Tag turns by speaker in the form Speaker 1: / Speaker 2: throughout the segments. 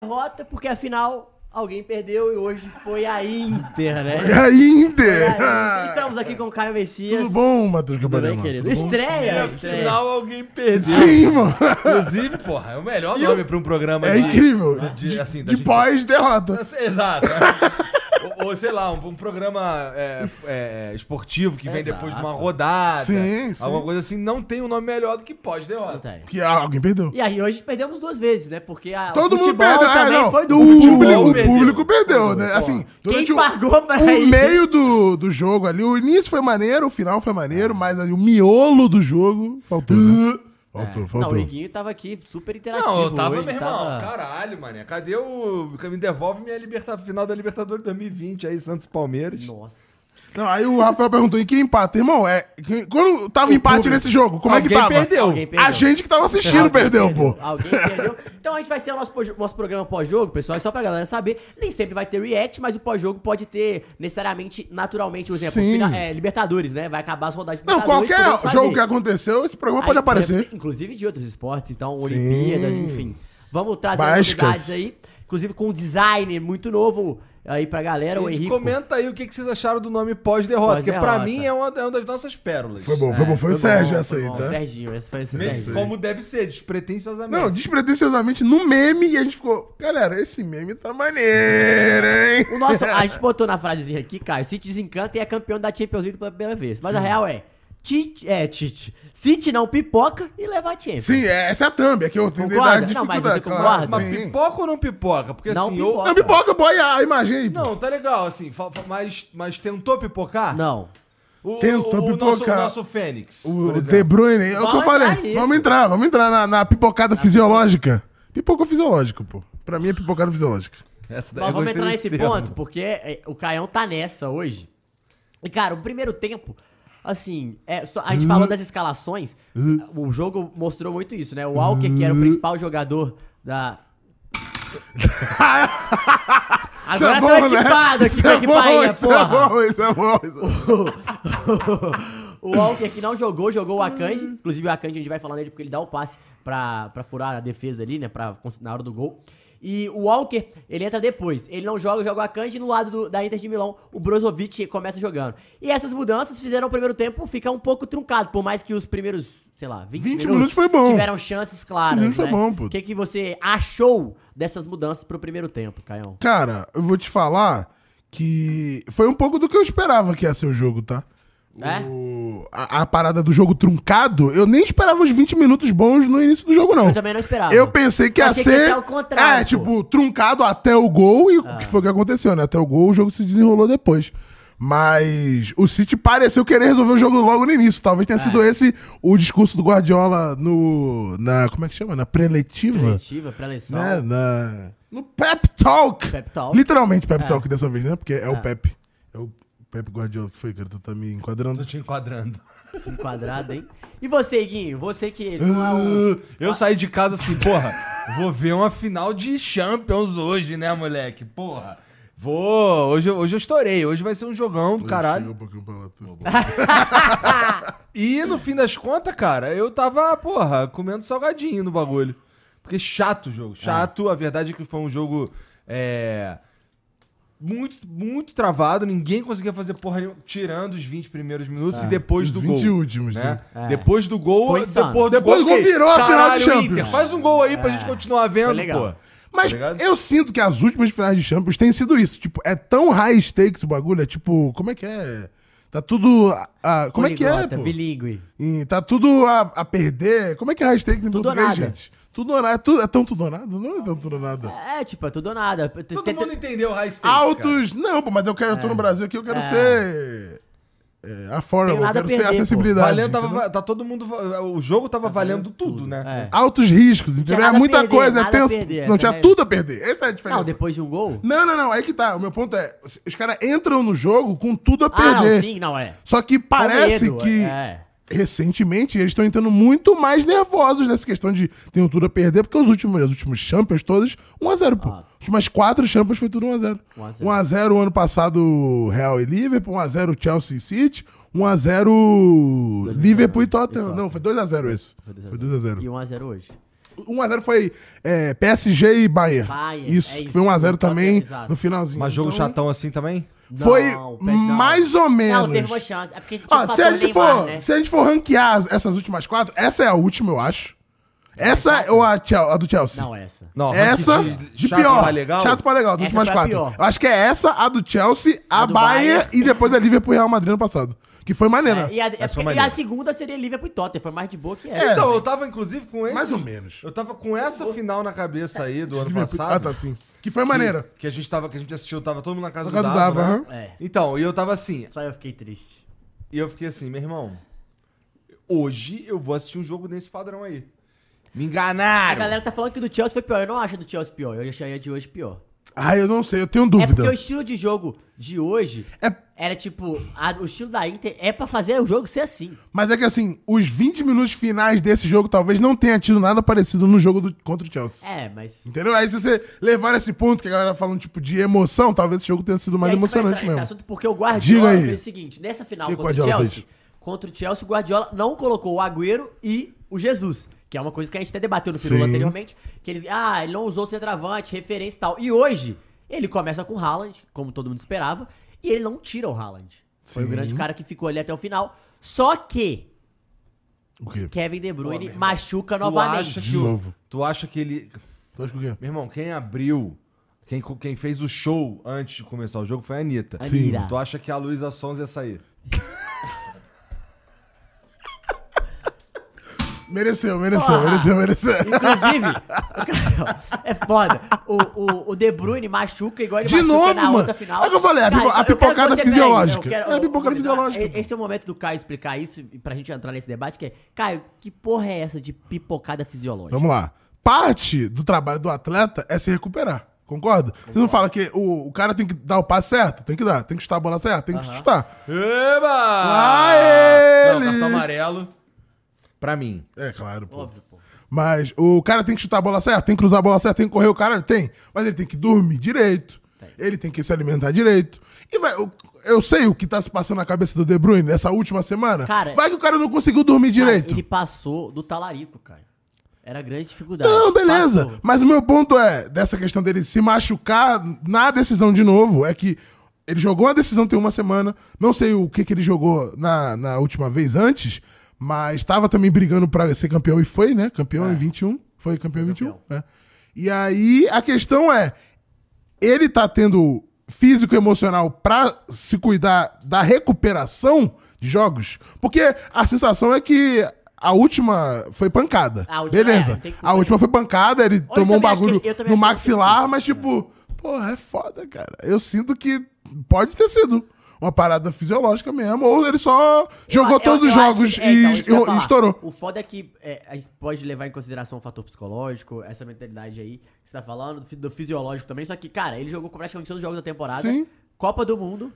Speaker 1: derrota, porque afinal alguém perdeu e hoje foi a Inter, né?
Speaker 2: E a
Speaker 1: Foi
Speaker 2: Inter!
Speaker 1: a Inter. Estamos aqui com o Caio Messias.
Speaker 2: Tudo bom, Matheus
Speaker 1: Tudo bem,
Speaker 2: Cabarema?
Speaker 1: querido?
Speaker 2: Tudo bom?
Speaker 1: Estreia, estreia.
Speaker 3: Afinal, alguém perdeu.
Speaker 2: Sim, mano.
Speaker 3: Inclusive, porra, é o melhor
Speaker 2: E eu-
Speaker 3: nome pra um programa
Speaker 2: É
Speaker 3: de-
Speaker 2: incrível.
Speaker 3: de-
Speaker 2: De,
Speaker 3: assim, da
Speaker 2: de
Speaker 3: gente-
Speaker 2: pós-derrota.
Speaker 3: Exato. ou, ou, sei lá, um, um programa é, é, esportivo que vem
Speaker 1: Exato.
Speaker 3: depois de uma rodada.
Speaker 2: Sim, sim.
Speaker 3: Alguma coisa assim, não tem um nome melhor do que
Speaker 1: Não
Speaker 3: pós-derrota.
Speaker 1: tem.
Speaker 2: Que ah, alguém perdeu.
Speaker 1: E aí, hoje perdemos duas vezes, né? Porque a,
Speaker 2: Todo
Speaker 1: o
Speaker 2: mundo
Speaker 1: futebol
Speaker 2: perdeu. Ah,
Speaker 1: também
Speaker 2: não.
Speaker 1: foi
Speaker 2: o,
Speaker 1: do
Speaker 2: público,
Speaker 3: Futebol
Speaker 2: o
Speaker 3: perdeu.
Speaker 2: público perdeu, né?
Speaker 3: Porra.
Speaker 2: Assim,
Speaker 1: Quem
Speaker 2: durante o,
Speaker 1: pagou pra
Speaker 2: o
Speaker 1: isso?
Speaker 2: meio do, do jogo ali, o início foi maneiro, o final foi
Speaker 1: Ah.
Speaker 2: maneiro, mas ali, o miolo do jogo faltou. né? Faltou,
Speaker 1: Ah. É. Não,
Speaker 2: faltou.
Speaker 1: o Iguinho tava aqui super interativo
Speaker 3: Não, eu tava,
Speaker 1: tipo hoje,
Speaker 3: meu irmão,
Speaker 1: tava-
Speaker 3: caralho, mané. Cadê o... Me devolve minha liberta... final da Libertadores 2020 aí, Santos e Palmeiras.
Speaker 1: Nossa.
Speaker 2: Não, aí o Rafael perguntou, e quem empata? Irmão, é, quem- quando tava Um empate
Speaker 3: público.
Speaker 2: nesse jogo, como é que
Speaker 3: Alguém
Speaker 2: tava?
Speaker 3: perdeu.
Speaker 1: Alguém perdeu.
Speaker 2: A gente que tava assistindo
Speaker 1: Alguém
Speaker 2: perdeu, pô.
Speaker 1: Alguém perdeu. Então a gente vai ser o nosso, pós- nosso programa pós-jogo, pessoal. É só pra galera saber. Nem sempre vai ter react, mas o pós-jogo pode ter necessariamente, naturalmente, por exemplo,
Speaker 2: Sim.
Speaker 1: fina- é, Libertadores, né? Vai acabar as rodadas de
Speaker 2: Não,
Speaker 1: Libertadores.
Speaker 2: qualquer
Speaker 1: podemos fazer.
Speaker 2: jogo que aconteceu, esse programa pode
Speaker 1: Aí,
Speaker 2: aparecer.
Speaker 1: Inclusive de outros esportes, então, Olimpíadas, enfim. Vamos trazer
Speaker 2: Bascas.
Speaker 1: novidades aí. Inclusive com um designer muito novo aí pra galera, o
Speaker 3: Gente,
Speaker 1: Henrique.
Speaker 3: comenta aí o que que vocês acharam do nome pós-derrota, porque pra
Speaker 1: Pós-derrota.
Speaker 3: mim é uma, é uma das nossas pérolas.
Speaker 2: Foi bom, foi bom. Foi, o
Speaker 1: bom,
Speaker 2: Sérgio essa
Speaker 1: É, foi
Speaker 2: aí,
Speaker 1: bom,
Speaker 2: tá?
Speaker 1: Serginho, esse foi esse
Speaker 3: Mesmo
Speaker 1: Sérgio.
Speaker 3: Como deve ser, despretensiosamente.
Speaker 2: Não, despretensiosamente no meme e a gente ficou, galera, esse meme tá maneiro, hein?
Speaker 1: O nosso, a gente botou na frasezinha aqui, Caio, City desencanta e é campeão da Champions League pela primeira vez. Mas a real é, Tite, é, Tite, City não pipoca e leva a Champions.
Speaker 2: Sim, é, essa é a thumb, é que eu tenho
Speaker 1: Concorda?
Speaker 2: dificuldade.
Speaker 1: Não, mas você
Speaker 2: claro,
Speaker 1: concorda?
Speaker 3: Mas
Speaker 2: sim.
Speaker 3: pipoca ou não pipoca? Porque
Speaker 1: Não
Speaker 3: assim, eu-
Speaker 1: pipoca.
Speaker 2: Não, pipoca, boy, a imagem aí. pô.
Speaker 3: Não, tá legal, assim, fa- fa- mas, mas tentou pipocar?
Speaker 1: Não.
Speaker 3: O,
Speaker 2: Tentou
Speaker 3: o, o nosso, o
Speaker 2: pipocar.
Speaker 3: nosso Fênix. por
Speaker 2: o
Speaker 3: exemplo.
Speaker 2: De Bruyne, é o que
Speaker 1: Vamos
Speaker 2: eu
Speaker 1: entrar
Speaker 2: falei.
Speaker 1: nisso.
Speaker 2: Vamos entrar, vamos entrar na, na pipocada fisiológica. Pipoca fisiológica, pô. Pra mim é pipocada fisiológica.
Speaker 3: Essa daí
Speaker 1: Mas
Speaker 3: eu
Speaker 1: vamos
Speaker 3: gostei
Speaker 1: entrar
Speaker 3: desse
Speaker 1: nesse
Speaker 3: termo.
Speaker 1: ponto, porque é, o Caião tá nessa hoje. E, cara, o primeiro tempo, assim, é, só-
Speaker 2: Hum.
Speaker 1: a gente falou das escalações, o jogo mostrou muito isso, né? O Walker, que
Speaker 2: Hum.
Speaker 1: era o principal jogador da... Agora
Speaker 2: Isso é
Speaker 1: tô equipado aqui,
Speaker 2: Isso
Speaker 1: tô
Speaker 2: é
Speaker 1: equipado
Speaker 2: bom,
Speaker 1: aí,
Speaker 2: isso é
Speaker 1: porra.
Speaker 2: bom, isso é bom, isso é bom.
Speaker 1: o Walker que não jogou, jogou o Akanji. Inclusive o Akanji a gente vai falar nele porque ele dá o passe pra, pra furar a defesa ali, né? Pra, na hora do gol. E o Walker, ele entra depois. Ele não joga, joga o Akanji no lado do- da Inter de Milão. O Brozovic começa jogando. E essas mudanças fizeram o primeiro tempo ficar um pouco truncado. Por mais que os primeiros, sei lá, 20,
Speaker 2: 20
Speaker 1: minutos,
Speaker 2: minutos foi bom.
Speaker 1: tiveram chances claras,
Speaker 2: 20 minutos
Speaker 1: né?
Speaker 2: foi bom, pô.
Speaker 1: O que, que você achou dessas mudanças pro primeiro tempo, Caião?
Speaker 2: Cara, eu vou te falar que foi um pouco do que eu esperava que ia ser o jogo, tá?
Speaker 1: É?
Speaker 2: O- a, a parada do jogo truncado, eu nem esperava os 20 minutos bons no início do jogo, não.
Speaker 1: Eu também não esperava.
Speaker 2: Eu pensei que ia
Speaker 1: Achei que ia
Speaker 2: ser.
Speaker 1: ser ao contrário, Ah.
Speaker 2: é,
Speaker 1: pô.
Speaker 2: tipo, truncado até o gol e o que foi o que aconteceu, né? Até o gol o jogo se desenrolou depois. Mas o City pareceu querer resolver o jogo logo no início. Talvez
Speaker 1: É.
Speaker 2: tenha sido esse o discurso do Guardiola no. na. Como é que chama? Na preletiva?
Speaker 1: Coletiva, pré-eleição.
Speaker 2: Né? Na, no Pep Talk.
Speaker 1: Pep Talk.
Speaker 2: Literalmente Pep Talk dessa vez, né? Porque é, o Pep. É o Pep Guardiola que foi, cara. Tu tá me
Speaker 3: Tô
Speaker 2: enquadrando.
Speaker 3: te enquadrando.
Speaker 1: Enquadrado, um hein? E você, Guinho? Você que não é
Speaker 2: Ah,
Speaker 1: um
Speaker 3: Eu saí de casa assim, porra, vou ver uma final de Champions hoje, né, moleque? Porra. Vou. Hoje, eu- hoje eu estourei. Hoje vai ser um jogão do caralho.
Speaker 2: Chega um pouquinho pra lá, tu.
Speaker 3: E no fim das contas, cara, eu tava, porra, comendo salgadinho no bagulho. Porque chato o jogo. Chato, a verdade é que foi um jogo. É. Muito, muito travado, ninguém conseguia fazer porra nenhuma, tirando os 20 primeiros minutos e depois
Speaker 2: Tá. Os
Speaker 3: do
Speaker 2: 20
Speaker 3: gol.
Speaker 2: últimos,
Speaker 3: né?
Speaker 1: sim. É.
Speaker 3: Depois do gol,
Speaker 1: Foi
Speaker 3: depois,
Speaker 1: insano.
Speaker 3: do
Speaker 2: Depois do
Speaker 3: gol, eu
Speaker 2: gol virou a
Speaker 3: fiquei,
Speaker 2: final de
Speaker 3: "Caralho,
Speaker 2: Champions."
Speaker 3: Inter, faz um gol aí pra
Speaker 1: É.
Speaker 3: gente continuar vendo,
Speaker 1: legal.
Speaker 3: pô.
Speaker 2: Mas
Speaker 3: Tá ligado?
Speaker 2: eu sinto que as últimas finais de Champions têm sido isso. Tipo, é tão high stakes o bagulho. É tipo, como é que é? Tá tudo. a- a- como é que é,
Speaker 1: poliglota,
Speaker 2: pô?
Speaker 1: bilíngue.
Speaker 2: E tá tudo a, a perder. Como é que é high stakes em
Speaker 1: Tudo ou
Speaker 2: português,
Speaker 1: nada.
Speaker 2: gente? Tudo ou nada. É, tu- é tão tudo ou nada? Não é tão tudo ou nada.
Speaker 1: É, tipo, é tudo ou nada.
Speaker 3: Todo
Speaker 1: Tenta-
Speaker 2: é
Speaker 3: mundo entendeu o high stakes, cara.
Speaker 2: Altos. Não, pô, mas eu quero. Eu tô no Brasil aqui, eu quero
Speaker 1: É.
Speaker 2: ser. É, affordable,
Speaker 1: Tenho
Speaker 2: eu
Speaker 1: nada a
Speaker 2: quero
Speaker 1: perder,
Speaker 2: ser
Speaker 1: pô.
Speaker 2: acessibilidade.
Speaker 3: Valendo
Speaker 2: entendeu?
Speaker 3: tava, tá todo mundo. O jogo tava valendo tudo, né?
Speaker 1: Tá É.
Speaker 2: Altos riscos,
Speaker 1: tinha
Speaker 2: entendeu? É
Speaker 1: nada a
Speaker 2: muita
Speaker 1: perder,
Speaker 2: coisa, é
Speaker 1: nada a
Speaker 2: tenso.
Speaker 1: perder,
Speaker 2: não,
Speaker 1: tá
Speaker 2: tinha
Speaker 1: ligado?
Speaker 2: tudo a perder. Essa é a diferença.
Speaker 1: Não, depois de um gol?
Speaker 2: Não, não, não. Aí que tá. O meu ponto é: os caras entram no jogo com tudo a
Speaker 1: Ah, não,
Speaker 2: perder.
Speaker 1: sim, não, é. Com
Speaker 2: Só que parece
Speaker 1: medo,
Speaker 2: que,
Speaker 1: É.
Speaker 2: recentemente, eles estão entrando muito mais nervosos nessa questão de tem tudo a perder, porque os últimos, os últimos Champions todos, 1x0, pô.
Speaker 1: Ah.
Speaker 2: As últimas quatro Champions foi tudo 1x0.
Speaker 1: 1 a 0.
Speaker 2: 1x0 ano passado Real e Liverpool, 1x0 Chelsea e City, 1x0 Liverpool e Tottenham. Não, foi 2x0 esse. Foi 2x0.
Speaker 1: E 1x0 hoje.
Speaker 2: 1x0 foi é, PSG e Bayern.
Speaker 1: Bayern,
Speaker 2: Isso,
Speaker 1: é isso.
Speaker 2: foi 1x0 também
Speaker 1: Exato.
Speaker 2: no finalzinho.
Speaker 3: Mas jogo
Speaker 2: Então,
Speaker 3: chatão assim também?
Speaker 2: Foi
Speaker 1: Não, pe- não.
Speaker 2: mais ou menos.
Speaker 1: Não, teve uma chance. É porque tipo,
Speaker 2: Ó, Ah, se,
Speaker 1: empatou
Speaker 2: a
Speaker 1: o
Speaker 2: gente
Speaker 1: Neymar,
Speaker 2: for,
Speaker 1: né?
Speaker 2: se a gente for ranquear essas últimas quatro, essa é a última, eu acho. Essa ou a, Chel- a do Chelsea?
Speaker 1: Não, essa.
Speaker 3: Não,
Speaker 2: Essa
Speaker 3: ranking
Speaker 2: de
Speaker 3: chato
Speaker 2: pior.
Speaker 3: pra legal.
Speaker 2: Chato pra legal, das
Speaker 1: Essa
Speaker 2: últimas
Speaker 1: pra
Speaker 2: quatro.
Speaker 1: pior.
Speaker 2: Eu acho que é essa, a do Chelsea, a,
Speaker 1: A do
Speaker 2: Bayern
Speaker 1: Bayern.
Speaker 2: e depois a Liverpool e Real Madrid no passado. Que foi maneira.
Speaker 1: É, e, a, é
Speaker 3: Essa
Speaker 1: porque- e
Speaker 3: foi
Speaker 1: a
Speaker 3: maneira.
Speaker 1: segunda seria Liverpool e Tottenham. Foi mais de boa que
Speaker 2: É.
Speaker 1: essa.
Speaker 3: Então, eu tava inclusive com esse.
Speaker 2: Mais ou menos.
Speaker 3: Eu tava com essa final na cabeça aí do ano
Speaker 2: Liverpool-
Speaker 3: passado.
Speaker 2: Ah, tá sim. Que foi maneira.
Speaker 3: Que, que a gente tava, que a gente assistiu, tava todo mundo na casa
Speaker 2: Na
Speaker 3: do
Speaker 2: casa
Speaker 3: Dava.
Speaker 2: do Dava,
Speaker 3: né?
Speaker 2: aham.
Speaker 1: É.
Speaker 3: Então, e eu tava assim,
Speaker 1: Só eu fiquei triste.
Speaker 3: e eu fiquei assim, meu irmão, hoje eu vou assistir um jogo nesse padrão aí. Me
Speaker 1: A
Speaker 3: enganaram!
Speaker 1: galera tá falando que o do Chelsea foi pior. Eu não acho a do Chelsea pior. Eu achei a de hoje pior.
Speaker 2: Ah, eu não sei, eu tenho
Speaker 1: É porque o
Speaker 2: dúvida.
Speaker 1: estilo de jogo de hoje
Speaker 2: É-
Speaker 1: era tipo. a- o estilo da Inter é pra fazer o jogo ser assim.
Speaker 2: mas é que assim, os 20 minutos finais desse jogo talvez não tenha tido nada parecido no jogo do- contra o Chelsea.
Speaker 1: É, mas.
Speaker 2: Entendeu? Aí se você levar esse ponto que a galera fala um tipo de emoção, talvez esse jogo tenha sido mais
Speaker 1: E a gente vai
Speaker 2: emocionante
Speaker 1: entrar nesse
Speaker 2: mesmo.
Speaker 1: assunto porque o
Speaker 2: Diga
Speaker 1: Guardiola
Speaker 2: aí.
Speaker 1: fez o seguinte: nessa final
Speaker 2: Que que o
Speaker 1: contra o
Speaker 2: Guardiola
Speaker 1: Chelsea, contra o Chelsea, o Guardiola não colocou o Agüero e o Jesus. Que é uma coisa que a gente até debateu no Pirula
Speaker 2: Sim.
Speaker 1: anteriormente. Que ele, ah, ele não usou o centroavante, referência e tal. E hoje, ele começa com o Haaland, como todo mundo esperava, e ele não tira o Haaland. Foi o
Speaker 2: Sim.
Speaker 1: grande cara que ficou ali até o final. Só que
Speaker 2: O quê?
Speaker 1: Kevin De Bruyne
Speaker 3: meu irmão.
Speaker 1: machuca
Speaker 3: Tu
Speaker 1: novamente.
Speaker 3: acha
Speaker 2: De
Speaker 3: que o-
Speaker 2: novo.
Speaker 3: Tu acha que ele...
Speaker 2: Tu acha que o quê?
Speaker 3: Meu irmão, quem abriu, quem, co- quem fez o show antes de começar o jogo foi a Anitta.
Speaker 1: Sim. Anira.
Speaker 3: Tu acha que a Luísa Sons ia sair?
Speaker 2: Mereceu, mereceu,
Speaker 1: Porra!
Speaker 2: mereceu, mereceu.
Speaker 1: Inclusive, é foda. O, o, o De Bruyne machuca igual ele
Speaker 2: De
Speaker 1: machuca
Speaker 2: novo,
Speaker 1: na outra
Speaker 2: mano.
Speaker 1: final.
Speaker 2: É o que eu falei, a pipo- a
Speaker 1: eu quero
Speaker 2: pipocada
Speaker 1: que você- peraí,
Speaker 2: fisiológica.
Speaker 1: eu quero-
Speaker 2: É a pipocada
Speaker 1: eu-
Speaker 2: fisiológica,
Speaker 1: e- Esse é o momento do Caio explicar isso e pra gente entrar nesse debate, que é, Caio, que porra é essa de pipocada fisiológica?
Speaker 2: Vamos lá. Parte do trabalho do atleta é se recuperar. Concorda? Você não fala que o, o cara tem que dar o passe certo? Tem que dar. Tem que chutar a bola certa? Tem que chutar.
Speaker 3: Eba!
Speaker 2: Lá ele!
Speaker 3: Não, cartão amarelo. Pra mim.
Speaker 2: É, claro, pô.
Speaker 1: Óbvio, pô.
Speaker 2: Mas o cara tem que chutar a bola certa, tem que cruzar a bola certa, tem que correr o cara, tem. Mas ele tem que dormir direito. Ele tem que se alimentar direito. E vai, eu, eu sei o que tá se passando na cabeça do De Bruyne nessa última semana.
Speaker 1: Cara-
Speaker 2: vai que o cara não conseguiu dormir direito.
Speaker 1: Cara, ele passou do talarico, cara. Era grande dificuldade.
Speaker 2: Não, beleza.
Speaker 1: Passou.
Speaker 2: Mas o meu ponto é, dessa questão dele se machucar na decisão de novo, é que ele jogou a decisão tem uma semana, não sei o que, que ele jogou na, na última vez antes, mas estava também brigando para ser campeão e foi, né? Campeão em 21. Foi campeão em 21. né? E aí a questão é, ele tá tendo físico e emocional pra se cuidar da recuperação de jogos? Porque a sensação é que a última foi pancada.
Speaker 1: A última, é,
Speaker 2: Beleza.
Speaker 1: não tem culpa,
Speaker 2: a última foi pancada, ele tomou um
Speaker 1: também acho
Speaker 2: bagulho
Speaker 1: então que- eu também
Speaker 2: no
Speaker 1: acho que ele tem
Speaker 2: maxilar,
Speaker 1: culpa,
Speaker 2: mas tipo, porra, é foda, cara. Eu sinto que pode ter sido uma parada fisiológica mesmo, ou ele só jogou
Speaker 1: Eu- eu-
Speaker 2: todos os
Speaker 1: eu acho
Speaker 2: jogos
Speaker 1: que- é,
Speaker 2: e-
Speaker 1: então, isso que eu ia
Speaker 2: e,
Speaker 1: falar.
Speaker 2: estourou.
Speaker 1: O foda é que é, a gente pode levar em consideração o fator psicológico, essa mentalidade aí que você tá falando, do, fi- do fisiológico também. Só que, cara, ele jogou praticamente todos os jogos da temporada.
Speaker 2: Sim.
Speaker 1: Copa do Mundo.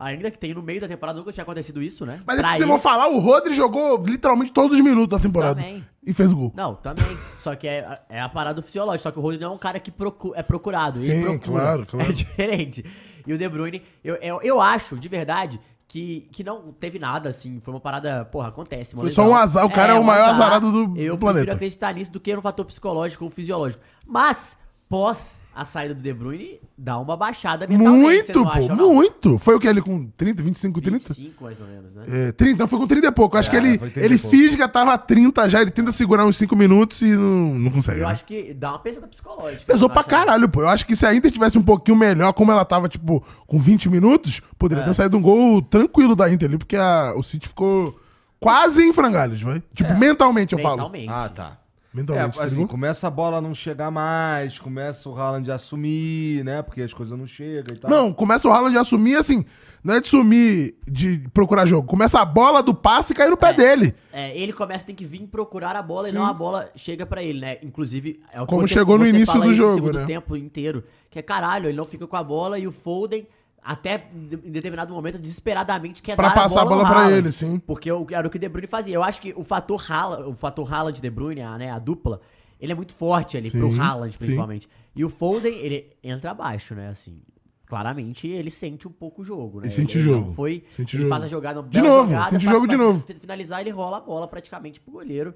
Speaker 1: Ainda que tem no meio da temporada, nunca tinha acontecido isso, né?
Speaker 2: Mas
Speaker 1: Pra
Speaker 2: se eu
Speaker 1: ele-
Speaker 2: vou falar, o Rodri jogou literalmente todos os minutos da temporada.
Speaker 1: Também.
Speaker 2: E fez o gol.
Speaker 1: Não, também. Só que é, é a parada do fisiológico. Só que o Rodrigo não é um cara que procu- é procurado. Ele
Speaker 2: Sim,
Speaker 1: procura.
Speaker 2: claro, claro.
Speaker 1: É diferente. E o De Bruyne, eu, eu, eu acho, de verdade, que, que não teve nada, assim. Foi uma parada, porra, acontece. uma
Speaker 2: Foi só
Speaker 1: lesão.
Speaker 2: um azar, o cara é o
Speaker 1: um
Speaker 2: maior azarado do- do
Speaker 1: Eu
Speaker 2: planeta.
Speaker 1: prefiro acreditar nisso do que no fator psicológico ou fisiológico. Mas, pós a saída do De Bruyne, dá uma baixada mentalmente.
Speaker 2: Muito,
Speaker 1: você não
Speaker 2: pô,
Speaker 1: acha, não?
Speaker 2: muito. Foi o que ele com 30, 25, 30?
Speaker 1: 25, mais ou menos, né?
Speaker 2: É, 30, não, foi com 30 e pouco. Eu Acho
Speaker 3: É,
Speaker 2: que ele,
Speaker 3: foi 30 e
Speaker 2: ele
Speaker 3: pouco.
Speaker 2: fisga, tava 30 já, ele tenta segurar uns 5 minutos e não, não consegue.
Speaker 1: Eu
Speaker 2: né?
Speaker 1: acho que dá uma pensada psicológica. né?
Speaker 2: Pesou
Speaker 1: não
Speaker 2: pra
Speaker 1: acha, não?
Speaker 2: caralho, pô. Eu acho que se a Inter tivesse um pouquinho melhor, como ela tava, tipo, com 20 minutos,
Speaker 1: É.
Speaker 2: poderia ter saído um gol tranquilo da Inter ali, porque a- o City ficou quase em frangalhos, vai. Tipo, mentalmente eu falo.
Speaker 1: É. Mentalmente.
Speaker 3: Ah, tá. É,
Speaker 2: Mentalmente, tá
Speaker 3: assim,
Speaker 2: ligado?
Speaker 3: começa a bola a não chegar mais, começa o Haaland a assumir, né? Porque as coisas não chegam e tal.
Speaker 2: Não, começa o Haaland a assumir, assim, não é de sumir, de procurar jogo. Começa a bola do passe cair no pé
Speaker 1: É.
Speaker 2: dele.
Speaker 1: É, ele começa, tem que vir procurar a bola
Speaker 2: Sim.
Speaker 1: e não a bola chega pra ele, né? Inclusive, é o que
Speaker 2: Como chegou no início
Speaker 1: fala
Speaker 2: do
Speaker 1: isso
Speaker 2: jogo,
Speaker 1: segundo
Speaker 2: né?
Speaker 1: tempo inteiro. Que é caralho, ele não fica com a bola e o Foden, até em determinado momento, desesperadamente quer
Speaker 2: Pra
Speaker 1: É dar
Speaker 2: passar a bola
Speaker 1: ao
Speaker 2: pra
Speaker 1: Haaland.
Speaker 2: ele, sim.
Speaker 1: Porque o- era o que o De Bruyne fazia. Eu acho que o fator Haaland, o fator Haaland e De Bruyne, a, né, a dupla, ele é muito forte ali pro
Speaker 2: Sim,
Speaker 1: Haaland,
Speaker 2: sim.
Speaker 1: principalmente. E o Foden, ele entra abaixo, né, assim... Claramente ele sente um pouco o jogo, né?
Speaker 2: Ele sente
Speaker 1: ele
Speaker 2: o
Speaker 1: não
Speaker 2: jogo.
Speaker 1: Foi,
Speaker 2: Sente o
Speaker 1: ele
Speaker 2: jogo.
Speaker 1: faz a jogada uma
Speaker 2: De
Speaker 1: bela
Speaker 2: novo, sente o jogo de novo.
Speaker 1: fi- finalizar, ele rola a bola praticamente pro goleiro.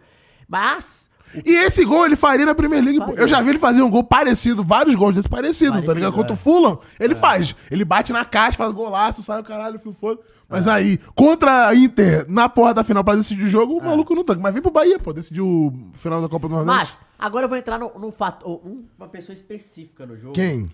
Speaker 1: Mas
Speaker 2: E esse gol ele faria na Premier League. pô.
Speaker 1: Faria.
Speaker 2: Eu já vi ele fazer um gol parecido, vários gols desse parecido, tá
Speaker 1: Parecido,
Speaker 2: ligado? Contra o
Speaker 1: é.
Speaker 2: Fulham, ele faz. Ele bate na caixa, faz golaço, sai o caralho, fio foda. Mas aí, contra a Inter, na porra da final pra decidir o jogo, o maluco não tanca. Mas vem pro Bahia, pô, decidiu o final da Copa do Nordeste.
Speaker 1: Mas, agora eu vou entrar num num fato, um- uma pessoa específica no jogo,
Speaker 2: Quem? Hum.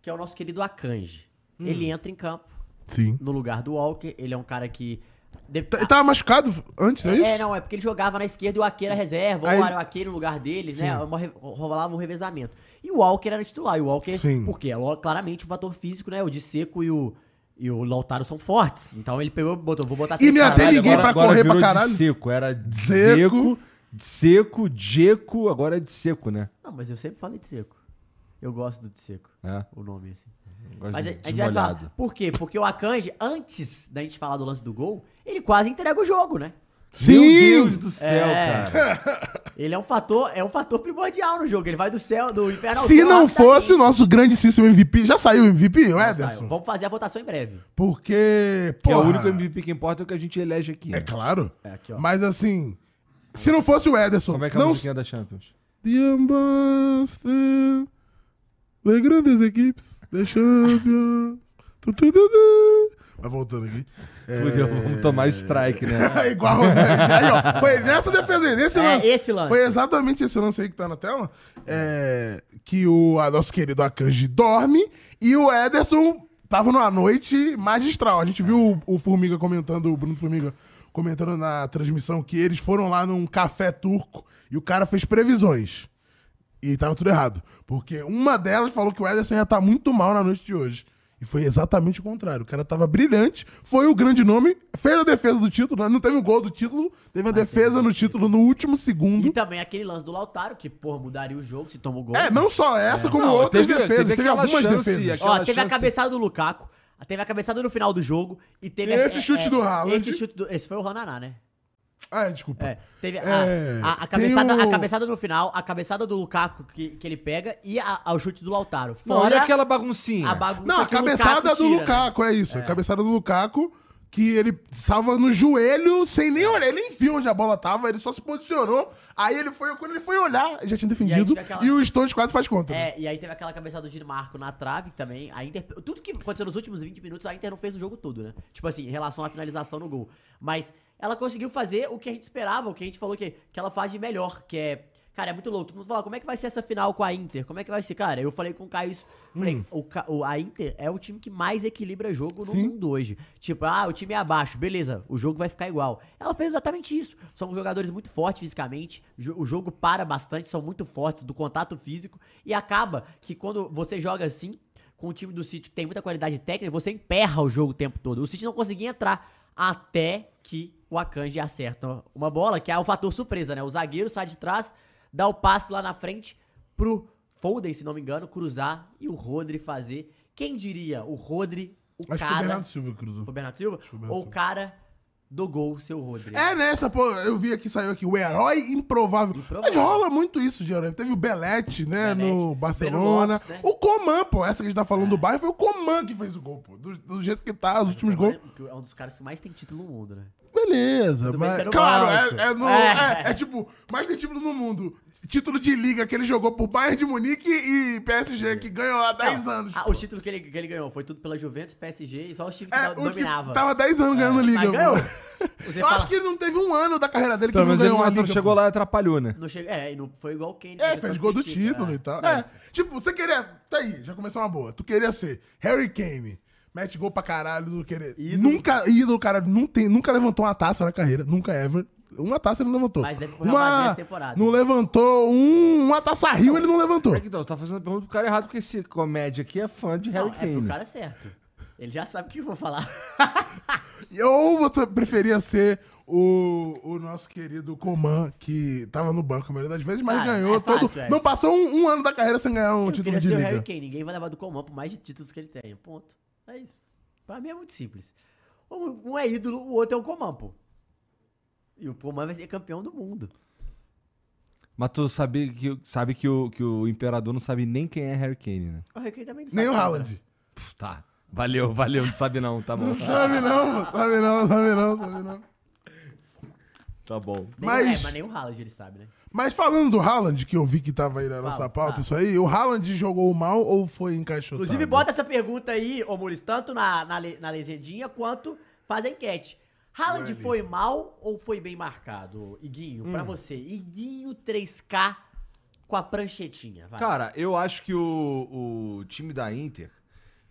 Speaker 1: que é o nosso querido Akanji. Ele entra em campo
Speaker 2: Sim.
Speaker 1: no lugar do Walker, ele é um cara que... de-
Speaker 2: T- Ele tava machucado antes, é, isso?
Speaker 1: É, não, é porque ele jogava na esquerda e o Aquele era reserva,
Speaker 2: Aí-
Speaker 1: ou era o Aquele no lugar deles, né? Uma re- Rolava um revezamento. E o Walker era titular. E o Walker,
Speaker 2: Sim.
Speaker 1: porque é lo- claramente o fator físico, né? O de seco e o, e o Lautaro são fortes. Então ele pegou e botou, vou botar
Speaker 2: E não ia ter
Speaker 1: caras.
Speaker 2: ninguém pra correr pra
Speaker 3: virou
Speaker 2: caralho.
Speaker 3: De seco, era de
Speaker 2: Zeco.
Speaker 3: seco, de seco, Deco, agora é de seco, né?
Speaker 1: Não, mas eu sempre falei de seco. Eu gosto do de seco.
Speaker 3: É,
Speaker 1: O nome, assim.
Speaker 3: gosto
Speaker 1: Mas a,
Speaker 3: de,
Speaker 1: a
Speaker 3: de
Speaker 1: gente vai
Speaker 3: molhado.
Speaker 1: falar. Por quê? Porque o Akanji, antes da gente falar do lance do gol, ele quase entrega o jogo, né?
Speaker 3: Meu
Speaker 2: Sim!
Speaker 3: Deus do céu,
Speaker 1: É.
Speaker 3: cara.
Speaker 1: Ele é um fator, é um fator primordial no jogo. Ele vai do céu, do inferno ao
Speaker 2: Se
Speaker 1: céu
Speaker 2: não fosse
Speaker 1: rapidamente.
Speaker 2: o nosso grandíssimo MVP, já saiu o MVP, o
Speaker 1: Saiu.
Speaker 2: Ederson?
Speaker 1: Vamos fazer a votação em breve.
Speaker 2: Porque,
Speaker 3: Que é
Speaker 2: porra,
Speaker 3: o único MVP que importa é o que a gente elege aqui.
Speaker 2: É
Speaker 3: né?
Speaker 2: claro.
Speaker 1: É, aqui, ó.
Speaker 2: Mas assim, se não fosse o Ederson,
Speaker 3: Como é que é a
Speaker 2: não
Speaker 3: musiquinha da Champions?
Speaker 2: The Ambassador, das grandes equipes, da Champions. Tu, tu, tu, tu. Vai voltando aqui.
Speaker 3: Fudeu, vamos tomar strike, né?
Speaker 2: É igual. Né? Aí, ó, foi nessa defesa aí, nesse
Speaker 1: É,
Speaker 2: lance.
Speaker 1: esse lance.
Speaker 2: Foi exatamente esse lance aí que tá na tela. é, que o a- nosso querido Akanji dorme e o Ederson tava numa noite magistral. A gente viu o, o Formiga comentando, o Bruno Formiga comentando na transmissão que eles foram lá num café turco e o cara fez previsões. E tava tudo errado. Porque uma delas falou que o Ederson ia estar muito mal na noite de hoje. E foi exatamente o contrário. O cara tava brilhante, foi o grande nome, fez a defesa do título, né? não teve o gol do título, teve
Speaker 1: Ah,
Speaker 2: a defesa no título no último segundo.
Speaker 1: E também aquele lance do Lautaro, que, porra, mudaria o jogo se toma o gol.
Speaker 2: É, não só essa, como
Speaker 3: Não,
Speaker 2: outras
Speaker 3: teve-
Speaker 2: defesas.
Speaker 3: teve
Speaker 2: Teve,
Speaker 3: aquela
Speaker 2: algumas
Speaker 3: chance,
Speaker 2: defesas.
Speaker 3: aquela
Speaker 1: Ó, teve a
Speaker 3: chance-
Speaker 1: cabeçada do Lukaku, teve a cabeçada no final do jogo e teve...
Speaker 2: E
Speaker 1: a- é,
Speaker 2: esse chute do Haaland.
Speaker 1: Esse chute do... Esse foi o Ronaná, né?
Speaker 2: Ah, é, desculpa.
Speaker 1: É, teve a,
Speaker 2: É,
Speaker 1: a, a
Speaker 2: tem
Speaker 1: cabeçada, a
Speaker 2: o-
Speaker 1: cabeçada no final, a cabeçada do Lukaku que, que ele pega e a, ao chute do Lautaro.
Speaker 3: Não,
Speaker 1: Fora
Speaker 3: olha aquela baguncinha.
Speaker 1: a bagunça
Speaker 2: Não, a
Speaker 1: que o
Speaker 2: cabeçada do
Speaker 1: tira, né?
Speaker 2: Lukaku, é isso. A cabeçada do Lukaku, que ele salva no joelho, sem nem olhar. Ele nem viu onde a bola tava, ele só se posicionou. Aí ele foi, quando ele foi olhar, já tinha defendido. E,
Speaker 1: tive aquela-
Speaker 2: o Stones quase faz conta. né?
Speaker 1: É, e aí teve aquela cabeçada do Dinamarco na trave que também. A Inter, tudo que aconteceu nos últimos 20 minutos, a Inter não fez o jogo todo, né? Tipo assim, em relação à finalização no gol. Mas ela conseguiu fazer o que a gente esperava, o que a gente falou que, que ela faz de melhor, que é. Cara, é muito louco. Todo mundo fala, como é que vai ser essa final com a Inter? Como é que vai ser? Cara, eu falei com o Caio isso. Falei,
Speaker 2: Hum.
Speaker 1: o, Ca- o- a Inter é o time que mais equilibra jogo no
Speaker 2: Sim.
Speaker 1: mundo hoje. Tipo, ah, o time é abaixo, beleza, o jogo vai ficar igual. Ela fez exatamente isso. São jogadores muito fortes fisicamente, jo- o jogo para bastante, são muito fortes do contato físico. E acaba que quando você joga assim, com o time do City que tem muita qualidade técnica, você emperra o jogo o tempo todo. O City não conseguia entrar até que o Akanji acerta uma bola, que é o fator surpresa, né? O zagueiro sai de trás, dá o passe lá na frente pro Foden, se não me engano, cruzar e o Rodri fazer. Quem diria? O Rodri, o
Speaker 2: Acho que foi o
Speaker 1: É, cara.
Speaker 2: Bernardo Silva que cruzou.
Speaker 1: Foi Bernardo Silva?
Speaker 2: o Bernardo
Speaker 1: Ou o
Speaker 2: Silva.
Speaker 1: cara do gol, seu Rodri.
Speaker 2: É nessa, pô, eu vi aqui, saiu aqui, o herói improvável.
Speaker 1: Improvável.
Speaker 2: Mas rola muito isso, de herói. Teve o Belete, né,
Speaker 1: Belete,
Speaker 2: no Barcelona.
Speaker 1: Breno Lopes, né? É.
Speaker 2: O Coman, pô, essa que a gente tá falando do Bayern, foi o Coman que fez o gol, pô. Do, do jeito que tá, os últimos gols.
Speaker 1: Que É um dos caras que mais tem título no mundo, né?
Speaker 2: Beleza,
Speaker 1: Tudo bem
Speaker 2: mas.
Speaker 1: que era o
Speaker 2: Claro,
Speaker 1: Alto.
Speaker 2: é, é no-
Speaker 1: É.
Speaker 2: é- é tipo, mais tem título no mundo. Título de liga que ele jogou por Bayern de Munique e PSG, que ganhou há 10
Speaker 1: Não,
Speaker 2: anos.
Speaker 1: ah, o título que ele, que ele ganhou foi tudo pela Juventus, PSG e só os times que
Speaker 2: É,
Speaker 1: do-
Speaker 2: o que
Speaker 1: dominava.
Speaker 2: tava há 10 anos ganhando
Speaker 1: É,
Speaker 2: liga.
Speaker 1: mas
Speaker 2: pô.
Speaker 1: ganhou.
Speaker 2: Eu
Speaker 1: Você fala-
Speaker 2: acho que ele não teve um ano da carreira dele que
Speaker 3: Pelo
Speaker 2: ele não
Speaker 3: menos É ele
Speaker 2: ganhou
Speaker 3: não
Speaker 2: uma
Speaker 3: entrou,
Speaker 2: liga.
Speaker 3: chegou
Speaker 2: pô.
Speaker 3: lá e atrapalhou, né?
Speaker 1: Não chegou, é, e não foi igual o Kane.
Speaker 2: É,
Speaker 1: mas
Speaker 2: fez
Speaker 1: tanto
Speaker 2: gol do
Speaker 1: critica,
Speaker 2: título
Speaker 1: é.
Speaker 2: e tal. É. Tipo, você queria. Tá aí, já começou uma boa. Tu queria ser Harry Kane. Mete gol pra caralho, não querer.
Speaker 1: Ídolo.
Speaker 2: Nunca, ídolo, cara, não tem, nunca levantou uma taça na carreira, nunca ever. Uma taça ele não levantou.
Speaker 1: Mas deve pro Real Madrid
Speaker 2: uma,
Speaker 1: essa temporada.
Speaker 2: não levantou um, uma taça Rio, ele não levantou.
Speaker 3: É que, então, você tá fazendo a pergunta pro cara errado, porque esse comédia aqui é fã de Harry
Speaker 1: Não, é pro
Speaker 3: Kane.
Speaker 1: cara certo. Ele já sabe o que eu vou falar.
Speaker 2: Ou você preferia ser o, o nosso querido Coman, que tava no banco a maioria das vezes, mas
Speaker 1: Cara,
Speaker 2: ganhou
Speaker 1: é fácil
Speaker 2: todo.
Speaker 1: essa.
Speaker 2: Não passou um, um ano da carreira sem ganhar um
Speaker 1: Eu
Speaker 2: título
Speaker 1: queria
Speaker 2: de
Speaker 1: ser o
Speaker 2: liga.
Speaker 1: Harry Kane. Ninguém vai levar do Coman por mais de títulos que ele tenha. Ponto. É isso. Pra mim é muito simples. Um, um é ídolo, o outro é o Coman, pô. E o Coman vai ser campeão do mundo.
Speaker 3: Mas tu sabe que, sabe que, o, que o imperador não sabe nem quem é Harry Kane, né?
Speaker 1: O Harry Kane também não
Speaker 2: Nem o
Speaker 1: nada.
Speaker 2: Haaland.
Speaker 3: Puf, tá. Valeu, valeu, não sabe não, tá bom.
Speaker 2: Não sabe não, pô. sabe não, sabe não, sabe não.
Speaker 3: Tá bom.
Speaker 1: Nem-
Speaker 2: Mas-
Speaker 1: É, mas nem o Haaland ele sabe, né?
Speaker 2: Mas falando do Haaland, que eu vi que tava aí na nossa
Speaker 1: Fala,
Speaker 2: pauta,
Speaker 1: fala.
Speaker 2: isso aí, o Haaland jogou mal ou foi encaixotado?
Speaker 3: Tá,
Speaker 1: Inclusive,
Speaker 3: né?
Speaker 1: bota essa pergunta aí, ô Muris, tanto na, na, le- na legendinha quanto faz a enquete. Haaland
Speaker 2: Ué,
Speaker 1: foi mal ou foi bem marcado, Iguinho?
Speaker 3: Hum.
Speaker 1: Pra você. Iguinho 3K com a pranchetinha, vai.
Speaker 3: Cara, eu acho que o, o time da Inter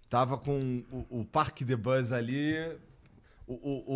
Speaker 3: tava com o, o Parque de Buzz ali. O, o-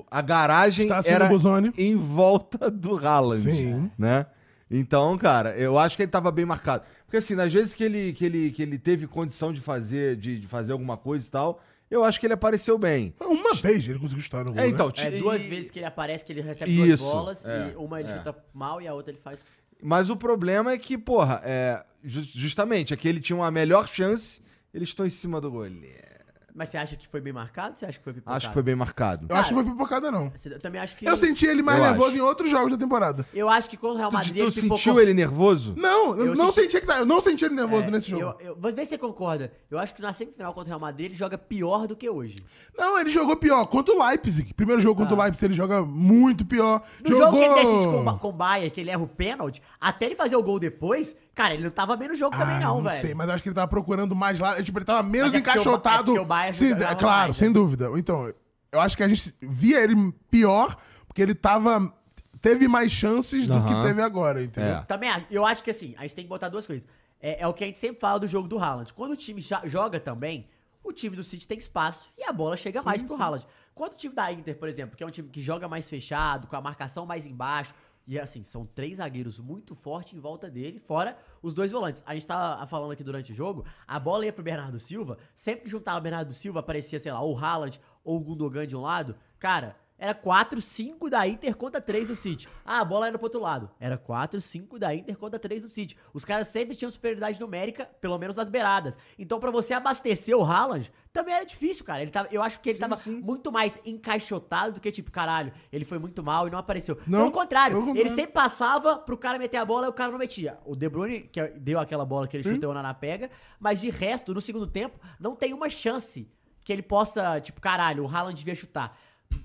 Speaker 3: o- a garagem
Speaker 2: Está sendo
Speaker 3: era
Speaker 2: Gozone.
Speaker 3: em volta do Haaland.
Speaker 2: Sim.
Speaker 3: Né? Então, cara, eu acho que ele tava bem marcado. Porque assim, nas vezes que ele, que ele, que ele teve condição de fazer, de, de fazer alguma coisa e tal, eu acho que ele apareceu bem.
Speaker 2: Foi Uma vez ele conseguiu estourar no gol,
Speaker 3: É, então,
Speaker 1: É
Speaker 3: ti-
Speaker 1: duas
Speaker 3: e-
Speaker 1: vezes que ele aparece, que ele recebe duas
Speaker 3: Isso,
Speaker 1: bolas,
Speaker 3: é,
Speaker 1: e uma ele
Speaker 3: é.
Speaker 1: chuta mal e a outra ele faz.
Speaker 3: Mas o problema é que, porra, é, ju- justamente, é que ele tinha uma melhor chance, ele estou em cima do goleiro.
Speaker 1: Mas você acha que foi bem marcado? Você acha que foi pipocado?
Speaker 3: Acho que foi bem marcado.
Speaker 2: Eu acho que foi pipocada, não.
Speaker 1: Você- Eu também acho que.
Speaker 2: Eu senti ele mais
Speaker 3: Eu
Speaker 2: nervoso
Speaker 3: acho.
Speaker 2: em outros jogos da temporada.
Speaker 1: Eu acho que quando o Real
Speaker 3: Tu,
Speaker 1: Madrid
Speaker 3: tu
Speaker 1: ele
Speaker 3: sentiu
Speaker 1: pipocou-
Speaker 3: ele nervoso?
Speaker 2: Não, eu
Speaker 1: Eu
Speaker 2: não
Speaker 1: senti-
Speaker 2: senti que tá- eu não senti ele nervoso
Speaker 1: É,
Speaker 2: nesse jogo.
Speaker 1: Eu, eu, vou ver se você concorda. Eu acho que na semifinal contra o Real Madrid ele joga pior do que hoje.
Speaker 2: Não, ele jogou pior contra o Leipzig. Primeiro jogo contra o
Speaker 1: Ah.
Speaker 2: Leipzig, ele joga muito pior.
Speaker 1: No jogo que ele decide com, o Ba- com o Bayern, que ele erra o pênalti, até ele fazer o gol depois, cara, ele não tava bem no jogo também
Speaker 2: Ah,
Speaker 1: não,
Speaker 2: não
Speaker 1: velho.
Speaker 2: sei, mas eu acho que ele tava procurando mais lá. Tipo, ele tava menos
Speaker 1: Mas é porque o Ba- é
Speaker 2: encaixotado.
Speaker 1: porque o Bayern
Speaker 2: Sim,
Speaker 1: jogava
Speaker 2: é claro,
Speaker 1: mais,
Speaker 2: sem
Speaker 1: né?
Speaker 2: dúvida. Então, eu acho que a gente via ele pior, porque ele tava. Teve mais chances do que
Speaker 3: Aham.
Speaker 2: teve agora, entendeu?
Speaker 3: É.
Speaker 1: Também acho- eu acho que assim, a gente tem que botar duas coisas. É, é o que a gente sempre fala do jogo do Haaland. Quando o time já- joga também, o time do City tem espaço e a bola chega mais pro Haaland. Quando o time da Inter, por exemplo, que é um time que joga mais fechado, com a marcação mais embaixo, e assim, são três zagueiros muito fortes em volta dele, fora os dois volantes. A gente tava falando aqui durante o jogo, a bola ia pro Bernardo Silva, sempre que juntava o Bernardo Silva, aparecia, sei lá, ou o Haaland ou o Gundogan de um lado, cara, era 4, 5 da Inter contra 3 do City. Ah, a bola era pro outro lado. Era 4, 5 da Inter contra 3 do City. Os caras sempre tinham superioridade numérica, pelo menos nas beiradas. Então, pra você abastecer o Haaland, também era difícil, cara. Ele tava, eu acho que ele
Speaker 3: Sim,
Speaker 1: tava
Speaker 3: sim.
Speaker 1: muito mais encaixotado do que tipo, caralho, ele foi muito mal e não apareceu.
Speaker 2: Não,
Speaker 1: pelo contrário,
Speaker 2: pelo
Speaker 1: ele
Speaker 2: contrário.
Speaker 1: sempre passava pro cara meter a bola e o cara não metia. O De Bruyne, que deu aquela bola que ele chutou na pega, mas de resto, no segundo tempo, não tem uma chance que ele possa, tipo, caralho, o Haaland devia chutar.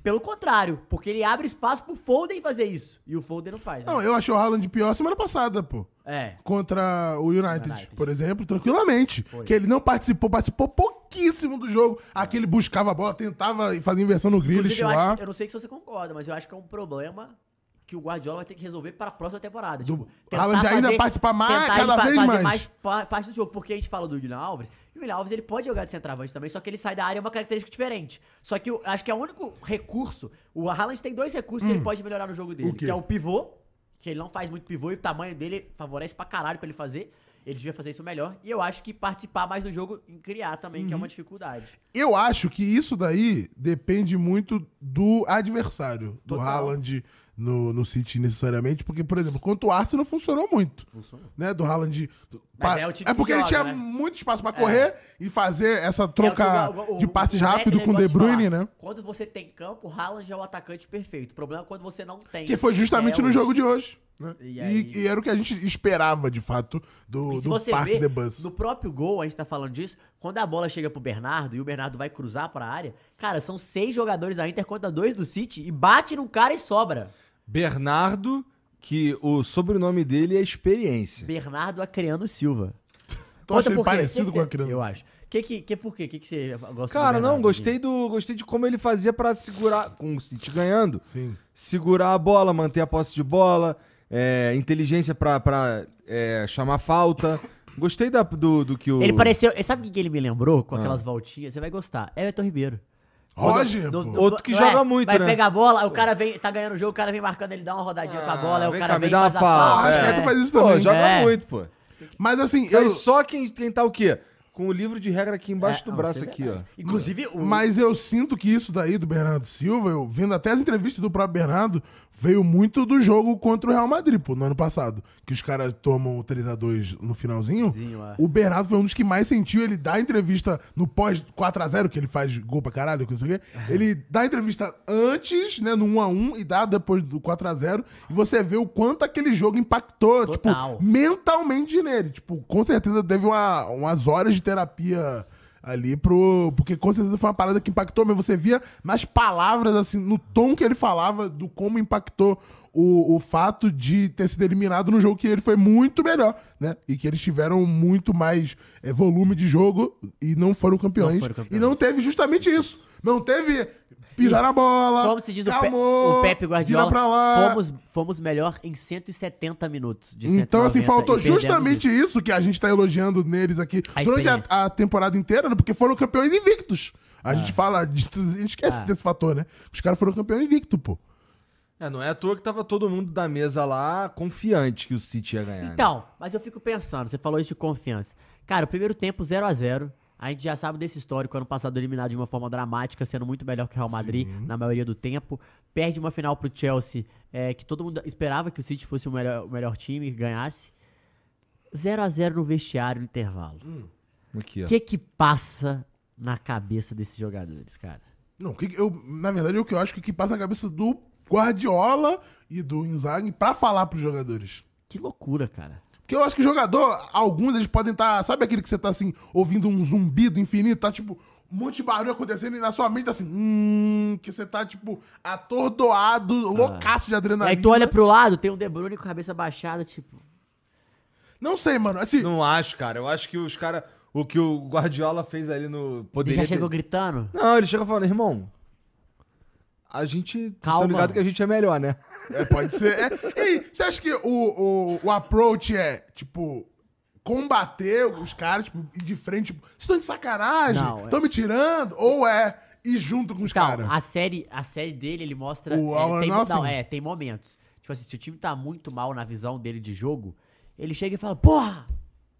Speaker 1: Pelo contrário, porque ele abre espaço pro Foden fazer isso. E o Foden não faz. né?
Speaker 2: Não, eu achei o Haaland pior semana passada, pô.
Speaker 1: É.
Speaker 2: Contra o United,
Speaker 1: United.
Speaker 2: por exemplo, tranquilamente. Que ele não participou, participou pouquíssimo do jogo. Aqui ele buscava a bola, tentava fazer inversão no Grealish
Speaker 1: Inclusive, eu, acho,
Speaker 2: lá.
Speaker 1: que- eu não sei se você concorda, mas eu acho que é um problema que o Guardiola vai ter que resolver para a próxima temporada. Tipo,
Speaker 2: Do-
Speaker 1: tentar
Speaker 2: Haaland ainda participar mais-
Speaker 1: tentar
Speaker 2: cada
Speaker 1: ele
Speaker 2: vez mais.
Speaker 1: pa- parte do jogo, porque a gente fala do Guilherme Alves, e o Guilherme Alves ele pode jogar de centroavante também, só que ele sai da área é uma característica diferente. Só que eu acho que é o único recurso, o Haaland tem dois recursos que ele pode melhorar no jogo dele,
Speaker 2: Hum. O quê?
Speaker 1: que é o pivô, que ele não faz muito pivô e o tamanho dele favorece pra caralho pra ele fazer. Ele devia fazer isso melhor. E eu acho que participar mais do jogo em criar também, que é
Speaker 2: Uhum.
Speaker 1: uma dificuldade.
Speaker 2: Eu acho que isso daí depende muito do adversário, do
Speaker 1: Total.
Speaker 2: Haaland no, no City necessariamente, porque, por exemplo, quanto o Arsenal funcionou muito.
Speaker 1: Funcionou.
Speaker 2: Né, do Haaland.
Speaker 1: Mas
Speaker 2: Pa-
Speaker 1: é o time que
Speaker 2: porque ele
Speaker 1: joga,
Speaker 2: tinha
Speaker 1: né?
Speaker 2: muito espaço pra correr e fazer essa troca
Speaker 1: É o que o- o-
Speaker 2: de
Speaker 1: o-
Speaker 2: passes
Speaker 1: o
Speaker 2: rápido
Speaker 1: Beckler
Speaker 2: com o De
Speaker 1: gosta
Speaker 2: Bruyne,
Speaker 1: falar.
Speaker 2: né?
Speaker 1: Quando você tem campo, o Haaland é o atacante perfeito. O problema é quando você não tem.
Speaker 2: Que foi justamente
Speaker 1: É,
Speaker 2: no
Speaker 1: o-
Speaker 2: jogo de hoje. né?
Speaker 1: E
Speaker 2: E,
Speaker 1: aí-
Speaker 2: e era o que a gente esperava, de fato,
Speaker 1: E
Speaker 2: do,
Speaker 1: se
Speaker 2: do
Speaker 1: você
Speaker 2: Parque
Speaker 1: vê,
Speaker 2: de Bus.
Speaker 1: no próprio gol, a gente tá falando disso, quando a bola chega pro Bernardo e o Bernardo vai cruzar pra área, cara, são seis jogadores da Inter contra dois do City e bate num cara e sobra.
Speaker 3: Bernardo, que o sobrenome dele é experiência.
Speaker 1: Bernardo Acreano Silva.
Speaker 2: Tu acha
Speaker 1: Conta
Speaker 2: ele
Speaker 1: por quê.
Speaker 2: parecido
Speaker 1: Que que
Speaker 2: com
Speaker 1: você-
Speaker 2: a criança?
Speaker 1: Eu acho. Que, que, que por quê? O que, que você gosta do
Speaker 3: Cara, não,
Speaker 1: Bernardo,
Speaker 3: gostei do, gostei de como ele fazia pra segurar, com o City ganhando,
Speaker 2: Sim.
Speaker 3: segurar a bola, manter a posse de bola, é, inteligência pra, pra é, chamar falta. Gostei da- do, do Ah. que o...
Speaker 1: Ele pareceu. Sabe o que que ele me lembrou? Com aquelas voltinhas. Você vai gostar. Everton Ribeiro.
Speaker 2: Roger,
Speaker 1: Do-
Speaker 2: pô.
Speaker 1: do-
Speaker 3: Outro que
Speaker 1: é,
Speaker 3: joga muito,
Speaker 1: vai
Speaker 3: né?
Speaker 1: Vai pegar a bola, aí o cara vem, tá ganhando o jogo, o cara vem marcando, ele dá uma rodadinha com a
Speaker 3: Ah,
Speaker 1: bola, aí o
Speaker 3: vem
Speaker 1: cara
Speaker 3: cá, me
Speaker 1: vem e
Speaker 3: dá uma
Speaker 1: faz a
Speaker 3: falta,
Speaker 1: falta.
Speaker 2: acho
Speaker 3: é.
Speaker 2: que tu faz isso
Speaker 3: Pô,
Speaker 2: também.
Speaker 3: joga
Speaker 1: É.
Speaker 3: muito, pô.
Speaker 2: Mas assim,
Speaker 3: Isso aí
Speaker 2: eu,
Speaker 3: só quem, quem tá o quê? Com o livro de regra aqui embaixo
Speaker 1: É,
Speaker 3: do
Speaker 1: não,
Speaker 3: braço
Speaker 1: isso é
Speaker 3: aqui, ó.
Speaker 1: verdade. Inclusive, o,
Speaker 2: Mas eu sinto que isso daí do Bernardo Silva, eu vendo até as entrevistas do próprio Bernardo, veio muito do jogo contra o Real Madrid, pô, no ano passado. Que os caras tomam o 3x2 no finalzinho.
Speaker 1: Zinho, é.
Speaker 2: O Bernardo foi um dos que mais sentiu. Ele dá entrevista no pós 4x0, que ele faz gol pra caralho, que não sei o quê. Ele dá entrevista antes, né, no 1x1 e dá depois do 4x0. E você vê o quanto aquele jogo impactou,
Speaker 1: Total.
Speaker 2: tipo, mentalmente nele. Tipo, com certeza teve uma, umas horas de terapia Ali pro. Porque com certeza foi uma parada que impactou, mas você via nas palavras, assim, no tom que ele falava, do como impactou o, o fato de ter sido eliminado no jogo que ele foi muito melhor, né? E que eles tiveram muito mais eh, volume de jogo e não foram campeões.
Speaker 1: Não foram campeões.
Speaker 2: E não teve justamente isso. Não teve pisar na bola.
Speaker 1: Como se diz o, Pe-
Speaker 2: calmou,
Speaker 1: o Pepe Guardiola,
Speaker 2: vira pra lá.
Speaker 1: Fomos, fomos melhor em 170 minutos de
Speaker 2: Então,
Speaker 1: 190
Speaker 2: assim, faltou
Speaker 1: e perdemos
Speaker 2: justamente isso que a gente tá elogiando neles aqui
Speaker 1: A
Speaker 2: durante
Speaker 1: experiência.
Speaker 2: a, a temporada inteira, né? Porque foram campeões invictos. A gente fala, disso- a gente esquece
Speaker 1: Ah.
Speaker 2: desse fator, né? Os caras foram campeão invicto, pô.
Speaker 3: É, não é à toa que tava todo mundo da mesa lá confiante que o City ia ganhar. né?
Speaker 1: Então, mas eu fico pensando, você falou isso de confiança. Cara, o primeiro tempo 0 a 0 a gente já sabe desse histórico, ano passado eliminado de uma forma dramática, sendo muito melhor que o Real Madrid na maioria do tempo. Perde uma final pro Chelsea, é, que todo mundo esperava que o City fosse o melhor, o melhor time, que ganhasse. 0 a 0 no vestiário, no intervalo.
Speaker 3: Hum. Aqui,
Speaker 1: O
Speaker 3: ó.
Speaker 1: que que passa na cabeça desses jogadores, cara?
Speaker 2: Não, o que que eu, na verdade, é o que eu acho que o que passa na cabeça do Guardiola e do Inzaghi pra falar pros jogadores.
Speaker 1: Que loucura, cara.
Speaker 2: Porque eu acho que jogador, alguns eles podem estar. sabe aquele que você tá assim, ouvindo um zumbido infinito, tá tipo, um monte de barulho acontecendo e na sua mente tá assim, hum, que você tá tipo, atordoado, loucaço de adrenalina.
Speaker 1: Aí Ah. É, tu olha pro lado, tem um De Bruyne com a cabeça baixada, tipo...
Speaker 2: Não sei, mano. Assim,
Speaker 3: Não acho, cara. Eu acho que os caras. O que o Guardiola fez ali no.
Speaker 1: Ele
Speaker 3: Poderia
Speaker 1: já
Speaker 3: ter-
Speaker 1: chegou gritando?
Speaker 3: Não, ele chega falando, irmão. A gente.
Speaker 1: Calma.
Speaker 3: Calma. Tá ligado que a gente é melhor, né?
Speaker 2: É, pode ser. É. E aí, você acha que o, o, o approach é, tipo, combater os caras, tipo, ir de frente, tipo, vocês estão de sacanagem?
Speaker 1: Não, é.
Speaker 2: Estão me tirando? Ou é ir junto com os
Speaker 1: Então,
Speaker 2: caras?
Speaker 1: a série, a série dele, ele mostra.
Speaker 2: O
Speaker 1: é,
Speaker 2: All or
Speaker 1: tem,
Speaker 2: Nothing?
Speaker 1: não, é, tem momentos. Tipo assim, se o time tá muito mal na visão dele de jogo, ele chega e fala: Porra!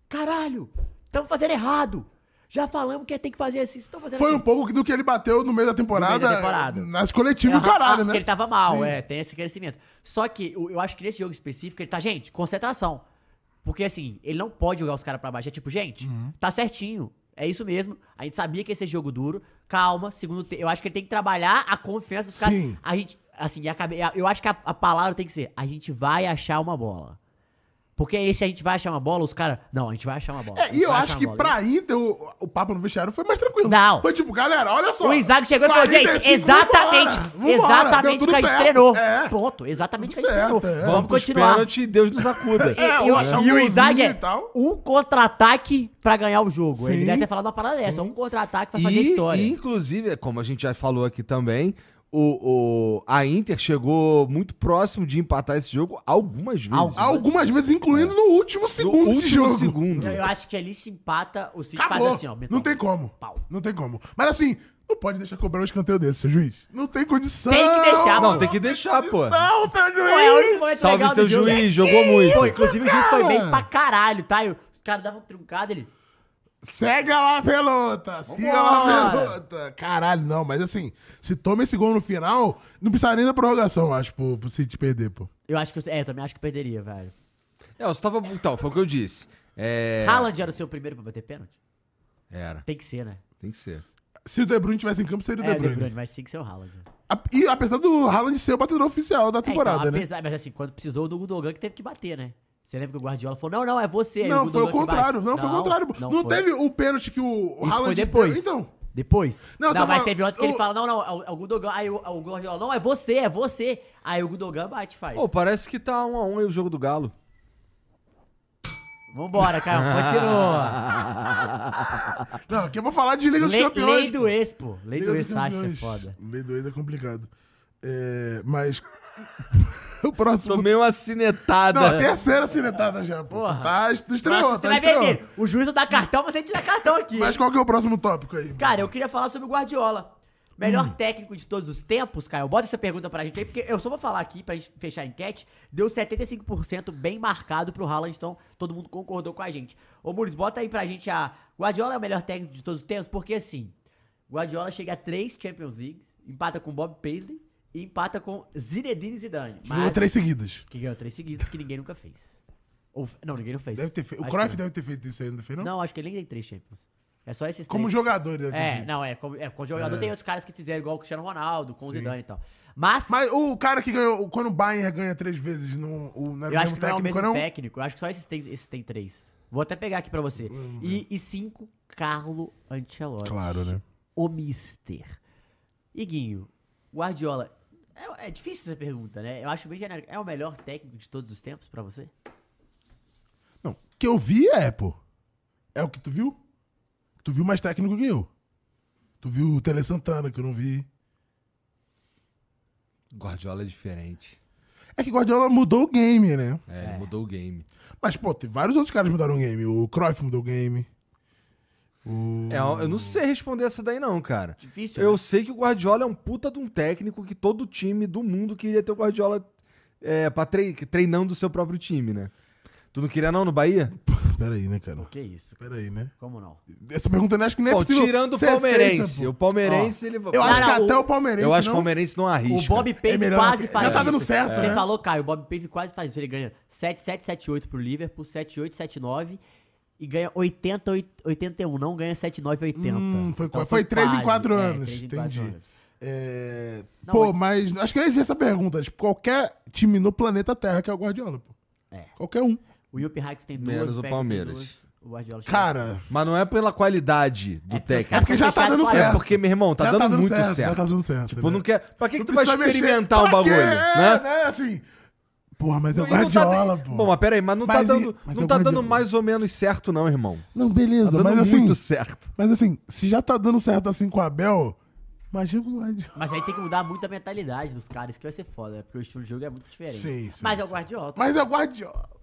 Speaker 1: Caralho! Estamos fazendo errado! Já falamos que tem que fazer assim, vocês estão fazendo
Speaker 2: Foi um
Speaker 1: assim.
Speaker 2: pouco do que ele bateu no meio da temporada,
Speaker 1: No meio da temporada.
Speaker 2: nas coletivas,
Speaker 1: Ah,
Speaker 2: o caralho,
Speaker 1: ah,
Speaker 2: né?
Speaker 1: Porque ele tava mal,
Speaker 2: Sim.
Speaker 1: é, tem esse crescimento. Só que eu, eu acho que nesse jogo específico ele tá, gente, concentração. Porque assim, ele não pode jogar os caras pra baixo. É tipo, gente,
Speaker 2: Uhum.
Speaker 1: tá certinho. É isso mesmo. A gente sabia que ia ser jogo duro. Calma, segundo te... Eu acho que ele tem que trabalhar a confiança dos caras.
Speaker 2: Sim.
Speaker 1: A gente. Assim, e a cabe- eu acho que a, a palavra tem que ser: a gente vai achar uma bola. Porque aí se a gente vai achar uma bola, os caras. Não, a gente vai achar uma bola. a
Speaker 2: É,
Speaker 1: gente
Speaker 2: e eu
Speaker 1: vai
Speaker 2: acho
Speaker 1: achar
Speaker 2: que
Speaker 1: uma bola."
Speaker 2: pra Inter o, o papo no vestiário foi mais tranquilo.
Speaker 1: né? Não.
Speaker 2: Foi tipo, galera, olha só.
Speaker 1: O Isaac chegou e falou, gente,
Speaker 2: 45,
Speaker 1: exatamente,
Speaker 2: vambora, vambora, deu
Speaker 1: exatamente o
Speaker 2: tudo
Speaker 1: que a gente
Speaker 2: certo.
Speaker 1: treinou.
Speaker 2: É.
Speaker 1: Pronto, exatamente o que a
Speaker 2: Tudo
Speaker 1: gente treinou.
Speaker 2: certo, é.
Speaker 1: Vamos
Speaker 3: pros
Speaker 1: continuar.
Speaker 3: pênaltis e Deus nos acuda.
Speaker 1: E,
Speaker 2: É,
Speaker 1: e
Speaker 2: eu
Speaker 1: o-
Speaker 2: acho
Speaker 1: e o
Speaker 2: alguns
Speaker 1: Isaac
Speaker 2: e
Speaker 1: é
Speaker 2: tal.
Speaker 1: um contra-ataque pra ganhar o jogo.
Speaker 2: Sim.
Speaker 1: Ele deve ter falado uma parada dessa, um contra-ataque pra fazer
Speaker 3: E,
Speaker 1: história.
Speaker 3: e, inclusive, é como a gente já falou aqui também, o, o- a Inter chegou muito próximo de empatar esse jogo algumas vezes.
Speaker 1: Algumas.
Speaker 2: Algumas vezes, incluindo no último
Speaker 3: No
Speaker 2: segundo de
Speaker 3: último
Speaker 2: jogo.
Speaker 3: segundo.
Speaker 1: É, Eu, eu acho que ali se empata, o City
Speaker 2: Acabou.
Speaker 1: faz assim, ó.
Speaker 2: não tem como.
Speaker 1: Pau.
Speaker 2: Não tem como. Mas assim, não pode deixar cobrar um escanteio desse, seu juiz. Não tem condição.
Speaker 1: Tem que deixar,
Speaker 3: Não,
Speaker 1: pô.
Speaker 3: tem que deixar, pô.
Speaker 2: Não, seu
Speaker 1: Pô, é o único
Speaker 2: juiz.
Speaker 1: momento
Speaker 3: Salve
Speaker 1: legal
Speaker 3: seu
Speaker 1: do jogo.
Speaker 3: juiz, jogou muito.
Speaker 1: Pô, inclusive o juiz foi
Speaker 2: cara?
Speaker 1: bem pra caralho, tá? E os caras davam truncada, ele...
Speaker 2: Segue lá, pelota. Siga lá,
Speaker 1: Vambora.
Speaker 2: pelota. Caralho, não. Mas assim, se toma esse gol no final, não precisa nem da prorrogação, eu acho, pro, pro City perder, pô.
Speaker 1: Eu acho que... eu- É, eu também acho que perderia, velho.
Speaker 3: É, você tava. Então, foi o que eu disse. É.
Speaker 1: Haaland era o seu primeiro pra bater pênalti?
Speaker 3: Era,
Speaker 1: Tem que ser, né?
Speaker 3: tem que ser.
Speaker 2: Se o De Bruyne tivesse em campo, seria o
Speaker 1: É,
Speaker 2: De Bruyne.
Speaker 1: mas tem que ser o Haaland.
Speaker 2: A- E apesar do Haaland ser o batedor oficial
Speaker 1: É,
Speaker 2: da
Speaker 1: então,
Speaker 2: temporada, né?
Speaker 1: apesar- Mas assim, quando precisou do Gundogan que teve que bater, né? Você lembra que o Guardiola falou, não, não, é você. aí
Speaker 2: Não, foi o
Speaker 1: Gundogan que
Speaker 2: contrário.
Speaker 1: bate.
Speaker 2: Não, foi o contrário. Não,
Speaker 1: foi.
Speaker 2: teve o pênalti que o
Speaker 1: Isso foi
Speaker 2: Haaland deu.
Speaker 1: depois.
Speaker 2: Então,
Speaker 1: Depois.
Speaker 2: Não,
Speaker 1: Não,
Speaker 2: eu tava-
Speaker 1: mas teve antes que
Speaker 2: eu-
Speaker 1: ele fala, não, não, é o- é o Gundogan. Aí o, o Guardiola, não, é você, é você. Aí o Gundogan bate e faz.
Speaker 3: Pô, parece que tá um a um aí o jogo do Galo.
Speaker 1: Vambora, Caio, continua.
Speaker 2: Não, aqui é pra falar de Liga dos
Speaker 1: lei,
Speaker 2: Campeões.
Speaker 1: lei do ex, pô. Lei
Speaker 2: Liga
Speaker 1: do
Speaker 2: dos
Speaker 1: ex, Sasha, é
Speaker 2: Campeões.
Speaker 1: foda.
Speaker 2: Lei do ex é complicado. É, mas. o próximo.
Speaker 3: Tomei uma
Speaker 2: Não, a
Speaker 3: cinetada.
Speaker 2: terceira filetada já, pô.
Speaker 1: Porra.
Speaker 2: Tá est- estreou,
Speaker 1: Próximo,
Speaker 2: tá
Speaker 1: vai
Speaker 2: estreou.
Speaker 1: vermelho. O juiz não dá cartão, mas a gente dá cartão aqui.
Speaker 2: Mas qual que é o próximo tópico aí?
Speaker 1: Cara, eu queria falar sobre o Guardiola. Melhor
Speaker 2: Hum.
Speaker 1: técnico de todos os tempos, Caio. Bota essa pergunta pra gente aí, porque eu só vou falar aqui pra gente fechar a enquete. Deu 75% bem marcado pro Haaland, então todo mundo concordou com a gente. Ô Muris, bota aí pra gente a. Guardiola é o melhor técnico de todos os tempos, porque assim. Guardiola chega a três Champions League, empata com Bob Paisley e empata com Zinedine Zidane.
Speaker 2: Ganhou três seguidas.
Speaker 1: Que ganhou três seguidas que ninguém nunca fez. Ou- não, ninguém não fez.
Speaker 2: Deve ter feito. O
Speaker 1: Acho
Speaker 2: Cruyff
Speaker 1: que não.
Speaker 2: deve ter feito isso aí, não fez, não?
Speaker 1: Não, acho que ele nem tem três Champions. É só esses
Speaker 2: Como
Speaker 1: três.
Speaker 2: jogador deve ter
Speaker 1: É,
Speaker 2: feito.
Speaker 1: não, é. Como, é, como jogador tem outros caras que fizeram igual o Cristiano Ronaldo, com o
Speaker 2: Sim.
Speaker 1: Zidane e tal. Mas,
Speaker 2: Mas o cara que ganhou, quando o Bayern ganha três vezes, não, o, não era
Speaker 1: eu
Speaker 2: o
Speaker 1: acho
Speaker 2: mesmo
Speaker 1: que não é o
Speaker 2: técnico,
Speaker 1: mesmo
Speaker 2: não?
Speaker 1: técnico. Eu acho que só esses tem, esses tem três. Vou até pegar aqui pra você. E, e cinco, Carlo Ancelotti.
Speaker 2: Claro, né?
Speaker 1: O Mister. Iguinho, Guardiola. É, é difícil essa pergunta, né? Eu acho bem genérico. É o melhor técnico de todos os tempos pra você?
Speaker 2: Não, o que eu vi é, pô. É o que tu viu? Tu viu mais técnico que eu. Tu viu o Tele Santana, que eu não vi.
Speaker 3: Guardiola é diferente.
Speaker 2: É que Guardiola mudou o game, né?
Speaker 3: É, ele mudou o game.
Speaker 2: Mas, pô, tem vários outros caras que mudaram o game. O Cruyff mudou o game. O...
Speaker 3: É, eu não sei responder essa daí não, cara.
Speaker 1: Difícil.
Speaker 3: Eu
Speaker 1: né?
Speaker 3: sei que o Guardiola é um puta de um técnico que todo time do mundo queria ter o Guardiola é, pra trei- treinando o seu próprio time, né? Tu não queria não no Bahia?
Speaker 2: Pera aí, né, cara?
Speaker 1: Que é isso?
Speaker 2: Pera aí, né?
Speaker 1: Como não?
Speaker 2: Essa pergunta eu acho que nem é
Speaker 3: Pô,
Speaker 2: possível
Speaker 3: tirando o
Speaker 2: ser
Speaker 3: palmeirense.
Speaker 2: feita,
Speaker 3: o palmeirense, ele...
Speaker 2: pô. eu acho
Speaker 1: Cara,
Speaker 2: que
Speaker 1: o-
Speaker 2: até o palmeirense
Speaker 3: Eu acho que o
Speaker 2: não...
Speaker 3: palmeirense não arrisca.
Speaker 1: O Bob Payne
Speaker 2: É melhor
Speaker 1: quase
Speaker 2: que-
Speaker 1: faz
Speaker 2: Já tá dando
Speaker 1: isso.
Speaker 2: certo,
Speaker 1: Você
Speaker 2: né?
Speaker 1: falou, Caio, o Bob Payne quase faz isso. Ele ganha 7-7, 7-8 pro Liverpool, 7-8, 7-9 e ganha 80, 81. Não ganha 7-9, 80.
Speaker 2: Hum, foi qua- foi três em
Speaker 1: Então, quase,
Speaker 2: quatro
Speaker 1: é,
Speaker 2: anos,
Speaker 1: três em quatro
Speaker 2: entendi.
Speaker 1: anos.
Speaker 2: É...
Speaker 1: Não,
Speaker 2: pô,
Speaker 1: eu-
Speaker 2: mas acho que nem existe essa pergunta. Tipo, qualquer time no planeta Terra que é o Guardiola, pô.
Speaker 1: É.
Speaker 2: Qualquer um.
Speaker 1: O Yupi Hacks tem duas.
Speaker 3: Menos o
Speaker 1: Fagner tem
Speaker 3: Palmeiras.
Speaker 1: duas, o Guardiola tem
Speaker 2: Cara,
Speaker 3: Mas não é pela qualidade do
Speaker 1: É porque assim, os
Speaker 3: técnico.
Speaker 1: caras
Speaker 2: porque já tá
Speaker 1: fecharam
Speaker 2: dando
Speaker 1: com a-
Speaker 2: certo.
Speaker 3: É porque, meu irmão, tá
Speaker 2: já
Speaker 3: dando muito certo.
Speaker 2: Já tá dando certo.
Speaker 3: Tipo, não quer... Pra que, que tu vai
Speaker 2: precisa mexer.
Speaker 3: experimentar o
Speaker 2: Pra quê?
Speaker 3: bagulho,
Speaker 2: É,
Speaker 3: né?
Speaker 2: né? Assim. Porra, mas é o
Speaker 3: E não tá
Speaker 2: Guardiola,
Speaker 3: de-
Speaker 2: pô.
Speaker 3: Bom, mas peraí, mas não tá
Speaker 2: Mas e-
Speaker 3: dando,
Speaker 2: mas é
Speaker 3: não
Speaker 2: o
Speaker 3: tá dando
Speaker 2: Guardiola.
Speaker 3: mais ou menos certo não, irmão.
Speaker 2: Não,
Speaker 3: Tá
Speaker 2: beleza,
Speaker 3: dando
Speaker 2: mas assim.
Speaker 3: muito certo.
Speaker 2: Mas assim, se já tá dando certo assim com o Abel, imagina com o Guardiola.
Speaker 1: Mas aí tem que mudar muito a mentalidade dos caras, que vai ser foda, né? porque o estilo de jogo é muito diferente.
Speaker 2: Sim, sim,
Speaker 1: Mas é o
Speaker 2: sim.
Speaker 1: Guardiola.
Speaker 2: Mas é o Guardiola.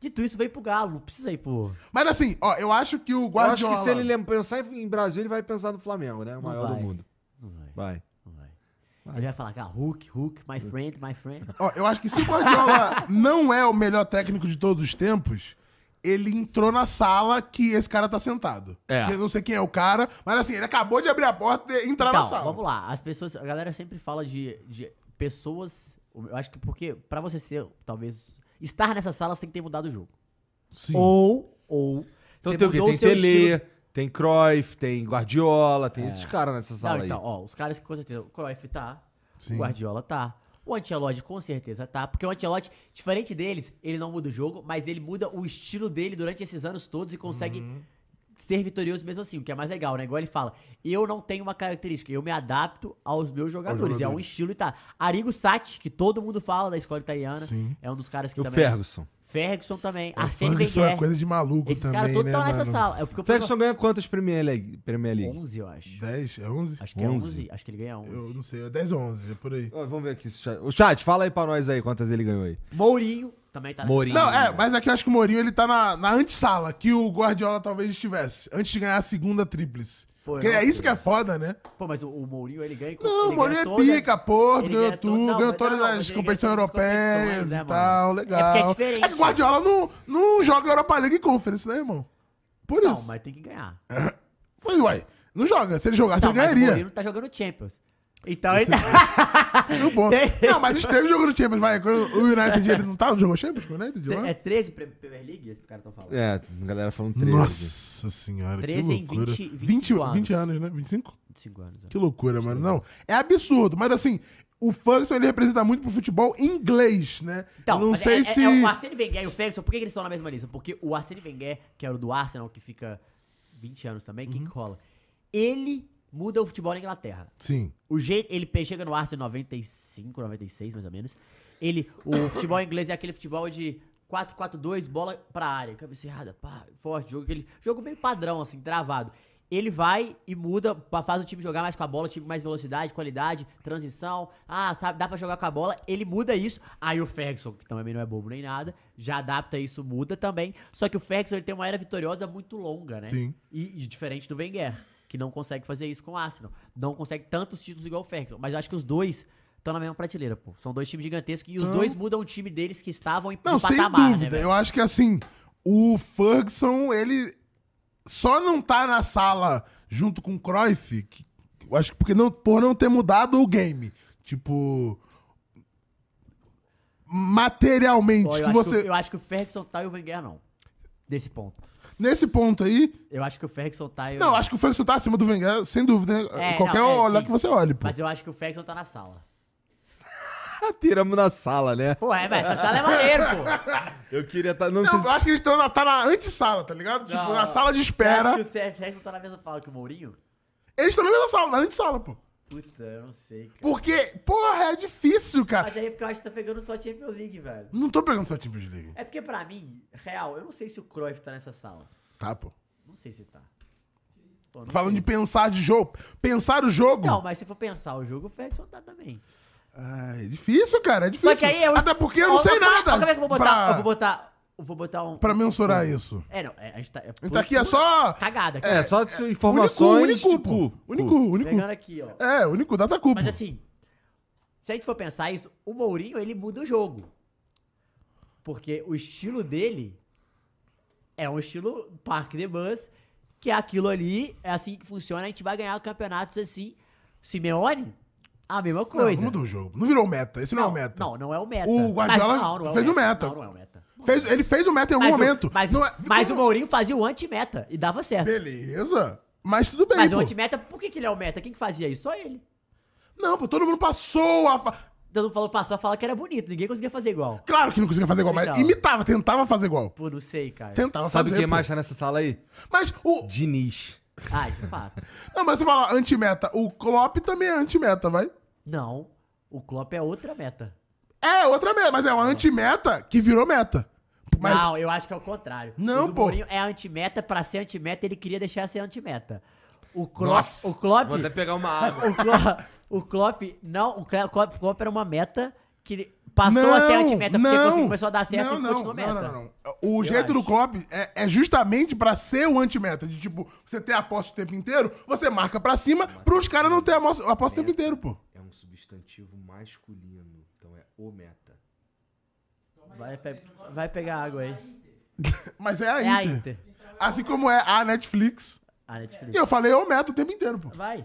Speaker 1: Dito isso, veio pro Galo, não precisa ir pro...
Speaker 2: Mas assim, ó, eu acho que o
Speaker 3: Eu acho
Speaker 2: Guardiola.
Speaker 3: que se ele lem- pensar em em Brasil, ele vai pensar no Flamengo, né? O maior
Speaker 1: vai.
Speaker 3: do mundo.
Speaker 1: Não vai,
Speaker 3: Vai.
Speaker 1: não vai. Ele vai falar, cara, Hulk, Hulk, my friend, my friend.
Speaker 2: Ó, eu acho que se o Guardiola não é o melhor técnico de todos os tempos, ele entrou na sala que esse cara tá sentado.
Speaker 3: É.
Speaker 2: Que eu não sei quem é o cara, mas assim, ele acabou de abrir a porta e entrar na
Speaker 1: Então,
Speaker 2: sala.
Speaker 1: vamos lá. As pessoas, a galera sempre fala de, de pessoas. Eu acho que porque pra você ser, talvez, estar nessa sala, você tem que ter mudado o jogo.
Speaker 2: Sim.
Speaker 1: Ou, ou.
Speaker 3: Então
Speaker 1: você
Speaker 3: tem o quê?
Speaker 1: mudou
Speaker 3: Tem
Speaker 1: seu estilo-
Speaker 3: Tele, tem Cruyff, tem Guardiola, tem esses caras nessa
Speaker 1: Não,
Speaker 3: sala
Speaker 1: então,
Speaker 3: aí.
Speaker 1: ó, os caras que com certeza. O Cruyff tá.
Speaker 2: Sim.
Speaker 1: O Guardiola tá. O Ancelotti com certeza tá. Porque o Ancelotti, diferente deles, ele não muda o jogo, mas ele muda o estilo dele durante esses anos todos e consegue
Speaker 2: Uhum.
Speaker 1: ser vitorioso mesmo assim, o que é mais legal, né? Igual ele fala, eu não tenho uma característica, eu me adapto aos meus jogadores. É um
Speaker 2: jogadores.
Speaker 1: estilo e tá. Arrigo Sacchi, que todo mundo fala da escola italiana,
Speaker 2: Sim.
Speaker 1: é um dos caras que
Speaker 3: E o
Speaker 1: também...
Speaker 3: Ferguson.
Speaker 1: Ferguson também,
Speaker 2: O
Speaker 1: Arsene
Speaker 2: Ferguson é
Speaker 1: Wenger.
Speaker 2: coisa de maluco
Speaker 1: Esses
Speaker 2: também,
Speaker 1: caras todos
Speaker 2: né,
Speaker 1: estão nessa
Speaker 2: mano? é
Speaker 1: sala. É porque o
Speaker 3: O Ferguson ganha quantas Premier League? Premier League?
Speaker 1: 11, eu acho.
Speaker 2: 10, é 11?
Speaker 1: Acho que é 11.
Speaker 3: 11.
Speaker 1: Acho que ele ganha 11.
Speaker 2: Eu não sei, é 10 ou 11, é por aí.
Speaker 3: Ó, vamos ver aqui. se o chat- O chat, fala aí pra nós aí quantas ele ganhou aí.
Speaker 1: Mourinho também tá nessa
Speaker 3: Mourinho.
Speaker 1: sala.
Speaker 2: Não, é, mas aqui eu acho que o Mourinho ele tá na, na antessala, que o Guardiola talvez estivesse, antes de ganhar a segunda tríplice.
Speaker 1: Pô,
Speaker 2: Porque
Speaker 1: não
Speaker 2: é isso
Speaker 1: sei.
Speaker 2: que é foda, né?
Speaker 1: Pô, mas o, o Mourinho, ele ganha...
Speaker 2: Não,
Speaker 1: ele
Speaker 2: o Mourinho
Speaker 1: ganha
Speaker 2: é
Speaker 1: todas-
Speaker 2: pica, porra,
Speaker 1: ele
Speaker 2: ganhou
Speaker 1: ganha to-
Speaker 2: tudo,
Speaker 1: não,
Speaker 2: ganhou
Speaker 1: mas-
Speaker 2: todas
Speaker 1: não, mas
Speaker 2: as
Speaker 1: ele ganha
Speaker 2: competições
Speaker 1: todas as
Speaker 2: europeias
Speaker 1: competições, né,
Speaker 2: e tal,
Speaker 1: mano? É porque é
Speaker 2: legal.
Speaker 1: diferente.
Speaker 2: que o Guardiola não, não joga Europa League e Conference, né, irmão? Por
Speaker 1: Não,
Speaker 2: isso.
Speaker 1: mas tem que ganhar.
Speaker 2: É Mas, uai, não joga. Se ele jogasse,
Speaker 1: Não,
Speaker 2: ele
Speaker 1: mas o
Speaker 2: ganharia.
Speaker 1: Mourinho tá jogando Champions. Então ele
Speaker 2: Seria bom.
Speaker 1: Tem-
Speaker 2: Não, mas esteve jogando Champions, vai. Quando o United, ele não tá? Não jogou Champions com o United lá?
Speaker 1: É 13 Pre- Premier League, esse cara tá falando.
Speaker 3: É, a galera falando 13.
Speaker 2: Nossa senhora,
Speaker 1: 13 em
Speaker 2: que loucura.
Speaker 1: 20, 25 anos.
Speaker 2: 20 anos, né? 25?
Speaker 1: 25 anos. né? ó.
Speaker 2: Que loucura, mano. Não, é absurdo. Mas assim, o Ferguson, ele representa muito pro futebol inglês, né?
Speaker 1: Então,
Speaker 2: Eu não
Speaker 1: mas
Speaker 2: sei
Speaker 1: é, é-
Speaker 2: se...
Speaker 1: é o Arsene Wenger e o Ferguson, por que que eles estão na mesma lista? Porque o Arsene Wenger, que era o do Arsenal, que fica 20 anos também,
Speaker 2: Uhum.
Speaker 1: que cola. Ele muda o futebol na Inglaterra.
Speaker 2: Sim.
Speaker 1: O jeito, ele pe- chega no Arsenal em 95, 96, mais ou menos. Ele, o futebol inglês é aquele futebol de 4-4-2, bola pra área, cabeceada, pá, forte, jogo aquele jogo meio padrão assim, travado. Ele vai e muda, pa- faz o time jogar mais com a bola, o time com mais velocidade, qualidade, transição. Ah, sabe, dá pra jogar com a bola. Ele muda isso. Aí o Ferguson, que também não é bobo nem nada, já adapta isso, muda também. Só que o Ferguson ele tem uma era vitoriosa muito longa, né?
Speaker 2: Sim.
Speaker 1: E, e diferente do Wenger, que não consegue fazer isso com o Arsenal. Não consegue tantos títulos igual o Ferguson. Mas eu acho que os dois estão na mesma prateleira, pô. São dois times gigantescos e os dois mudam o time deles que estavam em
Speaker 2: Não,
Speaker 1: no
Speaker 2: sem
Speaker 1: patamar, né,
Speaker 2: dúvida.
Speaker 1: velho?
Speaker 2: eu acho que assim, o Ferguson, ele só não tá na sala junto com o Cruyff, que- eu acho que porque não, por não ter mudado o game. Tipo. Materialmente,
Speaker 1: Ó, eu,
Speaker 2: um que
Speaker 1: acho
Speaker 2: você.
Speaker 1: que, o- eu acho que o Ferguson tá e o Wenger não. Desse ponto.
Speaker 2: Nesse ponto aí.
Speaker 1: Eu acho que o Ferguson tá e o...
Speaker 2: Não, eu acho que o Ferguson tá acima do Wenger, sem dúvida. né?
Speaker 1: É,
Speaker 2: Qualquer
Speaker 1: não, é,
Speaker 2: olhar
Speaker 1: sim.
Speaker 2: que você olhe, pô.
Speaker 1: Mas eu acho que o Ferguson tá na sala.
Speaker 3: Piramos na sala, né?
Speaker 1: Pô, é, mas essa sala é maneiro, pô.
Speaker 3: Eu queria estar. não sei
Speaker 2: Não,
Speaker 3: se-
Speaker 2: eu acho que eles estão na, tá na antessala, tá ligado? Tipo,
Speaker 1: Não.
Speaker 2: na sala de
Speaker 1: Você acha que
Speaker 2: espera.
Speaker 1: o CFS não tá na mesma sala que o Mourinho?
Speaker 2: Eles estão na mesma sala, na antessala, pô.
Speaker 1: Puta, eu não sei, cara.
Speaker 2: Porque, porra, é difícil, cara.
Speaker 1: Mas aí é porque eu acho que tá pegando só Champions League, velho.
Speaker 2: Não tô pegando só Champions League.
Speaker 1: É porque pra mim, real, eu não sei se o Cruyff tá nessa sala.
Speaker 2: Tá, pô.
Speaker 1: Não sei se tá. Pô, não
Speaker 2: Falando
Speaker 1: sei.
Speaker 2: de pensar de jogo. Pensar o jogo.
Speaker 1: Não, mas se for pensar o jogo, o Ferguson tá também.
Speaker 2: Ai, difícil, cara. É difícil.
Speaker 1: Só que aí eu...
Speaker 2: Até porque eu não sei
Speaker 1: como é-
Speaker 2: nada.
Speaker 1: Como é que eu vou botar?
Speaker 2: Pra,
Speaker 1: Eu vou botar... Eu vou botar um...
Speaker 2: pra mensurar isso.
Speaker 1: É, não. é, a gente tá... É,
Speaker 2: A gente tá aqui é só.
Speaker 1: Cagada.
Speaker 3: É,
Speaker 1: cara.
Speaker 3: só informações.
Speaker 2: único, único,
Speaker 3: tipo, de cu.
Speaker 2: pô. Único, único.
Speaker 1: Pegando aqui, ó.
Speaker 2: É, único, data cupo.
Speaker 1: Mas assim, se a gente for pensar isso, o Mourinho, ele muda o jogo. Porque o estilo dele é um estilo Parque de Bus, que é aquilo ali, é assim que funciona, a gente vai ganhar campeonatos assim. Simeone, a mesma
Speaker 2: não,
Speaker 1: coisa.
Speaker 2: não mudou o jogo. Não virou meta. Esse não, é o meta.
Speaker 1: Não, não é o meta.
Speaker 2: O Guardiola fez o meta.
Speaker 1: Não, não é o meta.
Speaker 2: Fez- ele fez o meta em algum
Speaker 1: Mas o-
Speaker 2: momento.
Speaker 1: mas,
Speaker 2: Não
Speaker 1: o-
Speaker 2: é-
Speaker 1: mas o
Speaker 2: Então,
Speaker 1: Mourinho fazia o anti-meta e dava certo.
Speaker 2: Beleza. Mas tudo bem.
Speaker 1: mas
Speaker 2: pô.
Speaker 1: o anti-meta, por que, que ele é o meta? Quem que fazia isso? Só ele.
Speaker 2: Não, pô, todo mundo passou a. fa-
Speaker 1: Todo mundo falou, passou a falar que era bonito, ninguém conseguia fazer igual.
Speaker 2: Claro que não conseguia fazer igual, mas
Speaker 1: Então.
Speaker 2: imitava, tentava fazer igual.
Speaker 1: Pô, não sei, cara.
Speaker 2: Tentava
Speaker 3: Sabe
Speaker 2: fazer.
Speaker 3: quem
Speaker 2: pô.
Speaker 3: mais tá nessa sala aí?
Speaker 2: Mas o.
Speaker 3: Diniz.
Speaker 1: Ah, isso é fato.
Speaker 2: Não, mas você fala anti-meta. O Klopp também é anti-meta, vai.
Speaker 1: Não, o Klopp é outra meta.
Speaker 2: É, outra meta, mas é uma anti-meta que virou meta. Mas
Speaker 1: Não, eu acho que é o contrário.
Speaker 2: Não,
Speaker 1: o do
Speaker 2: pô.
Speaker 1: Mourinho é antimeta, pra ser antimeta, ele queria deixar ser antimeta. O Klopp...
Speaker 3: Nossa,
Speaker 1: o Klopp...
Speaker 3: Vou até pegar uma água.
Speaker 1: O Klopp,
Speaker 2: Ah,
Speaker 1: o Klopp... Não, o Kle- Klopp, Klopp era uma meta que ele passou
Speaker 2: não,
Speaker 1: a ser antimeta porque
Speaker 2: não.
Speaker 1: conseguiu, começou a dar certo
Speaker 2: não,
Speaker 1: e
Speaker 2: não,
Speaker 1: continuou meta.
Speaker 2: Não, não, não. O
Speaker 1: Eu
Speaker 2: jeito
Speaker 1: acho.
Speaker 2: do Klopp é, é justamente pra ser o anti-meta. De tipo, você ter a posse o tempo inteiro, você marca pra cima, pros caras não terem a mos- a posse o tempo inteiro, pô.
Speaker 3: É um substantivo masculino, então é o meta.
Speaker 1: Vai, pe- vai pegar água aí.
Speaker 2: Mas é a
Speaker 1: É
Speaker 2: Inter.
Speaker 1: a Inter.
Speaker 2: Assim como é a Netflix.
Speaker 1: A
Speaker 2: E
Speaker 1: Netflix.
Speaker 2: eu falei o meta o tempo inteiro, pô.
Speaker 1: Vai.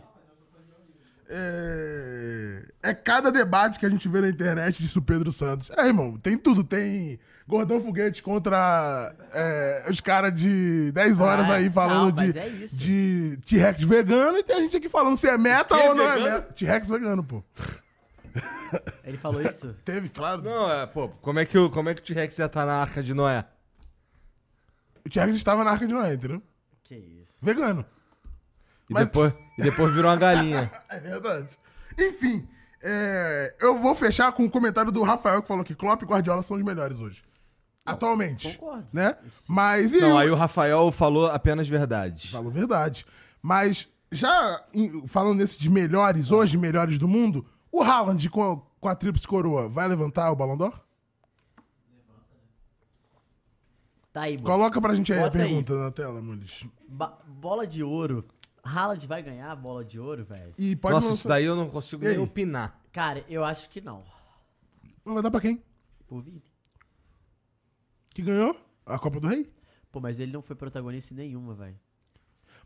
Speaker 2: É... é cada debate que a gente vê na internet disso Pedro Santos. É, irmão, tem tudo. Tem Gordão Foguete contra é, os caras de 10 horas
Speaker 1: Ah,
Speaker 2: aí falando
Speaker 1: não, mas
Speaker 2: de,
Speaker 1: é isso.
Speaker 2: de T-Rex vegano e tem a gente aqui falando se é meta
Speaker 3: Que
Speaker 2: ou não é
Speaker 3: vegano?
Speaker 2: meta. T-Rex vegano, pô.
Speaker 1: Ele falou isso.
Speaker 2: Teve, claro.
Speaker 3: Não, é, pô, como é que o, como é que o T-Rex ia estar na arca de Noé?
Speaker 2: O T-Rex estava na Arca de Noé, entendeu?
Speaker 1: que isso.
Speaker 2: Vegano.
Speaker 3: E,
Speaker 2: Mas-
Speaker 3: depois, e depois virou uma galinha.
Speaker 2: É verdade. Enfim, é, eu vou fechar com o comentário do Rafael que falou que Klopp e Guardiola são os melhores hoje. Atualmente.
Speaker 1: concordo.
Speaker 2: Né? Mas e
Speaker 3: Não,
Speaker 2: o-
Speaker 3: aí o Rafael falou apenas verdade.
Speaker 2: Falou verdade. Mas já em- falando nesse de melhores hoje, melhores do mundo, o Haaland com a, com a tríplice coroa vai levantar o Ballon d'Or?
Speaker 1: Tá aí, mano.
Speaker 2: Coloca pra gente aí a
Speaker 1: Bota aí.
Speaker 2: pergunta na tela, Mules.
Speaker 1: Ba- bola de ouro. Haaland vai ganhar a bola de ouro, velho?
Speaker 2: E pode
Speaker 3: Nossa,
Speaker 2: lançar-
Speaker 3: isso daí eu não consigo
Speaker 2: E aí?
Speaker 3: nem opinar.
Speaker 1: Cara, eu acho que não.
Speaker 2: Vai levantar pra quem?
Speaker 1: Por Vini.
Speaker 2: Que ganhou? A Copa do Rei?
Speaker 1: Pô, mas ele não foi protagonista em nenhuma, velho.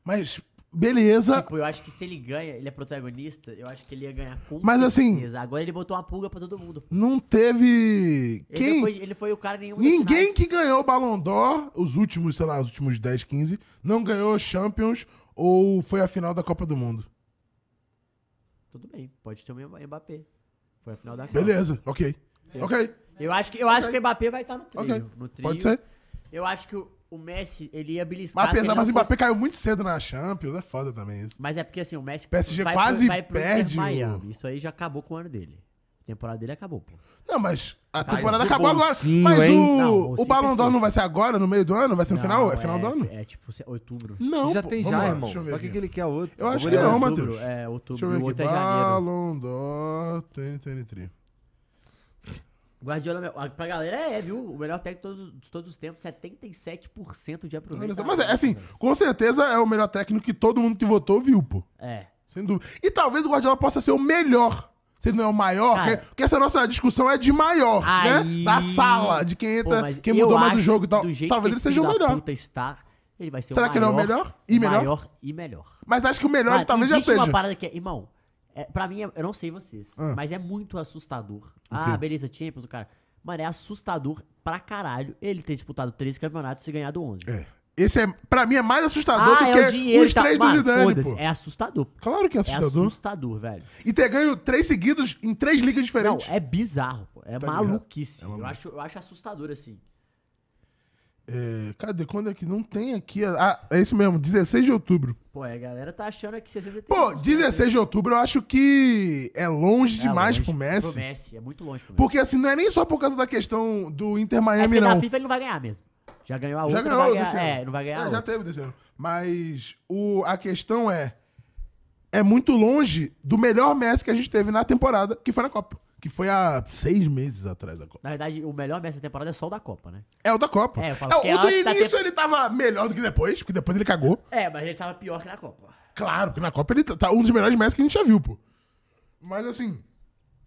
Speaker 2: Mas, beleza.
Speaker 1: Tipo, eu acho que se ele ganha, ele é protagonista, eu acho que ele ia ganhar com
Speaker 2: Mas, assim-
Speaker 1: certeza. Agora ele botou uma pulga pra todo mundo.
Speaker 2: Não teve.
Speaker 1: Ele,
Speaker 2: Quem?
Speaker 1: Não foi, ele foi o cara em nenhuma das
Speaker 2: Ninguém
Speaker 1: finais.
Speaker 2: que ganhou o Ballon d'Or, os últimos, sei lá, os últimos 10, 15, não ganhou Champions ou foi a final da Copa do Mundo.
Speaker 1: Tudo bem, pode ter o mesmo Mbappé. Foi a final da Copa.
Speaker 2: Beleza, ok.
Speaker 1: É.
Speaker 2: Ok,
Speaker 1: Eu acho que, eu acho que o Mbappé vai estar no
Speaker 2: ok.
Speaker 1: trio. No trio.
Speaker 2: Pode ser.
Speaker 1: Eu acho que o, o Messi, ele ia beliscar.
Speaker 2: Mas
Speaker 1: se ele
Speaker 2: apesar,
Speaker 1: não
Speaker 2: mas o
Speaker 1: fosse-
Speaker 2: Mbappé caiu muito cedo na Champions, é foda também isso.
Speaker 1: Mas é porque assim, o Messi
Speaker 2: PSG
Speaker 1: vai
Speaker 2: quase
Speaker 1: Inter
Speaker 2: perde o-
Speaker 1: Miami. Isso aí já acabou com o ano dele. A temporada dele acabou, pô.
Speaker 2: Não, mas a
Speaker 3: Mas
Speaker 2: temporada
Speaker 3: o
Speaker 2: acabou agora.
Speaker 3: bolsinho,
Speaker 2: Mas
Speaker 3: Tá hein?
Speaker 2: o,
Speaker 1: Não, o
Speaker 2: o
Speaker 1: bolsinho
Speaker 2: Ballon d'Or
Speaker 1: perfeito.
Speaker 2: não vai ser agora, no meio do ano? Vai ser no final? É
Speaker 1: Não,
Speaker 2: final do ano?
Speaker 1: É tipo se- outubro.
Speaker 2: Não,
Speaker 3: já
Speaker 2: pô,
Speaker 3: tem
Speaker 2: vamos
Speaker 3: já,
Speaker 2: lá,
Speaker 3: irmão.
Speaker 2: Deixa eu ver
Speaker 3: Pra que,
Speaker 2: aqui.
Speaker 3: que ele quer outro?
Speaker 2: Eu acho
Speaker 3: O
Speaker 2: que
Speaker 3: bagulho
Speaker 2: não,
Speaker 3: é-
Speaker 2: mas-
Speaker 1: outubro,
Speaker 2: Matheus.
Speaker 1: É, outubro.
Speaker 2: Deixa eu
Speaker 1: e o
Speaker 2: ver aqui.
Speaker 1: outro é janeiro.
Speaker 2: Ballon d'Or 2023.
Speaker 1: Guardiola, meu, pra galera, é, viu? O melhor técnico de todos, de todos os tempos, 77% de aproveitamento.
Speaker 2: Mas é assim, com certeza é o melhor técnico que todo mundo que votou viu, pô.
Speaker 1: É.
Speaker 2: Sem dúvida. E talvez o Guardiola possa ser o melhor. Se ele não é o maior,
Speaker 1: Cara.
Speaker 2: porque, porque essa nossa discussão é de maior,
Speaker 1: Aí-
Speaker 2: né? Da sala, de quem
Speaker 1: Pô,
Speaker 2: entra,
Speaker 1: mas
Speaker 2: Então, quem
Speaker 1: eu
Speaker 2: mudou mais do
Speaker 1: acho
Speaker 2: jogo e tal.
Speaker 1: que do jeito
Speaker 2: Talvez
Speaker 1: que
Speaker 2: ele
Speaker 1: esse
Speaker 2: seja o
Speaker 1: filho da
Speaker 2: melhor.
Speaker 1: Puta está, ele vai ser
Speaker 2: Será
Speaker 1: o
Speaker 2: que ele é o
Speaker 1: maior.
Speaker 2: melhor e melhor?
Speaker 1: Maior e melhor.
Speaker 2: Mas acho que o melhor
Speaker 1: Cara,
Speaker 2: talvez já
Speaker 1: existe
Speaker 2: seja. Ah.
Speaker 1: uma parada que é, irmão, é, pra mim, é- eu não sei vocês, mas é muito assustador. Ah, beleza, Champions, o cara. Mano, é assustador pra caralho ele ter disputado 13 campeonatos e ganhado 11.
Speaker 2: É, Esse é, pra mim, é mais assustador do que os
Speaker 1: tá-
Speaker 2: três do
Speaker 1: Mano,
Speaker 2: Zidane,
Speaker 1: foda-se,
Speaker 2: pô.
Speaker 1: É assustador.
Speaker 2: Claro que é
Speaker 1: É
Speaker 2: assustador.
Speaker 1: assustador, velho.
Speaker 2: E ter ganho três seguidos em três ligas
Speaker 1: Não,
Speaker 2: diferentes.
Speaker 1: é bizarro, pô. É
Speaker 2: Tá ligado?
Speaker 1: maluquice. eu, acho, eu acho assustador, assim.
Speaker 2: É, cadê? Quando é que não tem aqui? Ah, é isso mesmo, 16 de outubro.
Speaker 1: Pô, a galera tá achando que 60
Speaker 2: Pô, 16 de outubro eu acho que é longe demais pro Messi.
Speaker 1: Pro Messi, é muito longe pro Messi.
Speaker 2: Porque assim, não é nem só por causa da questão do Inter
Speaker 1: É
Speaker 2: Miami,
Speaker 1: porque na
Speaker 2: não.
Speaker 1: FIFA ele não vai ganhar mesmo. Já ganhou a
Speaker 2: Já
Speaker 1: outra,
Speaker 2: ganhou
Speaker 1: não vai
Speaker 2: desse
Speaker 1: ganhar,
Speaker 2: ano.
Speaker 1: É, não vai ganhar a
Speaker 2: É, já
Speaker 1: outra.
Speaker 2: teve desse ano. Mas o, a questão é. É muito longe do melhor Messi que a gente teve na temporada, que foi na Copa. Que foi há seis meses atrás da Copa.
Speaker 1: Na verdade, o melhor Messi da temporada é só o da Copa, né?
Speaker 2: É o da Copa.
Speaker 1: É, eu falo
Speaker 2: É,
Speaker 1: que
Speaker 2: o do
Speaker 1: antes da
Speaker 2: início
Speaker 1: tempo-
Speaker 2: ele tava melhor do que depois, porque depois ele cagou.
Speaker 1: É, mas ele tava pior que na Copa.
Speaker 2: Claro, porque na Copa ele tá- tá um dos melhores Messi que a gente já viu, pô. Mas assim,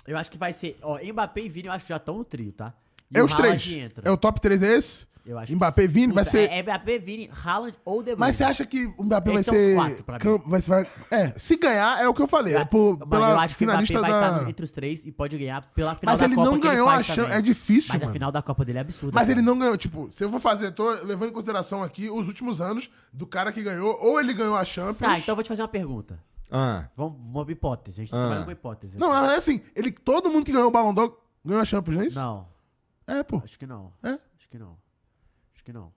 Speaker 1: Eu acho que vai ser. Ó, Mbappé e Vini eu acho que já estão no trio, tá? E
Speaker 2: é
Speaker 1: o
Speaker 2: os três.
Speaker 1: Haaland entra.
Speaker 2: É o top 3 é esse?
Speaker 1: Eu acho que
Speaker 2: Mbappé
Speaker 1: sim.
Speaker 2: Vini vai
Speaker 1: Puta,
Speaker 2: ser.
Speaker 1: É, é Mbappé, Vini, Haaland ou De Bruyne.
Speaker 2: Mas você acha que o Mbappé
Speaker 1: Esses
Speaker 2: vai
Speaker 1: são os
Speaker 2: ser.
Speaker 1: quatro pra mim.
Speaker 2: cam- Vai, ser- vai- é, se ganhar é o que eu falei. É por,
Speaker 1: Mano,
Speaker 2: pela
Speaker 1: eu acho que o Mbappé
Speaker 2: finalista
Speaker 1: vai
Speaker 2: da.
Speaker 1: estar entre os três e pode ganhar pela final
Speaker 2: Mas
Speaker 1: da
Speaker 2: ele
Speaker 1: Copa.
Speaker 2: não
Speaker 1: que
Speaker 2: ganhou
Speaker 1: faz
Speaker 2: a chan-
Speaker 1: também.
Speaker 2: é difícil,
Speaker 1: Mas
Speaker 2: mano.
Speaker 1: a final da Copa dele é absurda.
Speaker 2: Mas
Speaker 1: cara.
Speaker 2: ele não ganhou, tipo, se eu for fazer, eu tô levando em consideração aqui os últimos anos do cara que ganhou, ou ele ganhou a Champions.
Speaker 1: Tá, então eu vou te fazer uma pergunta.
Speaker 3: Ah,
Speaker 1: Vamos, uma hipótese. A gente tá
Speaker 3: Ah.
Speaker 1: trabalhando com hipótese.
Speaker 2: Não, na verdade, assim, ele, todo mundo que ganhou o Ballon d'Or ganhou a Champions, não é isso?
Speaker 1: Não,
Speaker 2: É, pô.
Speaker 1: acho que não.
Speaker 2: É?
Speaker 1: Acho que não. Acho que não.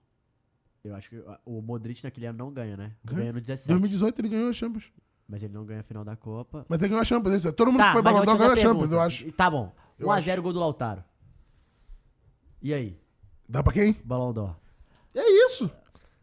Speaker 1: Eu acho que ah, o Modric naquele ano não ganha, né? Ganha no 17.
Speaker 2: 2018 ele ganhou a Champions.
Speaker 1: Mas ele não ganha a final da Copa.
Speaker 2: Mas ele ganhou a Champions, é isso. Todo mundo que foi
Speaker 1: Tá, mas
Speaker 2: Ballon
Speaker 1: eu
Speaker 2: d'Or
Speaker 1: vou te
Speaker 2: ganhou a
Speaker 1: fazer uma
Speaker 2: é Champions, eu
Speaker 1: pergunta.
Speaker 2: acho.
Speaker 1: Tá bom.
Speaker 2: Eu
Speaker 1: 1x0 gol do Lautaro. E aí?
Speaker 2: Dá pra quem?
Speaker 1: Balão d'Or.
Speaker 2: É isso.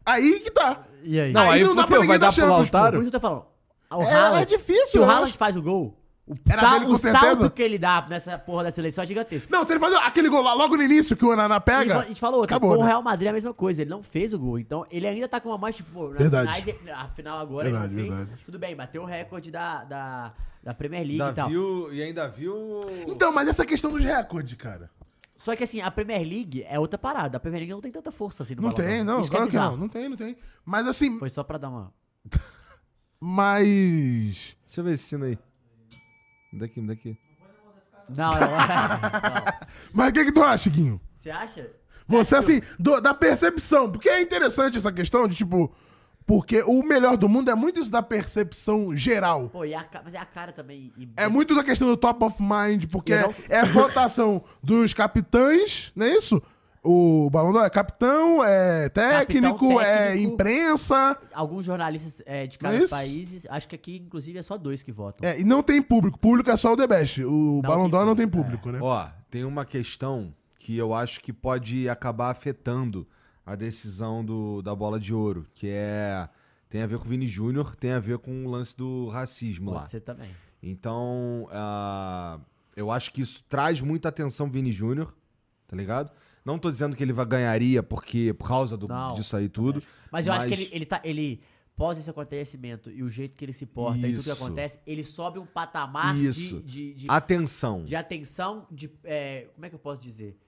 Speaker 2: Aí que tá.
Speaker 1: E aí?
Speaker 3: Não, aí,
Speaker 2: não dá
Speaker 3: fudeu,
Speaker 2: pra ninguém
Speaker 3: vai
Speaker 2: dar
Speaker 3: dar pro
Speaker 2: Champions,
Speaker 1: Ah, Por
Speaker 3: Lautaro?
Speaker 1: isso que eu tô falando. Ah, O
Speaker 2: É,
Speaker 1: Haaland,
Speaker 2: é difícil,
Speaker 1: Se o
Speaker 2: eu
Speaker 1: Haaland
Speaker 2: acho.
Speaker 1: faz o gol, o,
Speaker 2: Era
Speaker 1: sal-
Speaker 2: dele, com
Speaker 1: o
Speaker 2: certeza.
Speaker 1: salto que ele dá nessa porra da seleção é gigantesco.
Speaker 2: Não, se ele fazer aquele gol lá logo no início que o Ananá
Speaker 1: E
Speaker 2: pega.
Speaker 1: a gente falou outra,
Speaker 2: acabou,
Speaker 1: com o
Speaker 2: né?
Speaker 1: Real Madrid é a mesma coisa, ele não fez o gol, então ele ainda tá com uma mais, tipo, nas
Speaker 2: Verdade.
Speaker 1: finais, ele- a final agora
Speaker 2: Verdade,
Speaker 1: ele não fez.
Speaker 2: verdade.
Speaker 1: Tudo bem, bateu o recorde da, da, da Premier League e
Speaker 3: Ainda
Speaker 1: tal.
Speaker 3: viu, e ainda viu...
Speaker 2: Então, mas essa questão dos recordes, cara.
Speaker 1: Só que assim, a Premier League é outra parada, a Premier League não tem tanta força assim no
Speaker 2: Não
Speaker 1: Balão
Speaker 2: tem,
Speaker 1: d'Or.
Speaker 2: não.
Speaker 1: Isso que é
Speaker 2: Claro que não.
Speaker 1: bizarro.
Speaker 2: Não tem, não tem. Mas assim,
Speaker 1: Foi só pra dar uma...
Speaker 2: mas.
Speaker 3: Deixa eu ver esse sino aí. Me dá aqui, me dá aqui.
Speaker 1: Não, não, não.
Speaker 2: Mas o que, que tu acha, Guinho?
Speaker 1: Você acha?
Speaker 2: Você,
Speaker 1: acha que
Speaker 2: assim, do- da percepção. Porque é interessante essa questão de, tipo. Porque o melhor do mundo é muito isso da percepção geral.
Speaker 1: o- Pô, e a, ca- mas é a cara também. e-
Speaker 2: É muito da questão do top of mind, porque
Speaker 1: Eu não-
Speaker 2: é votação dos capitães, não é isso? O Balão d'Or é capitão, é técnico, é
Speaker 1: técnico.
Speaker 2: imprensa.
Speaker 1: Alguns jornalistas é, de
Speaker 2: Não é
Speaker 1: cada
Speaker 2: isso?
Speaker 1: países, acho que aqui, inclusive, é só dois que votam.
Speaker 2: É, e não tem público. Público é só o The Best. O
Speaker 1: Não
Speaker 2: Balão
Speaker 1: tem
Speaker 2: d'Or não tem
Speaker 1: público, é.
Speaker 2: público, né?
Speaker 3: Ó, tem uma questão que eu acho que pode acabar afetando a decisão do, da bola de ouro, que é tem a ver com o Vini Júnior, tem a ver com o lance do racismo lá.
Speaker 1: Pode ser também.
Speaker 3: Então, ah, eu acho que isso traz muita atenção pro Vini Júnior, tá ligado? Não tô dizendo que ele vai ganharia porque por causa do,
Speaker 1: Não,
Speaker 3: disso aí tudo.
Speaker 1: Mas eu acho que ele, ele tá. Ele, pós esse acontecimento e o jeito que ele se porta e tudo que
Speaker 3: Isso.
Speaker 1: acontece, ele sobe um patamar de-
Speaker 3: Isso.
Speaker 1: de, de,
Speaker 3: Atenção.
Speaker 1: de atenção, de. é, como é que eu posso dizer?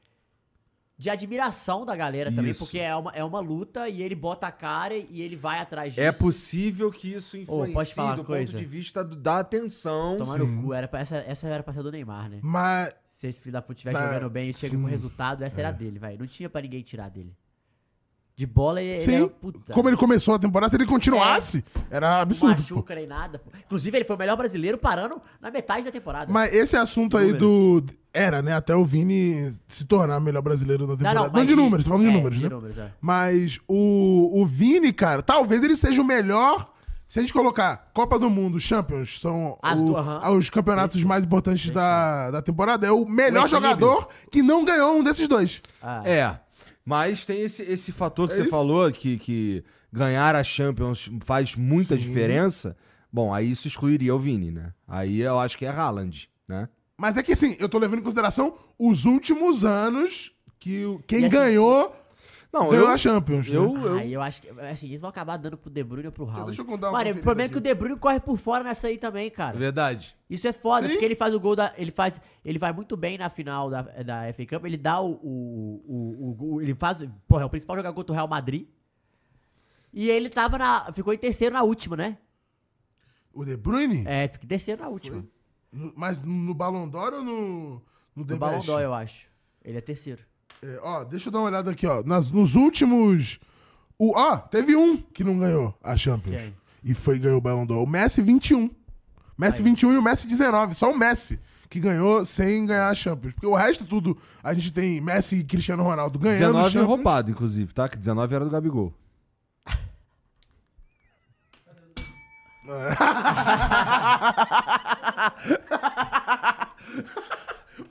Speaker 1: De admiração da galera também,
Speaker 3: Isso.
Speaker 1: porque é uma, é uma luta e ele bota a cara e ele vai atrás disso.
Speaker 3: É possível que isso influencie
Speaker 1: posso te falar uma
Speaker 3: do
Speaker 1: coisa?
Speaker 3: ponto de vista do- da atenção.
Speaker 1: Tomar no cu. Era pra- essa, essa era pra ser do Neymar, né?
Speaker 2: Mas.
Speaker 1: Se esse filho da puta estiver
Speaker 2: Tá,
Speaker 1: jogando bem e chega
Speaker 2: sim.
Speaker 1: com resultado, essa
Speaker 3: É.
Speaker 1: era dele, velho. Não tinha pra ninguém tirar dele. De bola, ele, ele
Speaker 2: Sim,
Speaker 1: era puta.
Speaker 2: como ele começou a temporada, se ele continuasse,
Speaker 1: É.
Speaker 2: era absurdo. pô.
Speaker 1: machuca nem nada. pô. Inclusive, ele foi o melhor brasileiro parando na metade da temporada.
Speaker 2: Mas esse assunto
Speaker 1: De
Speaker 2: aí do. Era, né? Até o Vini se tornar o melhor brasileiro da temporada. Não,
Speaker 1: mas
Speaker 2: de números, tô falando de
Speaker 1: é,
Speaker 2: números, né?
Speaker 1: é.
Speaker 2: Mas o, o Vini, cara, talvez ele seja o melhor. Se a gente colocar Copa do Mundo, Champions, são
Speaker 1: As
Speaker 2: o- ah,
Speaker 1: duas, aham.
Speaker 2: os campeonatos mais importantes da, da temporada, é o melhor
Speaker 1: O equilíbrio.
Speaker 2: jogador que não ganhou um desses dois.
Speaker 1: Ah,
Speaker 3: É, mas tem esse, esse fator que
Speaker 2: É
Speaker 3: você
Speaker 2: isso.
Speaker 3: falou, que, que ganhar a Champions faz muita
Speaker 2: Sim.
Speaker 3: diferença. Bom, aí isso excluiria o Vini, né? Aí eu acho que é Haaland, né?
Speaker 2: Mas é que assim, eu tô levando em consideração os últimos anos que o- quem
Speaker 1: E, assim,
Speaker 2: ganhou
Speaker 3: Não,
Speaker 2: ganhou
Speaker 3: eu
Speaker 2: a Champions. né?
Speaker 3: Eu, eu,
Speaker 1: Aí eu acho que, assim, eles vão acabar dando pro De Bruyne ou pro Haaland.
Speaker 2: Então, deixa eu contar
Speaker 1: Mano,
Speaker 2: uma
Speaker 1: o
Speaker 2: conferida
Speaker 1: problema é
Speaker 2: aqui.
Speaker 1: que o De Bruyne corre por fora nessa aí também, cara.
Speaker 3: Verdade.
Speaker 1: Isso é foda,
Speaker 2: Sim.
Speaker 1: porque ele faz o gol da. Ele faz. Ele vai muito bem na final da, da FA Cup. Ele dá o. o, o, o gol- ele faz. Porra, é o principal jogador contra o Real Madrid. E ele tava na. Ficou em terceiro na última, né?
Speaker 2: O De Bruyne?
Speaker 1: É, ficou em terceiro na última.
Speaker 2: No- mas no Ballon d'Or ou no, no The
Speaker 1: No Ballon
Speaker 2: Best?
Speaker 1: d'Or, eu acho. Ele é terceiro.
Speaker 2: É, ó, deixa eu dar uma olhada aqui, ó. Nas, nos últimos O, ó, teve um que não ganhou a Champions.
Speaker 1: Quem?
Speaker 2: E foi ganhou o Ballon d'Or. O Messi 21. Messi 21 e o Messi 19. Só o Messi que ganhou sem ganhar a Champions. Porque o resto tudo, a gente tem Messi e Cristiano Ronaldo ganhando
Speaker 3: 19 é
Speaker 1: um.
Speaker 2: Champions.
Speaker 3: roubado, inclusive, tá? Que 19 era do Gabigol.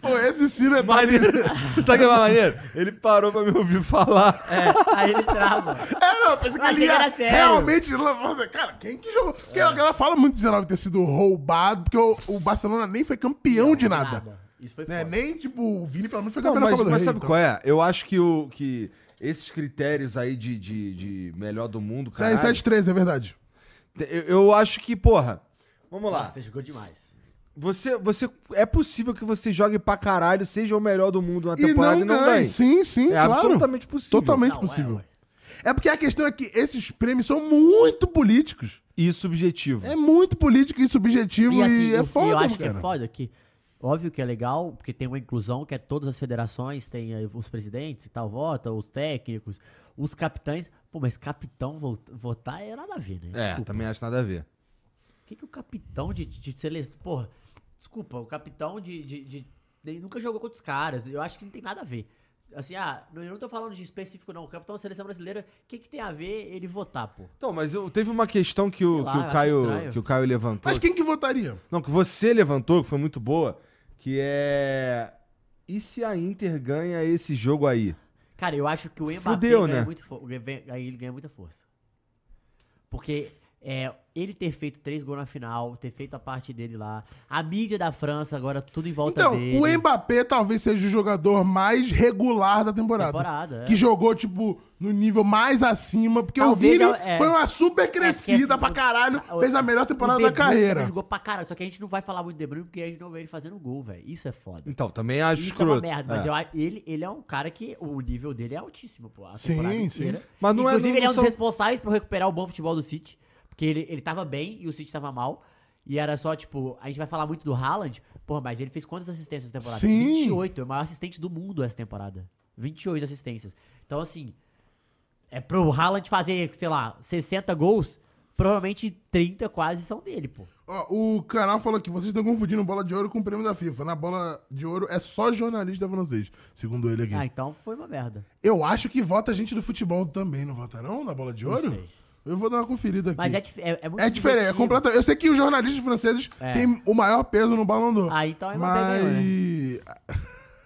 Speaker 2: Pô, esse Ciro é
Speaker 3: Maneiro. Sabe o que é mais maneiro? Ele parou pra me ouvir falar.
Speaker 1: É, aí ele trava.
Speaker 2: É, não, eu pensei que
Speaker 1: Ah,
Speaker 2: ele
Speaker 1: achei que
Speaker 2: ia
Speaker 1: era sério.
Speaker 2: realmente... Nossa, Cara, quem que jogou? Porque a galera fala muito de 19 ter sido roubado, porque o, o Barcelona nem foi campeão de nada.
Speaker 1: Isso foi
Speaker 2: Né?
Speaker 1: foda.
Speaker 2: Nem, tipo, o Vini pelo menos foi
Speaker 3: Não,
Speaker 2: campeão da
Speaker 3: É, mas,
Speaker 2: Copa do
Speaker 3: mas
Speaker 2: Rei,
Speaker 3: sabe
Speaker 2: então.
Speaker 3: qual é? Eu acho que, o, que esses critérios aí de, de, de melhor do mundo, cara.
Speaker 2: 7-7-3, é verdade.
Speaker 3: Eu, eu acho que, porra. Vamos lá.
Speaker 1: Nossa, você jogou demais.
Speaker 3: Você, você. É possível que você jogue pra caralho, seja o melhor do mundo na
Speaker 2: E não,
Speaker 3: temporada e não,
Speaker 2: ganha.
Speaker 3: ganhe.
Speaker 2: Sim, sim,
Speaker 3: é
Speaker 2: claro.
Speaker 3: absolutamente possível.
Speaker 2: Totalmente
Speaker 1: Não,
Speaker 2: possível.
Speaker 1: é, ué.
Speaker 2: É porque a questão é que esses prêmios são muito políticos.
Speaker 3: E subjetivo.
Speaker 2: É muito político e subjetivo e,
Speaker 1: assim,
Speaker 2: é
Speaker 1: eu-
Speaker 2: foda,
Speaker 1: eu acho
Speaker 2: cara.
Speaker 1: que é foda que, óbvio que é legal, porque tem uma inclusão que é todas as federações, tem aí os presidentes e tal, vota, os técnicos, os capitães. Pô, mas capitão vo- votar é nada a ver, né?
Speaker 3: É,
Speaker 1: Desculpa.
Speaker 3: também acho nada a ver.
Speaker 1: O que, que o capitão de, de, de seleção. Porra, desculpa, o capitão de. de, de- ele nunca jogou contra os caras. Eu acho que não tem nada a ver. Assim, ah, não- eu não tô falando de específico, não. O capitão da seleção brasileira, o que, que tem a ver ele votar, pô?
Speaker 3: Então, mas eu- teve uma questão que o,
Speaker 1: Sei lá,
Speaker 3: que
Speaker 1: eu
Speaker 3: o,
Speaker 1: acho
Speaker 3: Caio,
Speaker 1: estranho.
Speaker 3: que o Caio levantou.
Speaker 2: Mas quem que votaria?
Speaker 3: Não, que você levantou, que foi muito boa, que é. E se a Inter ganha esse jogo aí?
Speaker 1: Cara, eu acho que o Mbappé
Speaker 3: Fudeu,
Speaker 1: ganha
Speaker 3: né?
Speaker 1: muito fo- ganha- vem- aí ele ganha muita força. Porque é, ele ter feito três gols na final, ter feito a parte dele lá, a mídia da França agora tudo em volta
Speaker 2: Então,
Speaker 1: dele.
Speaker 2: o Mbappé talvez seja o jogador mais regular da temporada.
Speaker 1: Temporada, é.
Speaker 2: Que jogou, tipo, no nível mais acima. Porque
Speaker 1: Talvez
Speaker 2: o Vini
Speaker 1: é-
Speaker 2: foi uma super
Speaker 1: É, porque,
Speaker 2: crescida
Speaker 1: assim,
Speaker 2: pra
Speaker 1: o-
Speaker 2: caralho.
Speaker 1: o-
Speaker 2: fez a melhor
Speaker 1: o
Speaker 2: temporada
Speaker 1: De
Speaker 2: da
Speaker 1: Bruyne também
Speaker 2: carreira.
Speaker 1: Jogou pra caralho, só que a gente não vai falar muito do De Bruyne porque a gente não vê ele fazendo gol, velho. Isso é foda.
Speaker 3: Então, também acho
Speaker 1: Isso é
Speaker 3: escroto.
Speaker 1: uma merda, mas
Speaker 3: É.
Speaker 1: eu a- ele, ele é um cara que o nível dele é altíssimo, pô. a
Speaker 2: Sim,
Speaker 1: temporada
Speaker 2: sim.
Speaker 1: inteira.
Speaker 3: Mas não é-
Speaker 1: Inclusive,
Speaker 3: não
Speaker 1: ele é um
Speaker 3: são-
Speaker 1: dos responsáveis por recuperar o bom futebol do City, porque ele, ele tava bem e o City tava mal. E era só, tipo, a gente vai falar muito do Haaland, porra, mas ele fez quantas assistências essa temporada?
Speaker 2: Sim.
Speaker 1: 28, é o maior assistente do mundo essa temporada. 28 assistências. Então, assim, é pro Haaland fazer, sei lá, 60 gols, provavelmente 30 quase são dele, pô.
Speaker 2: Ó, o canal falou que vocês estão confundindo bola de ouro com o prêmio da FIFA. Na bola de ouro é só jornalista francês, segundo ele aqui.
Speaker 1: Ah, então foi uma merda.
Speaker 2: Eu acho que vota gente do futebol também, não vota não na bola de
Speaker 1: Não
Speaker 2: ouro?
Speaker 1: sei.
Speaker 2: Eu vou dar uma conferida aqui.
Speaker 1: Mas é, dif- é, é muito
Speaker 2: É diferente, é
Speaker 1: subjetivo.
Speaker 2: completamente. Eu sei que os jornalistas franceses
Speaker 1: É.
Speaker 2: têm o maior peso no Ballon d'Or.
Speaker 1: Ah, então é uma
Speaker 2: Mas...
Speaker 1: pega,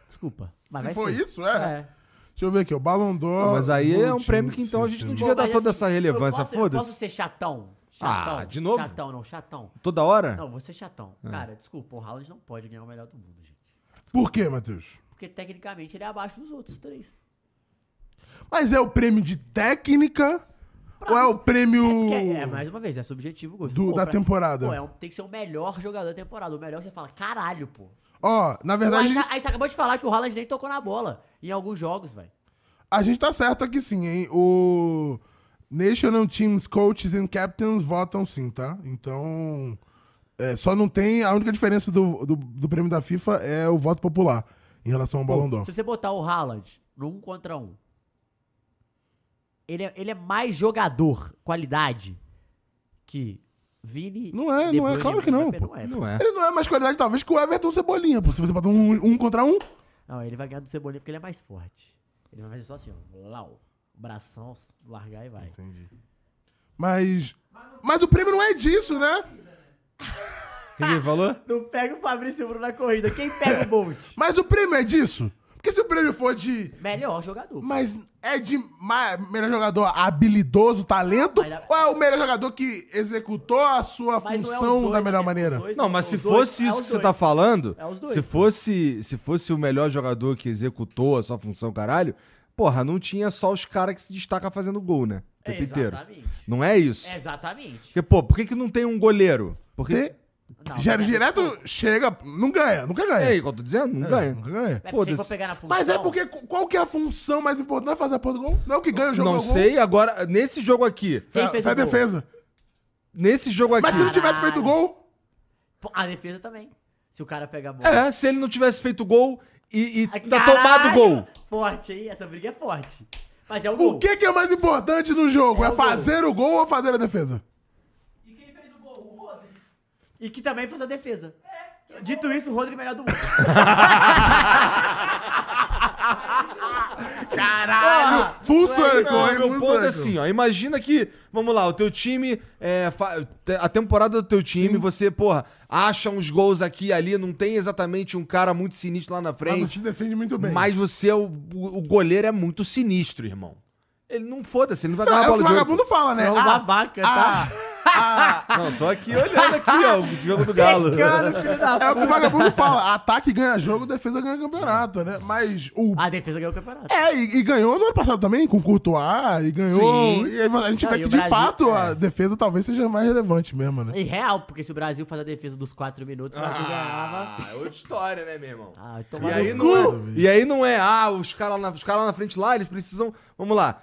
Speaker 1: Desculpa. né? Mas
Speaker 2: Se
Speaker 1: vai
Speaker 2: for
Speaker 1: ser.
Speaker 2: isso, é. Deixa eu ver aqui, o Ballon d'Or.
Speaker 3: Mas aí é um
Speaker 2: voting
Speaker 3: prêmio que então a gente não
Speaker 2: system.
Speaker 3: devia dar toda essa relevância,
Speaker 1: assim, eu posso- eu Posso
Speaker 3: foda-se.
Speaker 1: ser chatão?
Speaker 3: Ah,
Speaker 1: Chatão.
Speaker 3: de novo? É.
Speaker 1: Chatão, não, chatão.
Speaker 3: Toda hora?
Speaker 1: Não, vou ser chatão. Cara, desculpa, o Haaland não pode ganhar o melhor do mundo, gente.
Speaker 2: Por quê, Matheus?
Speaker 1: Porque tecnicamente ele é abaixo dos outros três.
Speaker 2: Mas é o prêmio de técnica ou é o prêmio
Speaker 1: Que é, é, mais uma vez, é subjetivo o gosto.
Speaker 2: do-
Speaker 1: Pô,
Speaker 2: da
Speaker 1: pra-
Speaker 2: temporada?
Speaker 1: Pô, é um- tem que ser o melhor jogador da temporada. O melhor que você fala, caralho, pô.
Speaker 2: Ó, na
Speaker 1: Pô, a,
Speaker 2: verdade,
Speaker 1: gente, a gente acabou de falar que o Haaland nem tocou na bola em alguns jogos, velho.
Speaker 2: a gente tá certo aqui sim, hein? O National Teams Coaches and Captains votam sim, tá? Então, é, só não tem... A única diferença do, do, do prêmio da FIFA é o voto popular em relação ao Ballon d'Or.
Speaker 1: Se você botar o Haaland no um contra um, ele é, ele é mais jogador, qualidade, que Vini.
Speaker 2: Não é,
Speaker 1: De
Speaker 2: não é,
Speaker 1: Bruyne,
Speaker 2: claro que não,
Speaker 1: Mbappé,
Speaker 2: pô.
Speaker 1: Não, é.
Speaker 3: Não é.
Speaker 2: Ele não é mais qualidade, talvez, que o Everton Cebolinha, pô. Se você botar um, um contra um,
Speaker 1: Não, ele vai ganhar do Cebolinha porque ele é mais forte. Ele vai fazer só assim, ó. Lau. Bração, largar e vai.
Speaker 2: Mas. Mas o prêmio não é disso, né?
Speaker 3: O que que ele falou?
Speaker 1: Não pega o Fabrício Bruno na corrida. Quem pega o Bolt?
Speaker 2: Mas o prêmio é disso? Porque se o prêmio for de.
Speaker 1: Melhor jogador.
Speaker 2: Mas é de ma- melhor jogador habilidoso, talento?
Speaker 1: Mas a-
Speaker 2: Ou é o melhor jogador que executou a sua
Speaker 1: Mas não é os
Speaker 2: função
Speaker 1: dois,
Speaker 2: da
Speaker 1: né?
Speaker 2: melhor
Speaker 1: Os
Speaker 2: maneira?
Speaker 1: dois,
Speaker 3: Não, mas
Speaker 1: os
Speaker 3: se
Speaker 1: dois,
Speaker 3: fosse
Speaker 1: é
Speaker 3: isso que
Speaker 1: os
Speaker 3: você
Speaker 1: dois.
Speaker 3: tá falando,
Speaker 1: É os dois,
Speaker 3: se
Speaker 1: pô.
Speaker 3: fosse, se fosse o melhor jogador que executou a sua função, caralho, porra, não tinha só os caras que se destacam fazendo gol, né? O tempo inteiro.
Speaker 1: É, Exatamente.
Speaker 3: Não é isso.
Speaker 1: Exatamente.
Speaker 3: Porque, pô, por que, que não tem um goleiro? Porque.
Speaker 2: Tem-
Speaker 1: Não,
Speaker 2: Gera
Speaker 1: mas é
Speaker 2: direto,
Speaker 1: muito pouco.
Speaker 2: chega, não ganha, nunca ganha.
Speaker 3: É aí que eu tô dizendo, não
Speaker 2: É,
Speaker 3: ganha.
Speaker 2: Nunca ganha.
Speaker 1: É porque se for
Speaker 3: foda-se.
Speaker 1: pegar na função,
Speaker 2: Mas é porque qu- qual que é a função mais importante? Não é fazer a porra do gol? Não é o que ganha o jogo?
Speaker 3: Não
Speaker 2: é o gol.
Speaker 3: sei, agora, nesse jogo aqui.
Speaker 1: Quem
Speaker 2: É-
Speaker 1: fez
Speaker 2: é a
Speaker 1: o gol?
Speaker 2: defesa.
Speaker 3: Nesse jogo aqui.
Speaker 2: Mas se não tivesse
Speaker 1: Caralho.
Speaker 2: feito gol,
Speaker 1: Pô, A defesa também. Se o cara pega a bola.
Speaker 3: É, se ele não tivesse feito gol e, e
Speaker 1: Ai,
Speaker 3: tá tomado
Speaker 1: caralho!
Speaker 3: gol.
Speaker 1: Forte, hein? Essa briga é forte. Mas é o gol.
Speaker 2: O que, que é mais importante no jogo?
Speaker 1: É
Speaker 2: É,
Speaker 1: o gol.
Speaker 2: fazer o gol ou fazer a defesa?
Speaker 4: E quem fez o gol? O Rodri.
Speaker 1: E que também faz a defesa. Dito isso, o Rodrigo é melhor do mundo. Caralho!
Speaker 2: Full
Speaker 3: Não,
Speaker 2: circle, hein?
Speaker 3: meu
Speaker 2: Full
Speaker 3: ponto é
Speaker 2: circle.
Speaker 3: assim, ó. Imagina que, vamos lá, o teu time. é, fa- te- a temporada do teu time, você, porra, acha uns gols aqui e ali, não tem exatamente um cara muito sinistro lá na
Speaker 2: Mas Ah, não se
Speaker 3: frente.
Speaker 2: defende muito bem.
Speaker 3: Mas você, é o, o o goleiro é muito sinistro, irmão. Ele não foda-se, ele não um vai
Speaker 2: Não,
Speaker 3: ganhar
Speaker 2: é o que
Speaker 3: bola
Speaker 2: o
Speaker 3: de ouro.
Speaker 2: vagabundo fala, né?
Speaker 1: É um
Speaker 2: Ah,
Speaker 1: babaca, tá?
Speaker 2: ah,
Speaker 3: Não, tô aqui olhando aqui, ó, o jogo do Galo.
Speaker 1: Cara, filho
Speaker 3: tá-
Speaker 1: da
Speaker 2: ah, é o que o
Speaker 1: puta.
Speaker 2: vagabundo fala. Ataque ganha jogo, defesa ganha campeonato, né? Mas o.
Speaker 1: A defesa ganhou o campeonato.
Speaker 2: É, e, e ganhou no ano passado também, com o Courtois, e ganhou.
Speaker 3: Sim.
Speaker 2: E aí a gente
Speaker 1: Não,
Speaker 2: vê
Speaker 1: e
Speaker 2: que,
Speaker 1: o
Speaker 2: de
Speaker 1: Brasil-
Speaker 2: fato,
Speaker 1: é.
Speaker 2: a defesa talvez seja mais relevante mesmo, né?
Speaker 1: E real, porque se o Brasil faz a defesa dos 4 minutos, o Brasil ganhava.
Speaker 3: é outra história, né, meu irmão?
Speaker 1: Ah,
Speaker 3: E
Speaker 1: tomar
Speaker 3: aí,
Speaker 1: no
Speaker 3: não
Speaker 1: cu!
Speaker 3: é, e aí não é, ah, os caras lá, na- os cara lá na frente lá, eles precisam. Vamos lá.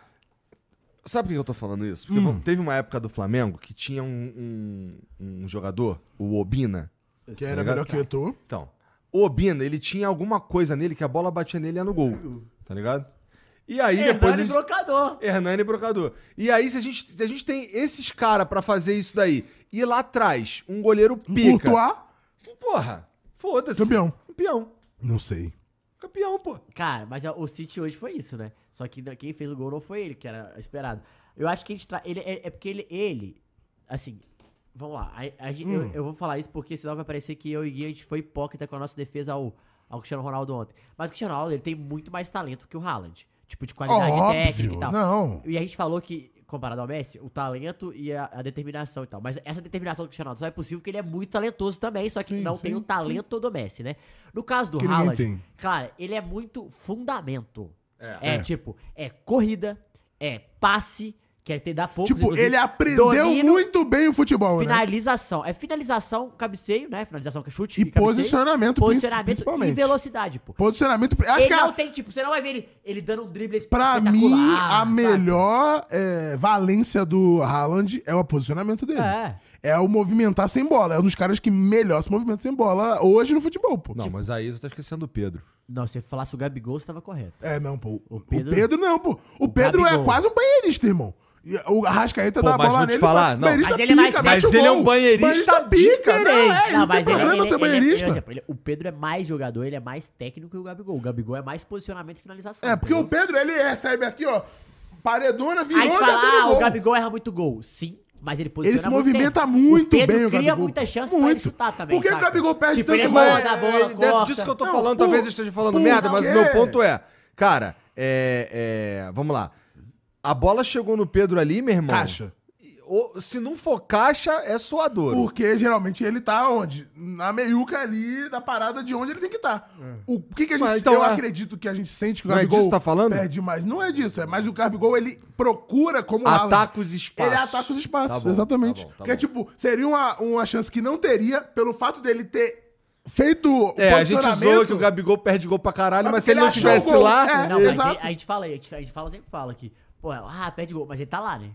Speaker 3: Sabe por que eu tô falando isso? Porque teve uma época do Flamengo que tinha um, um- um jogador, o Obina.
Speaker 2: Que era
Speaker 3: tá ligado?
Speaker 2: melhor que eu tô.
Speaker 3: Então, o Obina, ele tinha alguma coisa nele que a bola batia nele e ia no gol. Tá ligado? E aí
Speaker 1: Hernani
Speaker 3: depois. a gente-
Speaker 1: brocador.
Speaker 3: Hernani Brocador. E aí, se a gente, se a gente tem esses caras pra fazer isso daí, e lá atrás, um goleiro pica.
Speaker 2: Courtois,
Speaker 3: Porra, foda-se.
Speaker 2: campeão.
Speaker 3: Campeão.
Speaker 2: Não sei.
Speaker 3: Campeão, pô.
Speaker 1: Cara, mas a- o City hoje foi isso, né? Só que na- quem fez o gol não foi ele, que era esperado. Eu acho que a gente tra... ele é, é porque ele, ele, assim, vamos lá. a- a gen-
Speaker 2: Hum.
Speaker 1: eu, eu vou falar isso porque senão vai parecer que eu e Gui a gente foi hipócrita com a nossa defesa ao, ao Cristiano Ronaldo ontem. Mas o Cristiano Ronaldo ele tem muito mais talento que o Haaland, tipo de qualidade técnica
Speaker 2: Óbvio.
Speaker 1: e tal.
Speaker 2: Não.
Speaker 1: E a gente falou que, comparado ao Messi, o talento e a, a determinação e tal. Mas essa determinação do Cristiano Ronaldo só é possível porque ele é muito talentoso também, só que
Speaker 2: Sim,
Speaker 1: não
Speaker 2: sim,
Speaker 1: tem o
Speaker 2: sim.
Speaker 1: talento do Messi, né? No caso do
Speaker 2: Que ninguém
Speaker 1: Haaland,
Speaker 2: tem.
Speaker 1: cara, ele é muito fundamento. É,
Speaker 3: É.
Speaker 1: tipo, é corrida, é passe, que ele tem dar pouco.
Speaker 2: Tipo, ele aprendeu
Speaker 1: domínio,
Speaker 2: muito bem o futebol, né?
Speaker 1: Finalização. É finalização, cabeceio, né? Finalização, chute
Speaker 2: E
Speaker 1: cabeceio.
Speaker 2: posicionamento, princi-
Speaker 1: Posicionamento e
Speaker 2: principalmente.
Speaker 1: velocidade, pô.
Speaker 2: Posicionamento. Acho
Speaker 1: Ele
Speaker 2: que é a-
Speaker 1: não tem, tipo, você não vai ver ele, ele dando um drible
Speaker 2: pra
Speaker 1: espetacular,
Speaker 2: mim, a
Speaker 1: sabe?
Speaker 2: melhor é, valência do Haaland é o posicionamento dele. É.
Speaker 1: É.
Speaker 2: o movimentar sem bola. É um dos caras que melhor se movimenta sem bola hoje no futebol, pô.
Speaker 3: Não, mas aí tu tá esquecendo o Pedro.
Speaker 1: Não, se falasse o Gabigol, você tava correto.
Speaker 2: É, não, pô. O
Speaker 1: Pedro-
Speaker 2: Pedro, não, pô. O, Pedro
Speaker 1: Gabigol.
Speaker 2: é quase um banheirista, irmão. E O Arrascaeta
Speaker 3: Pô,
Speaker 2: dá a
Speaker 3: mas
Speaker 2: bola
Speaker 3: vou te
Speaker 2: nele. e
Speaker 3: falar,
Speaker 2: fala,
Speaker 3: não.
Speaker 2: "Banheirista
Speaker 1: Mas ele é mais-
Speaker 2: pica,
Speaker 3: mas
Speaker 2: mete o
Speaker 3: ele é
Speaker 2: gol.
Speaker 3: um banheirista
Speaker 2: pica, não,
Speaker 3: diferente.
Speaker 2: é, não tem problema ser banheirista.
Speaker 1: ele- ele- o Pedro é mais jogador, ele é mais técnico que o Gabigol. O Gabigol é mais posicionamento e finalização.
Speaker 2: É, porque o
Speaker 1: entendeu?
Speaker 2: Pedro, ele recebe aqui, ó. Paredona,
Speaker 1: Aí
Speaker 2: virou,
Speaker 1: a gente
Speaker 2: já
Speaker 1: fala,
Speaker 2: tem
Speaker 1: ah,
Speaker 2: gol.
Speaker 1: o Gabigol erra muito gol. Sim, mas ele posiciona
Speaker 2: Ele se
Speaker 1: muito
Speaker 2: movimenta
Speaker 1: bem.
Speaker 2: muito
Speaker 1: o Pedro
Speaker 2: bem, o
Speaker 1: cria
Speaker 2: Gabigol.
Speaker 1: muita chance pra ele
Speaker 2: Muito.
Speaker 1: chutar também,
Speaker 2: Por que o
Speaker 1: saca?
Speaker 2: Gabigol perde
Speaker 1: tipo,
Speaker 2: tanto
Speaker 1: ele
Speaker 2: gol?
Speaker 1: roda a bola,
Speaker 3: É,
Speaker 1: corta.
Speaker 3: Disso que eu tô
Speaker 2: Não,
Speaker 3: falando,
Speaker 2: por-
Speaker 3: talvez eu esteja falando
Speaker 2: por-
Speaker 3: merda, mas o meu
Speaker 2: é.
Speaker 3: ponto é, cara, é, é, vamos lá. A bola chegou no Pedro ali, meu irmão.
Speaker 2: Caixa.
Speaker 3: E, ou- se não for caixa, é suador.
Speaker 2: Porque geralmente ele tá onde? Na meiuca ali, da parada de onde ele tem que estar.
Speaker 3: É.
Speaker 2: O que, que a gente
Speaker 3: Mas então
Speaker 2: Eu
Speaker 3: é-
Speaker 2: acredito que a gente sente que o
Speaker 3: Não é
Speaker 2: Gabigol
Speaker 3: disso que tá falando?
Speaker 2: perde mais. Não é disso, é mais o Gabigol ele procura como o Haaland.
Speaker 3: Ataca os espaços.
Speaker 2: Ele ataca os espaços,
Speaker 3: Tá bom,
Speaker 2: exatamente.
Speaker 3: tá bom, tá
Speaker 2: que é
Speaker 3: bom.
Speaker 2: tipo, seria uma, uma chance que não teria pelo fato dele ter feito o
Speaker 3: É, a gente zoa
Speaker 2: posicionamento.
Speaker 3: que o Gabigol perde gol pra caralho, mas,
Speaker 2: Mas
Speaker 3: se ele não
Speaker 2: porque ele achou
Speaker 3: tivesse
Speaker 2: o gol.
Speaker 3: lá...
Speaker 2: É,
Speaker 1: Não, mas
Speaker 2: exato.
Speaker 1: ele- a gente fala, a gente, a gente fala, sempre fala aqui. Pô, ah, perde gol, mas ele tá lá, né?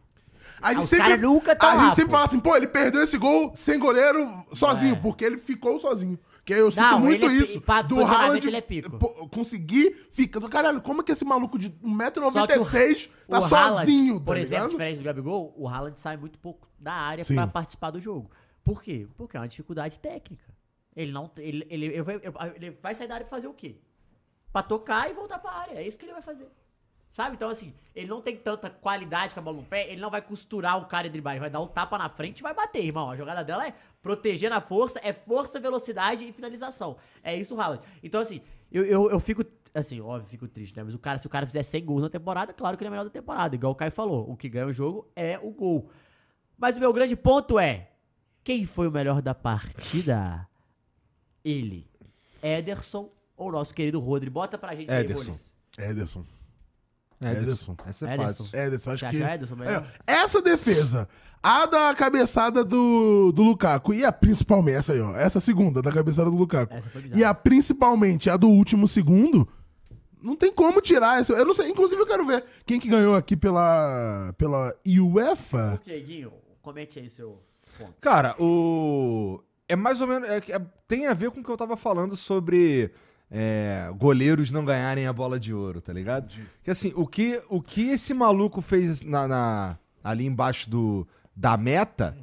Speaker 2: A gente
Speaker 1: Os
Speaker 2: sempre,
Speaker 1: caras nunca tá
Speaker 2: A
Speaker 1: lá,
Speaker 2: gente sempre
Speaker 1: pô.
Speaker 2: fala assim, pô, ele perdeu esse gol sem goleiro sozinho,
Speaker 1: É.
Speaker 2: porque ele ficou sozinho. Que eu sinto
Speaker 1: Não,
Speaker 2: muito
Speaker 1: ele é pi-
Speaker 2: isso.
Speaker 1: pra
Speaker 2: do
Speaker 1: posicionamento
Speaker 2: Haaland
Speaker 1: ele é pico.
Speaker 2: pô, conseguir ficando. Caralho, como é que esse maluco de
Speaker 1: Só
Speaker 2: 1,96m tá
Speaker 1: O Haaland,
Speaker 2: sozinho, tá
Speaker 1: Por exemplo,
Speaker 2: ligado?
Speaker 1: diferente do Gabigol, o Haaland sai muito pouco da área
Speaker 2: Sim.
Speaker 1: pra participar do jogo. Por quê? Porque é uma dificuldade técnica. Ele não. Ele, ele, eu- eu- ele vai sair da área pra fazer o quê? Pra tocar e voltar pra área. É isso que ele vai fazer. Sabe? Então, assim, ele não tem tanta qualidade com a bola no pé, ele não vai costurar o cara e driblar, ele vai dar um tapa na frente e vai bater, irmão. A jogada dela é proteger na força, é força, velocidade e finalização. É isso o Haaland. Então, assim, eu, eu, eu fico, assim, óbvio, fico triste, né? Mas o cara, se o cara fizer 100 gols na temporada, claro que ele é o melhor da temporada, igual o Caio falou. O que ganha o jogo é o gol. Mas o meu grande ponto é, quem foi o melhor da partida? Ele. Ederson ou nosso querido Rodri? Bota pra gente
Speaker 3: Ederson.
Speaker 1: Boris.
Speaker 2: Ederson. Ederson.
Speaker 3: Essa é
Speaker 1: Ederson.
Speaker 3: fácil.
Speaker 2: Ederson, acho
Speaker 1: Você
Speaker 2: que.
Speaker 1: acha Ederson melhor?
Speaker 2: É, essa defesa, a da cabeçada do, do Lukaku e a principalmente, essa aí, ó. Essa segunda, da cabeçada do Lukaku.
Speaker 1: Essa foi bizarra.
Speaker 2: E a principalmente, a do último segundo, não tem como tirar essa. Eu não sei, inclusive eu quero ver quem que ganhou aqui pela, pela UEFA.
Speaker 1: Ok, Guinho, comente aí seu ponto.
Speaker 3: Cara, o. É mais ou menos. é- é- tem a ver com o que eu tava falando sobre é, goleiros não ganharem a bola de ouro, tá ligado? Que assim, o que, o que esse maluco fez na, na- ali embaixo do, da meta,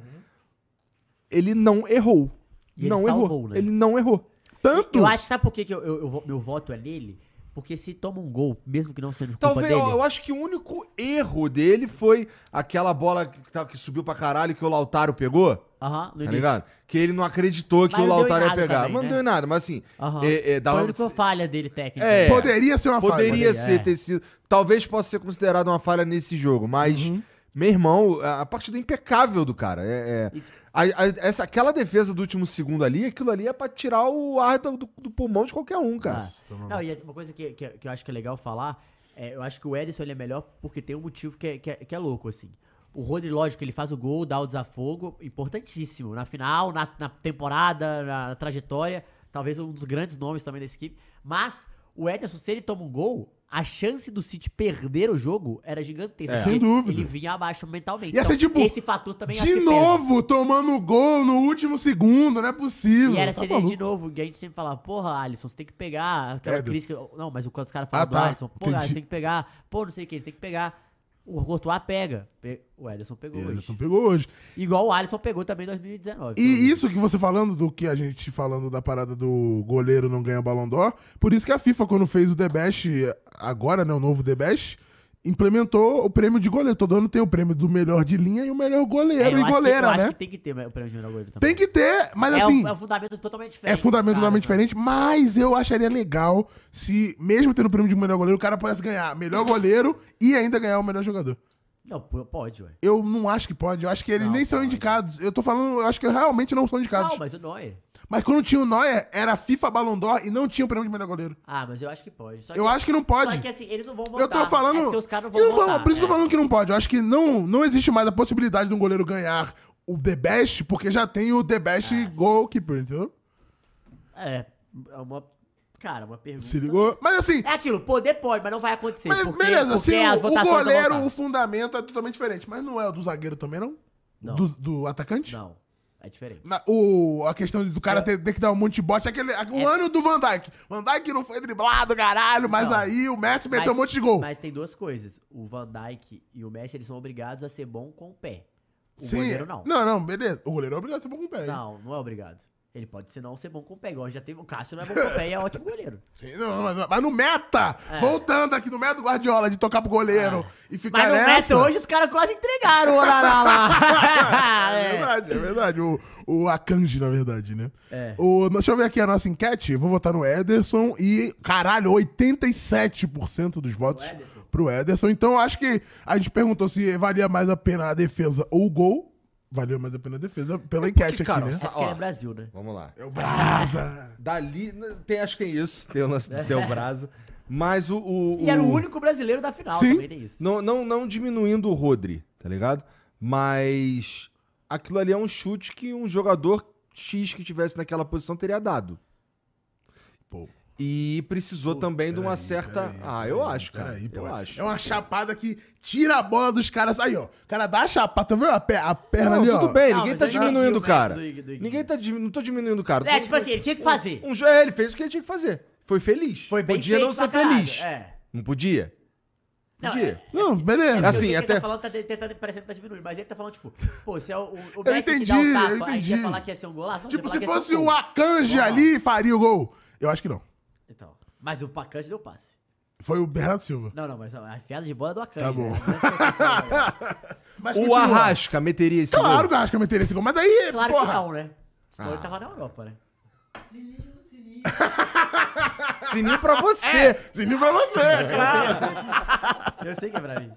Speaker 3: ele não errou.
Speaker 1: E ele
Speaker 3: não
Speaker 1: salvou,
Speaker 3: errou.
Speaker 1: né?
Speaker 3: Ele não errou.
Speaker 2: Tanto.
Speaker 1: Eu acho, sabe por que que eu, eu- eu vo- meu voto é nele? Porque se toma um gol, mesmo que não seja culpa
Speaker 3: Talvez,
Speaker 1: dele...
Speaker 3: eu, eu acho que o único erro dele foi aquela bola que, tá- que subiu pra caralho que o Lautaro pegou,
Speaker 1: Aham, no
Speaker 3: tá
Speaker 1: início.
Speaker 3: ligado? Que ele não acreditou que
Speaker 1: Mas não
Speaker 3: o
Speaker 1: deu em
Speaker 3: Lautaro ia
Speaker 1: nada
Speaker 3: pegar.
Speaker 1: também,
Speaker 3: mas não
Speaker 1: né?
Speaker 3: deu em nada, mas assim,
Speaker 1: Aham.
Speaker 3: é, é, dava-
Speaker 1: Foi a única falha dele, técnica.
Speaker 3: É.
Speaker 2: Poderia ser uma falha.
Speaker 3: poderia
Speaker 1: Poderia,
Speaker 3: ser
Speaker 1: é.
Speaker 3: ter sido. Talvez possa ser considerada uma falha nesse jogo, mas,
Speaker 2: Uhum.
Speaker 3: meu irmão, a, a partida impecável do cara. É, é- a- a- essa, aquela defesa do último segundo ali, aquilo ali é pra tirar o ar do, do- do pulmão de qualquer um, cara.
Speaker 1: Ah,
Speaker 2: tá
Speaker 1: Não, e uma coisa que, que, que eu acho que é legal falar, é, eu acho que o Ederson ele é melhor porque tem um motivo que é, que é, que é louco, assim. O Rodri, lógico, ele faz o gol, dá o desafogo, importantíssimo. Na final, na, na temporada, na, trajetória, talvez um dos grandes nomes também desse equipe. Mas o Ederson, se ele toma um gol, a chance do City perder o jogo era gigantesca.
Speaker 2: É.
Speaker 1: porque
Speaker 2: Sem dúvida.
Speaker 1: Ele vinha abaixo mentalmente. Então,
Speaker 2: Ia ser tipo,
Speaker 1: esse fator também acho
Speaker 2: De
Speaker 1: que é pesa.
Speaker 2: novo, tomando gol no último segundo, não é possível.
Speaker 1: E era
Speaker 2: Tá
Speaker 1: seria
Speaker 2: maluco.
Speaker 1: de novo, e a gente sempre falava, porra, Alisson, você tem que pegar aquela
Speaker 2: Ederson.
Speaker 1: crítica. Não, mas o quando os caras falam
Speaker 2: Ah,
Speaker 1: do
Speaker 2: tá.
Speaker 1: Alisson, pô, cara,
Speaker 2: Entendi.
Speaker 1: você tem que pegar, pô, não sei o que, você tem que pegar. O Courtois pega. Pe- O Ederson pegou
Speaker 2: O Ederson
Speaker 1: hoje.
Speaker 2: pegou hoje.
Speaker 1: Igual o Alisson pegou também em 2019.
Speaker 2: E isso que você falando do que a gente falando da parada do goleiro não ganha Ballon d'Or, por isso que a FIFA, quando fez o The Best, agora, né, o novo The Best, implementou o prêmio de goleiro. Todo ano tem o prêmio do melhor de linha e o melhor
Speaker 1: É,
Speaker 2: goleiro
Speaker 1: eu
Speaker 2: e
Speaker 1: acho que-
Speaker 2: goleira,
Speaker 1: eu acho
Speaker 2: né?
Speaker 1: que tem que ter o prêmio de melhor goleiro também.
Speaker 2: Tem que ter, mas
Speaker 1: é,
Speaker 2: assim,
Speaker 1: um, é um fundamento totalmente diferente.
Speaker 2: é fundamento
Speaker 1: dos
Speaker 2: totalmente
Speaker 1: caras, né?
Speaker 2: diferente, mas eu acharia legal se, mesmo tendo o prêmio de melhor goleiro, o cara pudesse ganhar melhor goleiro e ainda ganhar o melhor jogador.
Speaker 1: Não, pô, pode, ué.
Speaker 2: Eu não acho que pode, eu acho que eles
Speaker 1: Não,
Speaker 2: nem são
Speaker 1: pode.
Speaker 2: indicados. Eu tô falando, eu acho que realmente não são indicados.
Speaker 1: Não, mas o Neuer.
Speaker 2: Mas quando tinha o Neuer, era FIFA Ballon d'Or e não tinha o prêmio de melhor goleiro.
Speaker 1: Ah, mas eu acho que pode. Só
Speaker 2: Eu
Speaker 1: que,
Speaker 2: acho que não pode.
Speaker 1: Só que assim, eles não vão votar.
Speaker 2: eu tô falando.
Speaker 1: É porque os caras não
Speaker 2: Eu
Speaker 1: vão votar.
Speaker 2: por isso que eu tô
Speaker 1: né?
Speaker 2: falando que não pode. Eu acho que não, não existe mais a possibilidade de um goleiro ganhar o The Best, porque já tem o The Best Goalkeeper, entendeu?
Speaker 1: É, é uma... Cara, uma pergunta...
Speaker 2: Se ligou? Mas assim.
Speaker 1: É aquilo, poder pode, mas não vai acontecer.
Speaker 2: mas
Speaker 1: porque,
Speaker 2: beleza,
Speaker 1: porque
Speaker 2: se
Speaker 1: as
Speaker 2: o, o
Speaker 1: votações não
Speaker 2: goleiro,
Speaker 1: voltaram.
Speaker 2: o fundamento é totalmente diferente. Mas não é o do zagueiro também, não?
Speaker 1: Não.
Speaker 2: Do, do atacante?
Speaker 1: Não, é diferente.
Speaker 2: Na- o, a questão do cara ter, ter que dar um monte de bote. Aquele, o
Speaker 1: É.
Speaker 2: ano do Van Dijk. Van Dijk não foi driblado, caralho, mas
Speaker 1: Não.
Speaker 2: aí o Messi meteu um monte de gol.
Speaker 1: Mas tem duas coisas. O Van Dijk e o Messi, eles são obrigados a ser bom com o pé. O
Speaker 2: Sim.
Speaker 1: goleiro não.
Speaker 2: Não, não, beleza. O goleiro é obrigado a ser bom com o pé. hein?
Speaker 1: Não, não é obrigado. Ele pode ser não ser bom com o pé. Igual já teve. O Cássio não é bom com o pé e é ótimo goleiro.
Speaker 2: Sim, não, mas, mas no meta!
Speaker 1: É.
Speaker 2: Voltando aqui no meta do Guardiola, de tocar pro goleiro
Speaker 1: Ah.
Speaker 2: e ficar
Speaker 1: Mas no
Speaker 2: nessa.
Speaker 1: Messi hoje os caras quase entregaram o Orará lá.
Speaker 2: É
Speaker 1: é.
Speaker 2: verdade, é verdade. O, o Akanji, na verdade, né?
Speaker 1: É.
Speaker 2: O, deixa eu ver aqui a nossa enquete. Eu Vou votar no Ederson e, caralho, 87% dos votos
Speaker 1: Pro Ederson.
Speaker 2: pro Ederson. Então, eu acho que a gente perguntou se valia mais a pena a defesa ou o gol. Valeu mais a pena a defesa pela enquete
Speaker 3: cara,
Speaker 2: aqui, né?
Speaker 1: É porque
Speaker 3: Ó.
Speaker 1: ele é Brasil, né?
Speaker 3: Vamos lá.
Speaker 2: É o Brasa!
Speaker 3: Dali, né, tem, acho que tem isso, tem o lance do seu brasa. Mas o. o-
Speaker 1: E era o
Speaker 3: o-
Speaker 1: único brasileiro da final
Speaker 2: Sim.
Speaker 1: também, tem isso.
Speaker 3: Não, não, não diminuindo o Rodri, tá ligado? Mas aquilo ali é um chute que um jogador X que tivesse naquela posição teria dado.
Speaker 2: Pô.
Speaker 3: E precisou também de uma certa. ah, eu acho, cara.
Speaker 2: Peraí, pô.
Speaker 3: eu acho.
Speaker 2: É uma chapada que tira a bola dos caras. Aí, ó. O cara dá a chapada. Tá vendo a, pe- a perna
Speaker 3: Não,
Speaker 2: ali,
Speaker 3: tudo
Speaker 2: ó?
Speaker 3: bem,
Speaker 1: Não,
Speaker 3: ninguém
Speaker 1: mas
Speaker 3: tá
Speaker 1: aí
Speaker 3: diminuindo
Speaker 1: não
Speaker 3: o cara.
Speaker 1: tira o mérito do- do- do-
Speaker 3: Ninguém tá diminuindo. Não tô diminuindo o cara.
Speaker 1: É,
Speaker 3: Tô-
Speaker 1: tipo assim, ele tinha que fazer.
Speaker 3: Um, jo- é, ele fez o que ele tinha que fazer. Foi feliz.
Speaker 1: Foi bem
Speaker 3: Podia
Speaker 1: feito
Speaker 3: não
Speaker 1: pra
Speaker 3: ser
Speaker 1: caralho,
Speaker 3: feliz.
Speaker 1: É.
Speaker 3: Não podia?
Speaker 1: Não, é,
Speaker 3: Podia.
Speaker 2: Não, beleza.
Speaker 3: Assim,
Speaker 1: Assim, até... Ele
Speaker 3: até-
Speaker 1: tá falando, tá de- tentando parecer que tá diminuindo, mas ele tá falando, tipo, pô, se é o, o, o
Speaker 2: Eu
Speaker 1: Messi que
Speaker 2: entendi,
Speaker 1: dá o
Speaker 2: eu
Speaker 1: tapa, aí você ia
Speaker 2: entendi.
Speaker 1: falar que ia ser um golaço? Não,
Speaker 2: tipo,
Speaker 1: você ia
Speaker 2: se
Speaker 1: falar que
Speaker 2: fosse
Speaker 1: ia ser um
Speaker 2: o
Speaker 1: gol.
Speaker 2: Akanji
Speaker 1: Não.
Speaker 2: ali, faria o gol. Eu acho que não.
Speaker 1: Então, mas o Pacante deu passe.
Speaker 2: Foi o Bernardo Silva.
Speaker 1: Não, não, mas a fiada de bola é do Akanji.
Speaker 2: Tá bom.
Speaker 1: né? Não sei se eu falo, né?
Speaker 2: Mas
Speaker 3: O
Speaker 2: continua.
Speaker 3: Arrasca meteria esse
Speaker 2: Claro
Speaker 3: gol?
Speaker 2: que o Arrasca meteria esse gol. Mas aí,
Speaker 1: Claro que
Speaker 2: porra.
Speaker 1: não, né? Senão
Speaker 3: Ah.
Speaker 1: ele tava na Europa, né?
Speaker 4: Sininho, sininho.
Speaker 3: Sininho pra você. É.
Speaker 2: Sininho É, pra você, claro.
Speaker 1: Eu sei que é pra mim.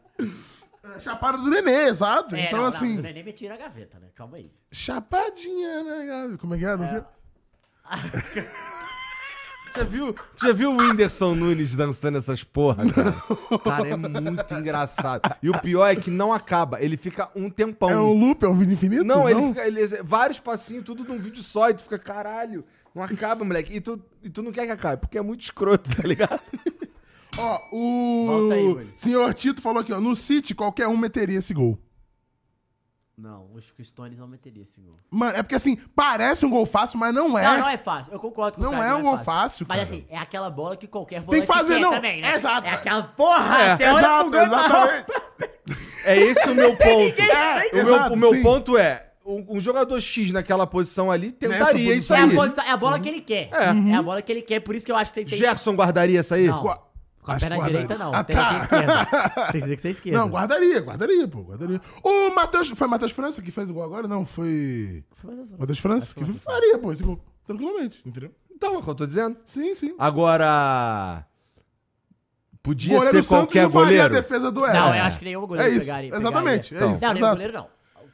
Speaker 2: Chapada do Nenê, exato.
Speaker 1: É,
Speaker 2: então,
Speaker 1: não, não,
Speaker 2: assim,
Speaker 1: o Nenê me tira a gaveta, né? Calma aí.
Speaker 2: chapadinha, né, Gabi? Como é que é? Não sei.
Speaker 3: Já viu, já viu o Whindersson Nunes dançando essas porra, cara? Cara, é muito engraçado. E o pior é que não acaba. Ele fica um tempão.
Speaker 2: É um loop, é um vídeo infinito?
Speaker 3: não, ele fica. Ele, vários passinhos, tudo num vídeo só, e tu fica, caralho, não acaba, moleque. E tu, e tu não quer que acabe, porque é muito escroto, tá ligado?
Speaker 2: Ó,
Speaker 1: Volta aí,
Speaker 2: o
Speaker 1: Willis.
Speaker 2: senhor Tito falou aqui, ó. No City, qualquer um meteria esse gol.
Speaker 1: Não, os Stones não meteria esse gol.
Speaker 2: Mano, é porque assim, parece um gol fácil, mas não é.
Speaker 1: Não, não é fácil. Eu concordo com
Speaker 2: Não
Speaker 1: o cara,
Speaker 2: é um gol fácil,
Speaker 1: Mas
Speaker 2: cara.
Speaker 1: assim, é aquela bola que qualquer
Speaker 2: Tem
Speaker 1: volante
Speaker 2: que fazer,
Speaker 1: quer
Speaker 2: não.
Speaker 1: também, né?
Speaker 2: Exato.
Speaker 1: É aquela porra, você olha pro gol e fala,
Speaker 3: É esse o meu ponto.
Speaker 2: É,
Speaker 3: o meu,
Speaker 2: exato,
Speaker 3: o meu
Speaker 2: sim.
Speaker 3: ponto é, um, um jogador X naquela posição ali tentaria
Speaker 2: Nessa
Speaker 3: isso
Speaker 1: É a,
Speaker 3: aí.
Speaker 1: posição- é a bola que ele quer.
Speaker 3: É.
Speaker 1: É.
Speaker 2: Uhum.
Speaker 1: a bola que ele quer, por isso que eu acho que tem que.
Speaker 3: Gerson guardaria isso aí?
Speaker 1: Não,
Speaker 2: Gua-
Speaker 1: com a
Speaker 2: Acho
Speaker 1: perna
Speaker 2: que guardaria.
Speaker 1: direita não.
Speaker 2: Ah,
Speaker 1: tem que ser
Speaker 2: tá.
Speaker 1: esquerda. Tem que ser esquerda.
Speaker 2: Não, guardaria, guardaria, pô, guardaria. O Matheus, foi Matheus França que fez o gol agora? Não, foi Matheus França que faria, pô, esse gol, tranquilamente, entendeu?
Speaker 3: Então, é o que eu tô dizendo.
Speaker 2: Sim, sim.
Speaker 3: Agora. Podia
Speaker 2: Goleiro
Speaker 3: ser qualquer
Speaker 2: não faria a
Speaker 3: goleiro.
Speaker 2: defesa do Everton.
Speaker 1: Não, eu acho que nenhum goleiro
Speaker 2: É isso,
Speaker 1: pegaria.
Speaker 2: exatamente,
Speaker 1: pegaria.
Speaker 2: é
Speaker 1: Não,
Speaker 2: isso,
Speaker 1: nenhum
Speaker 2: exato.
Speaker 1: goleiro não.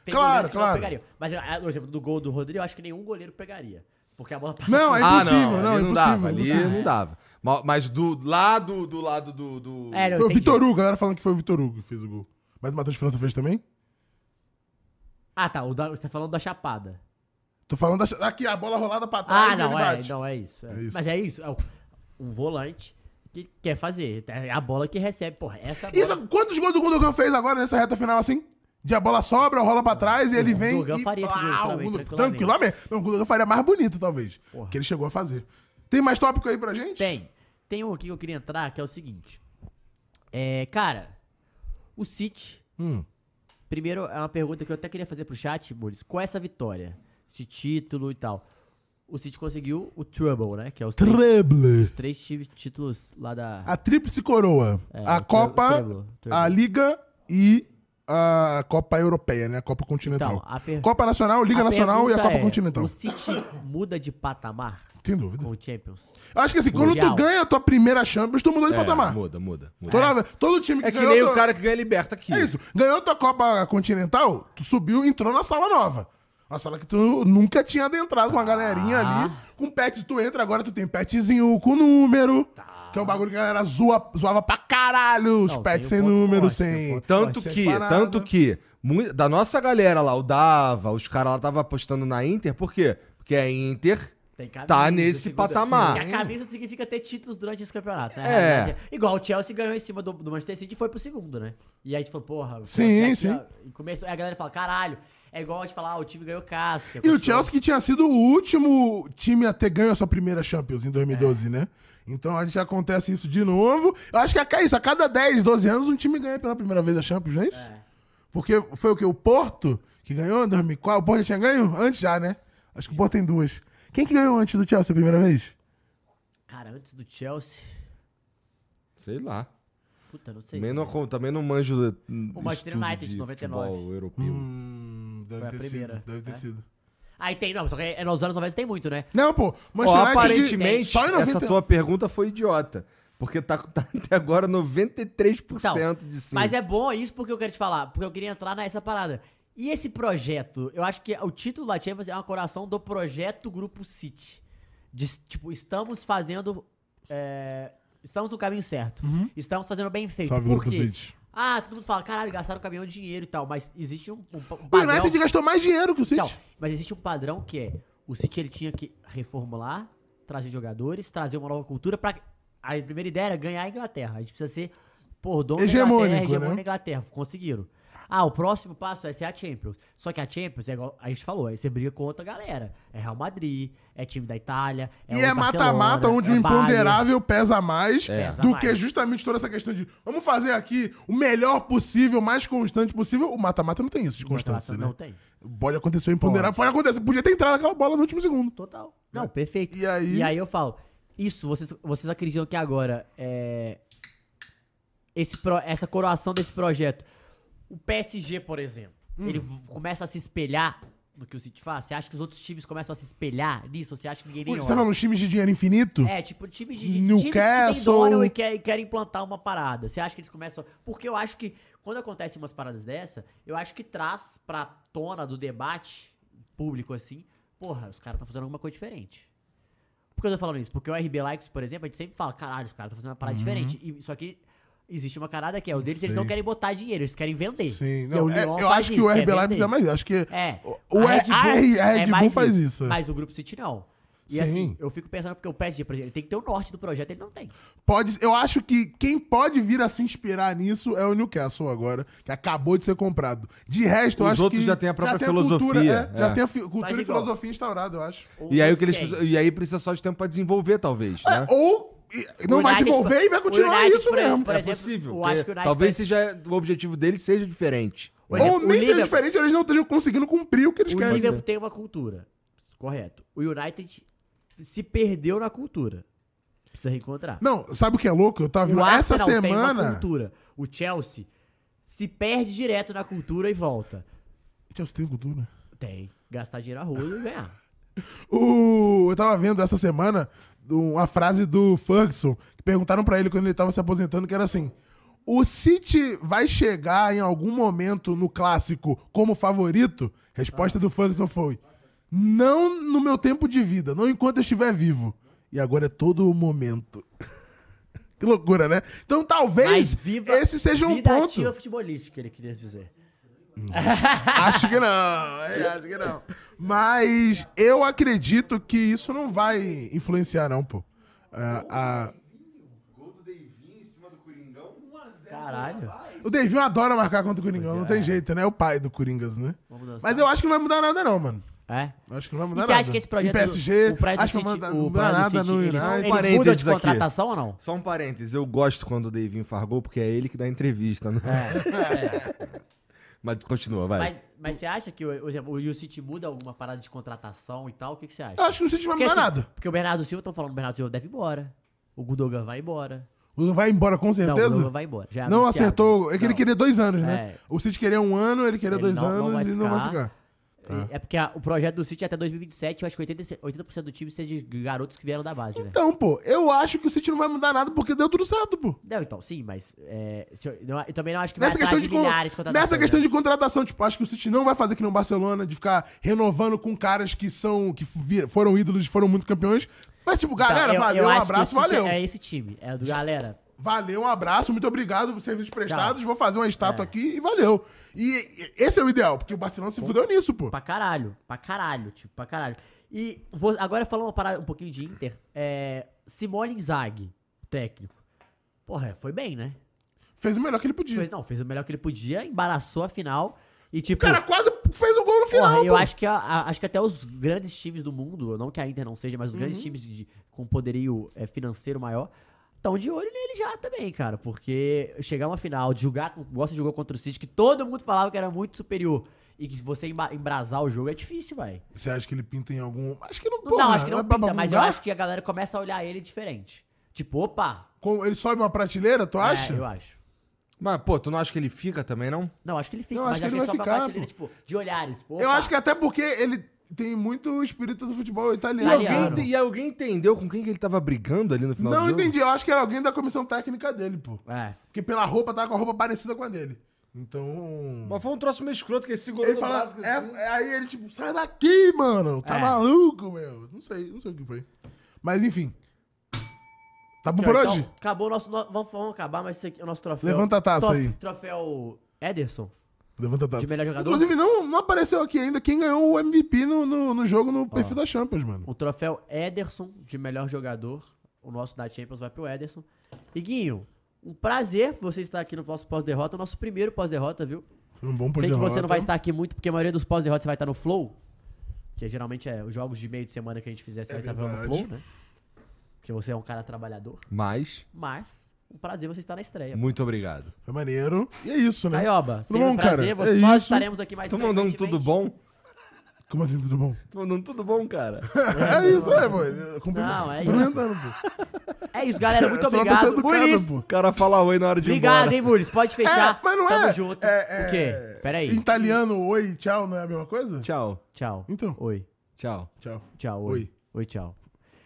Speaker 1: Tem
Speaker 2: Claro,
Speaker 1: goleiros que
Speaker 2: claro.
Speaker 1: não pegariam. Mas, ah, por exemplo, do gol do Rodrigo, eu acho que nenhum goleiro pegaria. Porque a bola passa.
Speaker 2: Não,
Speaker 1: por-
Speaker 2: é
Speaker 3: Ah,
Speaker 2: impossível, não,
Speaker 3: ali
Speaker 2: é impossível.
Speaker 3: dava, ali
Speaker 2: impossível.
Speaker 3: não dava. Ma- Mas do lado do lado do. do...
Speaker 1: É, não,
Speaker 2: Foi o
Speaker 1: entendi.
Speaker 2: Vitor Hugo, a galera falando que foi o Vitor Hugo que fez o gol. Mas o Matheus França fez também?
Speaker 1: Ah, tá. o da- você tá falando da chapada.
Speaker 2: Tô falando da... Aqui, a bola rolada pra trás
Speaker 1: Ah,
Speaker 2: e
Speaker 1: não,
Speaker 2: ele
Speaker 1: é,
Speaker 2: bate.
Speaker 1: não é isso, é.
Speaker 2: É isso.
Speaker 1: Mas é isso. É o, o volante que quer fazer. É a bola que recebe, porra. Essa é bola.
Speaker 2: E sabe quantos gols o Gundogan fez agora nessa reta final assim? De a bola sobra, rola pra trás e ele vem.
Speaker 1: Gundogan
Speaker 2: e...
Speaker 1: faria esse gol
Speaker 2: Uau,
Speaker 1: pra mim,
Speaker 2: Gundogan-
Speaker 1: tranquilamente.
Speaker 2: tranquilamente. Não, o Gundogan faria mais bonito, talvez. Que ele chegou a fazer. Tem mais tópico aí pra gente?
Speaker 1: Tem. Tem um aqui que eu queria entrar, que é o seguinte. É, cara, o City.
Speaker 2: Hum.
Speaker 1: Primeiro, é uma pergunta que eu até queria fazer pro chat, Boris. Qual é essa vitória? Esse título e tal. O City conseguiu o Trouble, né? Que é os três,
Speaker 2: Treble.
Speaker 1: três ti- títulos lá da.
Speaker 2: A Tríplice Coroa. a
Speaker 1: É, tre-
Speaker 2: Copa,
Speaker 1: treble, treble.
Speaker 2: a Liga e a Copa Europeia, né? A Copa Continental.
Speaker 1: Então, a per-
Speaker 2: Copa Nacional, Liga
Speaker 1: A
Speaker 2: Nacional e a
Speaker 1: pergunta
Speaker 2: Copa
Speaker 1: é,
Speaker 2: Continental.
Speaker 1: O City muda de patamar
Speaker 2: Sem dúvida.
Speaker 1: com o Champions?
Speaker 2: Eu acho que assim, quando tu
Speaker 1: Mundial.
Speaker 2: ganha a tua primeira Champions, tu mudou de
Speaker 3: É,
Speaker 2: patamar.
Speaker 3: Muda, muda. muda.
Speaker 2: Toda- Todo time que
Speaker 3: É que
Speaker 2: ganhou
Speaker 3: nem o
Speaker 2: tua-
Speaker 3: cara que ganha liberta aqui.
Speaker 2: É isso. Ganhou tua Copa Continental, tu subiu e entrou na sala nova. Uma sala que tu nunca tinha adentrado com a galerinha
Speaker 1: Tá.
Speaker 2: ali. Com pets, tu entra, agora tu tem petzinho com número. Que é um bagulho que a galera zoa, zoava pra caralho. Os
Speaker 1: Tá. Não,
Speaker 2: pets
Speaker 1: tem
Speaker 2: sem
Speaker 1: um ponto
Speaker 2: número,
Speaker 1: forte, tem um
Speaker 2: sem.
Speaker 1: ponto
Speaker 3: Tanto
Speaker 2: Vai ser
Speaker 3: que,
Speaker 2: parada.
Speaker 3: tanto que, mui- da nossa galera lá, o Dava, os caras lá tava apostando na Inter, por quê? Porque a Inter
Speaker 1: Tem camisa,
Speaker 3: tá nesse
Speaker 1: segunda-
Speaker 3: patamar.
Speaker 1: Que a camisa significa ter títulos durante esse campeonato, né?
Speaker 3: É.
Speaker 1: Na verdade, Igual o Chelsea ganhou em cima do, do Manchester City e foi pro segundo, né? E aí a gente falou, porra, o
Speaker 2: Sim,
Speaker 1: Chelsea
Speaker 2: sim.
Speaker 1: ó, e começou, aí a galera fala, caralho, é igual a gente falar, ah, o time ganhou casca.
Speaker 2: E
Speaker 1: continuou.
Speaker 2: o Chelsea que tinha sido o último time a ter ganho a sua primeira Champions em 2012, né? Então a gente acontece isso de novo. Eu acho que é isso, a cada 10, 12 anos um time ganha pela primeira vez a Champions, não é isso?
Speaker 1: É.
Speaker 2: Porque foi o quê? O Porto que ganhou em 2004? O Porto já tinha ganho? Antes já, né? Acho que o Porto tem duas. Quem que ganhou antes do Chelsea a primeira vez?
Speaker 1: Cara, antes do Chelsea,
Speaker 3: Sei lá.
Speaker 1: puta, não sei.
Speaker 3: Também não, acon- também não manjo.
Speaker 1: O Manchester United, 99.
Speaker 3: europeu.
Speaker 2: Hum, deve
Speaker 1: Foi a
Speaker 2: ter
Speaker 1: primeira,
Speaker 2: sido. Deve ter
Speaker 1: né?
Speaker 2: sido.
Speaker 1: Aí tem, não, só que é, nos anos 90 tem muito, né?
Speaker 2: Não, pô.
Speaker 3: Ó,
Speaker 2: Manchester United de-
Speaker 3: aparentemente,
Speaker 2: Só em 90...
Speaker 3: essa tua pergunta foi idiota. Porque tá, tá até agora 93% de sim.
Speaker 1: Mas é bom isso porque eu quero te falar, porque eu queria entrar nessa parada. E esse projeto, eu acho que o título da Champions é uma coração do projeto Grupo City. De, tipo, estamos fazendo. é, estamos no caminho certo. Estamos fazendo bem feito.
Speaker 2: Uhum. Salve,
Speaker 1: Por
Speaker 2: Grupo
Speaker 1: quê?
Speaker 2: City.
Speaker 1: Ah, todo mundo fala, caralho, gastaram o caminhão de dinheiro e tal, mas existe um, um pa- um
Speaker 2: O
Speaker 1: padrão.
Speaker 2: United gastou mais dinheiro que o City.
Speaker 1: Então, mas existe um padrão que é: o City ele tinha que reformular, trazer jogadores, trazer uma nova cultura pra. A primeira ideia era ganhar a Inglaterra. A gente precisa ser por dono
Speaker 2: Hegemônico,
Speaker 1: da Inglaterra, hegemônico
Speaker 2: né?
Speaker 1: da Inglaterra. Conseguiram. Ah, o próximo passo é ser a Champions. Só que a Champions, é igual a gente falou, aí você briga com outra galera. É Real Madrid, é time da Itália.
Speaker 2: E
Speaker 1: o
Speaker 2: é mata-mata
Speaker 1: um Barcelona,
Speaker 2: onde
Speaker 1: é
Speaker 2: o
Speaker 1: Bayern.
Speaker 2: imponderável pesa mais
Speaker 1: Pesa
Speaker 2: do
Speaker 1: mais.
Speaker 2: que justamente toda essa questão de vamos fazer aqui o melhor possível, o mais constante possível. O mata-mata não tem isso de
Speaker 1: O mata-mata
Speaker 2: constância, né?
Speaker 1: Não tem.
Speaker 2: Pode acontecer o imponderável, pode. acontecer. Podia ter entrado aquela bola no último segundo.
Speaker 1: Total. Não, perfeito.
Speaker 2: E aí-
Speaker 1: eu falo, isso, vocês, vocês acreditam que agora é, esse pro- essa coroação desse projeto, o PSG, por exemplo,
Speaker 2: Hum.
Speaker 1: ele v- começa a se espelhar no que o City faz? Você acha que os outros times começam a se espelhar nisso? Ou Você acha que ninguém nem
Speaker 2: Você tá
Speaker 1: olha?
Speaker 2: falando, os times de dinheiro infinito?
Speaker 1: É, tipo, times de, de times que
Speaker 2: Newcastle.
Speaker 1: nem dono e querem, querem implantar uma parada. Você acha que eles começam. Porque eu acho que quando acontecem umas paradas dessa, eu acho que traz pra tona do debate público assim, porra, os caras estão fazendo alguma coisa diferente. Por que eu tô falando isso? Porque o RB Leipzig, por exemplo, a gente sempre fala, caralho, os caras estão fazendo uma
Speaker 2: Uhum.
Speaker 1: parada diferente. E, só que existe uma carada que é o deles, eles não
Speaker 2: sei.
Speaker 1: querem botar dinheiro, eles querem vender.
Speaker 2: Sim.
Speaker 1: E
Speaker 2: Não,
Speaker 1: o
Speaker 2: é-
Speaker 1: Lyon
Speaker 2: eu
Speaker 1: faz
Speaker 2: acho que
Speaker 1: isso,
Speaker 2: o
Speaker 1: quer
Speaker 2: RB Leipzig
Speaker 1: vender.
Speaker 2: é mais. Acho que
Speaker 1: É.
Speaker 2: O- o- a Red Bull- a Red Bull
Speaker 1: mais
Speaker 2: faz
Speaker 1: isso.
Speaker 2: isso.
Speaker 1: Mas o Grupo City não. E assim,
Speaker 2: Sim.
Speaker 1: eu fico pensando, porque o PSG, por exemplo, ele tem que ter o norte do projeto, ele não tem.
Speaker 2: Pode, eu acho que quem pode vir a se inspirar nisso é o Newcastle agora, que acabou de ser comprado. De resto, eu
Speaker 3: Os
Speaker 2: acho que.
Speaker 3: outros já têm a própria
Speaker 2: cultura,
Speaker 3: filosofia,
Speaker 2: é, Já
Speaker 3: é.
Speaker 2: tem a fi- cultura e
Speaker 1: igual.
Speaker 2: filosofia instaurada, eu acho.
Speaker 3: E aí, o que eles,
Speaker 1: Quem?
Speaker 3: precisam- e aí precisa só de tempo pra desenvolver, talvez, né?
Speaker 2: É, Ou e- não
Speaker 1: O
Speaker 2: vai
Speaker 1: United,
Speaker 2: desenvolver e vai
Speaker 1: o
Speaker 2: continuar
Speaker 1: United,
Speaker 2: isso
Speaker 1: por exemplo,
Speaker 2: mesmo.
Speaker 1: por
Speaker 3: é
Speaker 1: exemplo,
Speaker 3: possível.
Speaker 1: eu
Speaker 3: porque
Speaker 1: acho que o United
Speaker 3: talvez
Speaker 1: vai-
Speaker 3: seja o objetivo dele seja diferente.
Speaker 1: Por
Speaker 2: Ou
Speaker 1: exemplo, o
Speaker 2: nem seja
Speaker 1: Liverpool-
Speaker 2: diferente, eles não estejam conseguindo cumprir o que eles
Speaker 1: O
Speaker 2: querem.
Speaker 1: Liverpool tem uma cultura. Correto. O United se perdeu na cultura. Precisa reencontrar.
Speaker 2: Não, sabe o que é louco? Eu tava
Speaker 1: o
Speaker 2: vendo essa
Speaker 1: Arsenal tem uma
Speaker 2: semana.
Speaker 1: cultura. O Chelsea se perde direto na cultura e volta.
Speaker 2: Chelsea tem cultura.
Speaker 1: Tem. Gastar dinheiro a roda e ganhar.
Speaker 2: O- eu tava vendo essa semana uma frase do Ferguson, que perguntaram pra ele quando ele tava se aposentando, que era assim: O City vai chegar em algum momento no clássico como favorito? Resposta do Ferguson foi: Não no meu tempo de vida, não enquanto eu estiver vivo. E agora é todo o momento. que loucura, né? Então talvez
Speaker 1: Mas viva
Speaker 2: esse seja um
Speaker 1: vida
Speaker 2: ponto.
Speaker 1: ativa futebolística, ele queria dizer.
Speaker 2: Acho que não, é, acho que não. Mas eu acredito que isso não vai influenciar, não, pô. Ah, ah,
Speaker 1: Caralho.
Speaker 2: o Devinho adora marcar contra o Coringão, não tem jeito, né? É o pai do Coringas, né?
Speaker 1: Vamos dançar.
Speaker 2: Mas eu acho que não vai mudar nada, não, mano.
Speaker 1: É?
Speaker 2: Eu Acho que não vai
Speaker 1: E
Speaker 2: mudar
Speaker 1: você
Speaker 2: nada.
Speaker 1: acha que esse projeto.
Speaker 2: Em PSG,
Speaker 1: o prédio
Speaker 2: acho
Speaker 1: do
Speaker 2: que não
Speaker 1: City,
Speaker 2: vai mudar
Speaker 1: o prédio do
Speaker 2: nada é
Speaker 1: City,
Speaker 2: no
Speaker 1: eles,
Speaker 2: United.
Speaker 1: eles
Speaker 3: Parênteses
Speaker 1: mudam de
Speaker 3: aqui.
Speaker 1: contratação ou não?
Speaker 3: Só um parênteses, eu gosto quando o Davinho faz gol, porque é ele que dá entrevista, né?
Speaker 1: É. é.
Speaker 3: Mas continua, vai.
Speaker 1: Mas, mas você acha que, o- por exemplo, o U City muda alguma parada de contratação e tal? O que, que você acha?
Speaker 2: Eu acho que o City não vai
Speaker 1: Porque,
Speaker 2: mudar
Speaker 1: assim,
Speaker 2: nada.
Speaker 1: porque o Bernardo Silva, estão falando, o Bernardo Silva deve ir embora. O Gundogan vai embora.
Speaker 2: Vai embora com
Speaker 1: Não, o Gundogan
Speaker 2: certeza?
Speaker 1: vai embora. Já é
Speaker 2: Não,
Speaker 1: anunciado.
Speaker 2: acertou. É que ele
Speaker 1: Não.
Speaker 2: queria dois anos, né?
Speaker 1: É.
Speaker 2: O City queria um ano, ele queria
Speaker 1: Ele
Speaker 2: dois
Speaker 1: não- não
Speaker 2: anos
Speaker 1: vai
Speaker 2: e não vai
Speaker 1: ficar.
Speaker 2: ficar.
Speaker 1: É porque a- o projeto do City é até 2027, eu acho que 80%, 80% do time seja de garotos que vieram da base, né?
Speaker 2: Então, pô, eu acho que o City não vai mudar nada porque deu tudo certo, pô.
Speaker 1: Não, então, sim, mas é, se eu, não- eu também não acho que
Speaker 2: Nessa
Speaker 1: vai
Speaker 2: questão,
Speaker 1: atrás
Speaker 2: de,
Speaker 1: de
Speaker 2: con-
Speaker 1: milhares contratações,
Speaker 2: nessa questão
Speaker 1: né?
Speaker 2: de contratação, tipo, acho que o City não vai fazer que nem o Barcelona, de ficar renovando com caras que são que vi- foram ídolos, foram muito campeões. Mas, tipo,
Speaker 1: Então,
Speaker 2: galera,
Speaker 1: eu- eu
Speaker 2: valeu, um
Speaker 1: acho que o
Speaker 2: abraço,
Speaker 1: City
Speaker 2: valeu.
Speaker 1: É esse time, é o do galera.
Speaker 2: Valeu, um abraço, muito obrigado por serviços prestados.
Speaker 1: Tá.
Speaker 2: Vou fazer uma estátua
Speaker 1: É.
Speaker 2: aqui e valeu. E e- esse é o ideal, porque o Barcelona se fudeu nisso, pô.
Speaker 1: Pra caralho, pra caralho, tipo, pra caralho. E vou, agora falando uma parada, um pouquinho de Inter, é, Simone Inzaghi, técnico. Porra, foi bem, né?
Speaker 2: Fez o melhor que ele podia.
Speaker 1: Fez- não, fez o melhor que ele podia, embaraçou a final e
Speaker 2: O
Speaker 1: tipo...
Speaker 2: cara quase fez o gol no final.
Speaker 1: Porra, eu
Speaker 2: pô.
Speaker 1: acho que, a- a- acho que até os grandes times do mundo, não que a Inter não seja, mas os grandes
Speaker 2: Uhum.
Speaker 1: times de- com poderio é, financeiro maior, estão de olho nele já também, cara. Porque chegar a uma final, de jogar, com- gosta de jogar contra o City, que todo mundo falava que era muito superior, e que se você emba- embrasar o jogo é difícil, vai.
Speaker 2: Você acha que ele pinta em algum. Acho que não
Speaker 1: Não,
Speaker 2: porra,
Speaker 1: não, acho que
Speaker 2: é
Speaker 1: não
Speaker 2: pra-
Speaker 1: pinta,
Speaker 2: pra
Speaker 1: mas eu
Speaker 2: mudar.
Speaker 1: acho que a galera começa a olhar ele diferente. Tipo, opa!
Speaker 2: Como- Ele sobe uma prateleira, tu
Speaker 1: é,
Speaker 2: acha?
Speaker 1: eu acho.
Speaker 3: Mas, pô, tu não acha que ele fica também, não?
Speaker 1: Não, acho que ele fica,
Speaker 2: Eu
Speaker 1: mas acho que ele
Speaker 2: vai
Speaker 1: só ficar,
Speaker 2: ficar,
Speaker 1: prateleira,
Speaker 2: pô.
Speaker 1: tipo, de olhares, pô.
Speaker 2: Eu
Speaker 1: opa.
Speaker 2: acho que até porque ele tem muito espírito do futebol
Speaker 3: E
Speaker 2: italiano.
Speaker 1: Italiano.
Speaker 2: Alguém-
Speaker 3: alguém, te- e alguém entendeu com quem que ele tava brigando ali no final do
Speaker 2: Não
Speaker 3: jogo?
Speaker 2: entendi, eu acho que era alguém da comissão técnica dele, pô.
Speaker 1: É.
Speaker 2: Porque pela roupa, tava com a roupa parecida com a dele. Então...
Speaker 3: Mas foi um troço meio escroto que ele segurou
Speaker 2: Ele
Speaker 3: no
Speaker 2: fala,
Speaker 3: braço,
Speaker 2: é-
Speaker 3: assim.
Speaker 2: é- aí ele tipo, sai daqui, mano, tá
Speaker 1: É.
Speaker 2: maluco, meu. Não sei, não sei o que foi. Mas enfim. Tá bom por
Speaker 1: Então,
Speaker 2: hoje?
Speaker 1: Acabou o nosso. no- Vamos, vamos acabar, mas esse aqui é o nosso troféu.
Speaker 2: Levanta a taça
Speaker 1: Trof-
Speaker 2: aí.
Speaker 1: Troféu Ederson,
Speaker 2: Levanta a taça.
Speaker 1: de melhor jogador.
Speaker 2: Inclusive, não, não apareceu aqui ainda quem ganhou o MVP no, no, no jogo no
Speaker 1: Ah.
Speaker 2: perfil da Champions, mano.
Speaker 1: O troféu Ederson, de melhor jogador. O nosso da Champions vai pro Ederson. E Guinho, um prazer você estar aqui no nosso pós-derrota. o Nosso primeiro pós-derrota, viu?
Speaker 2: Foi um bom
Speaker 1: Sei que você
Speaker 2: pós-derrota.
Speaker 1: não vai estar aqui muito, porque a maioria dos pós-derrotas você vai estar no Flow. Que geralmente é os jogos de meio de semana que a gente fizer, você
Speaker 2: É
Speaker 1: vai estar no
Speaker 2: verdade.
Speaker 1: Flow, né? Porque você é um cara trabalhador.
Speaker 3: Mas,
Speaker 1: Mas, um prazer você estar na estreia.
Speaker 3: muito obrigado.
Speaker 2: Foi maneiro. E é isso, né?
Speaker 1: Caioba, sempre
Speaker 2: bom,
Speaker 1: um prazer.
Speaker 2: cara?
Speaker 1: você-
Speaker 2: É
Speaker 1: nós
Speaker 2: isso.
Speaker 1: estaremos aqui mais
Speaker 3: Tô mandando tudo
Speaker 1: frequentemente.
Speaker 3: bom?
Speaker 2: Como assim, tudo bom?
Speaker 3: Tô mandando tudo bom, cara.
Speaker 2: É isso, é, pô. Ele-
Speaker 1: Não, é isso.
Speaker 2: Cumprimentando, pô.
Speaker 1: É isso, galera. Muito
Speaker 2: Eu sou uma pessoa
Speaker 1: obrigado.
Speaker 2: educada,
Speaker 1: Muniz,
Speaker 2: pô.
Speaker 3: O cara fala oi na hora de ir
Speaker 1: obrigado,
Speaker 3: embora.
Speaker 1: hein, Muniz. Pode fechar.
Speaker 2: É, mas não
Speaker 1: Tamo
Speaker 2: é-
Speaker 1: junto.
Speaker 2: é-
Speaker 1: o
Speaker 2: é-
Speaker 1: quê? Pera aí.
Speaker 2: Em Italiano, oi, tchau, não é a mesma coisa?
Speaker 3: Tchau,
Speaker 1: Tchau.
Speaker 2: Então.
Speaker 1: Oi.
Speaker 3: tchau.
Speaker 2: Tchau.
Speaker 1: Tchau. Oi.
Speaker 2: Oi.
Speaker 1: Oi, tchau.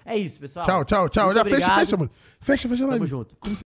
Speaker 1: É isso, pessoal.
Speaker 2: Tchau, tchau, tchau.
Speaker 1: Muito
Speaker 2: Já fecha,
Speaker 1: obrigado.
Speaker 2: fecha, mano. Fecha, fecha lá.
Speaker 1: Tamo junto.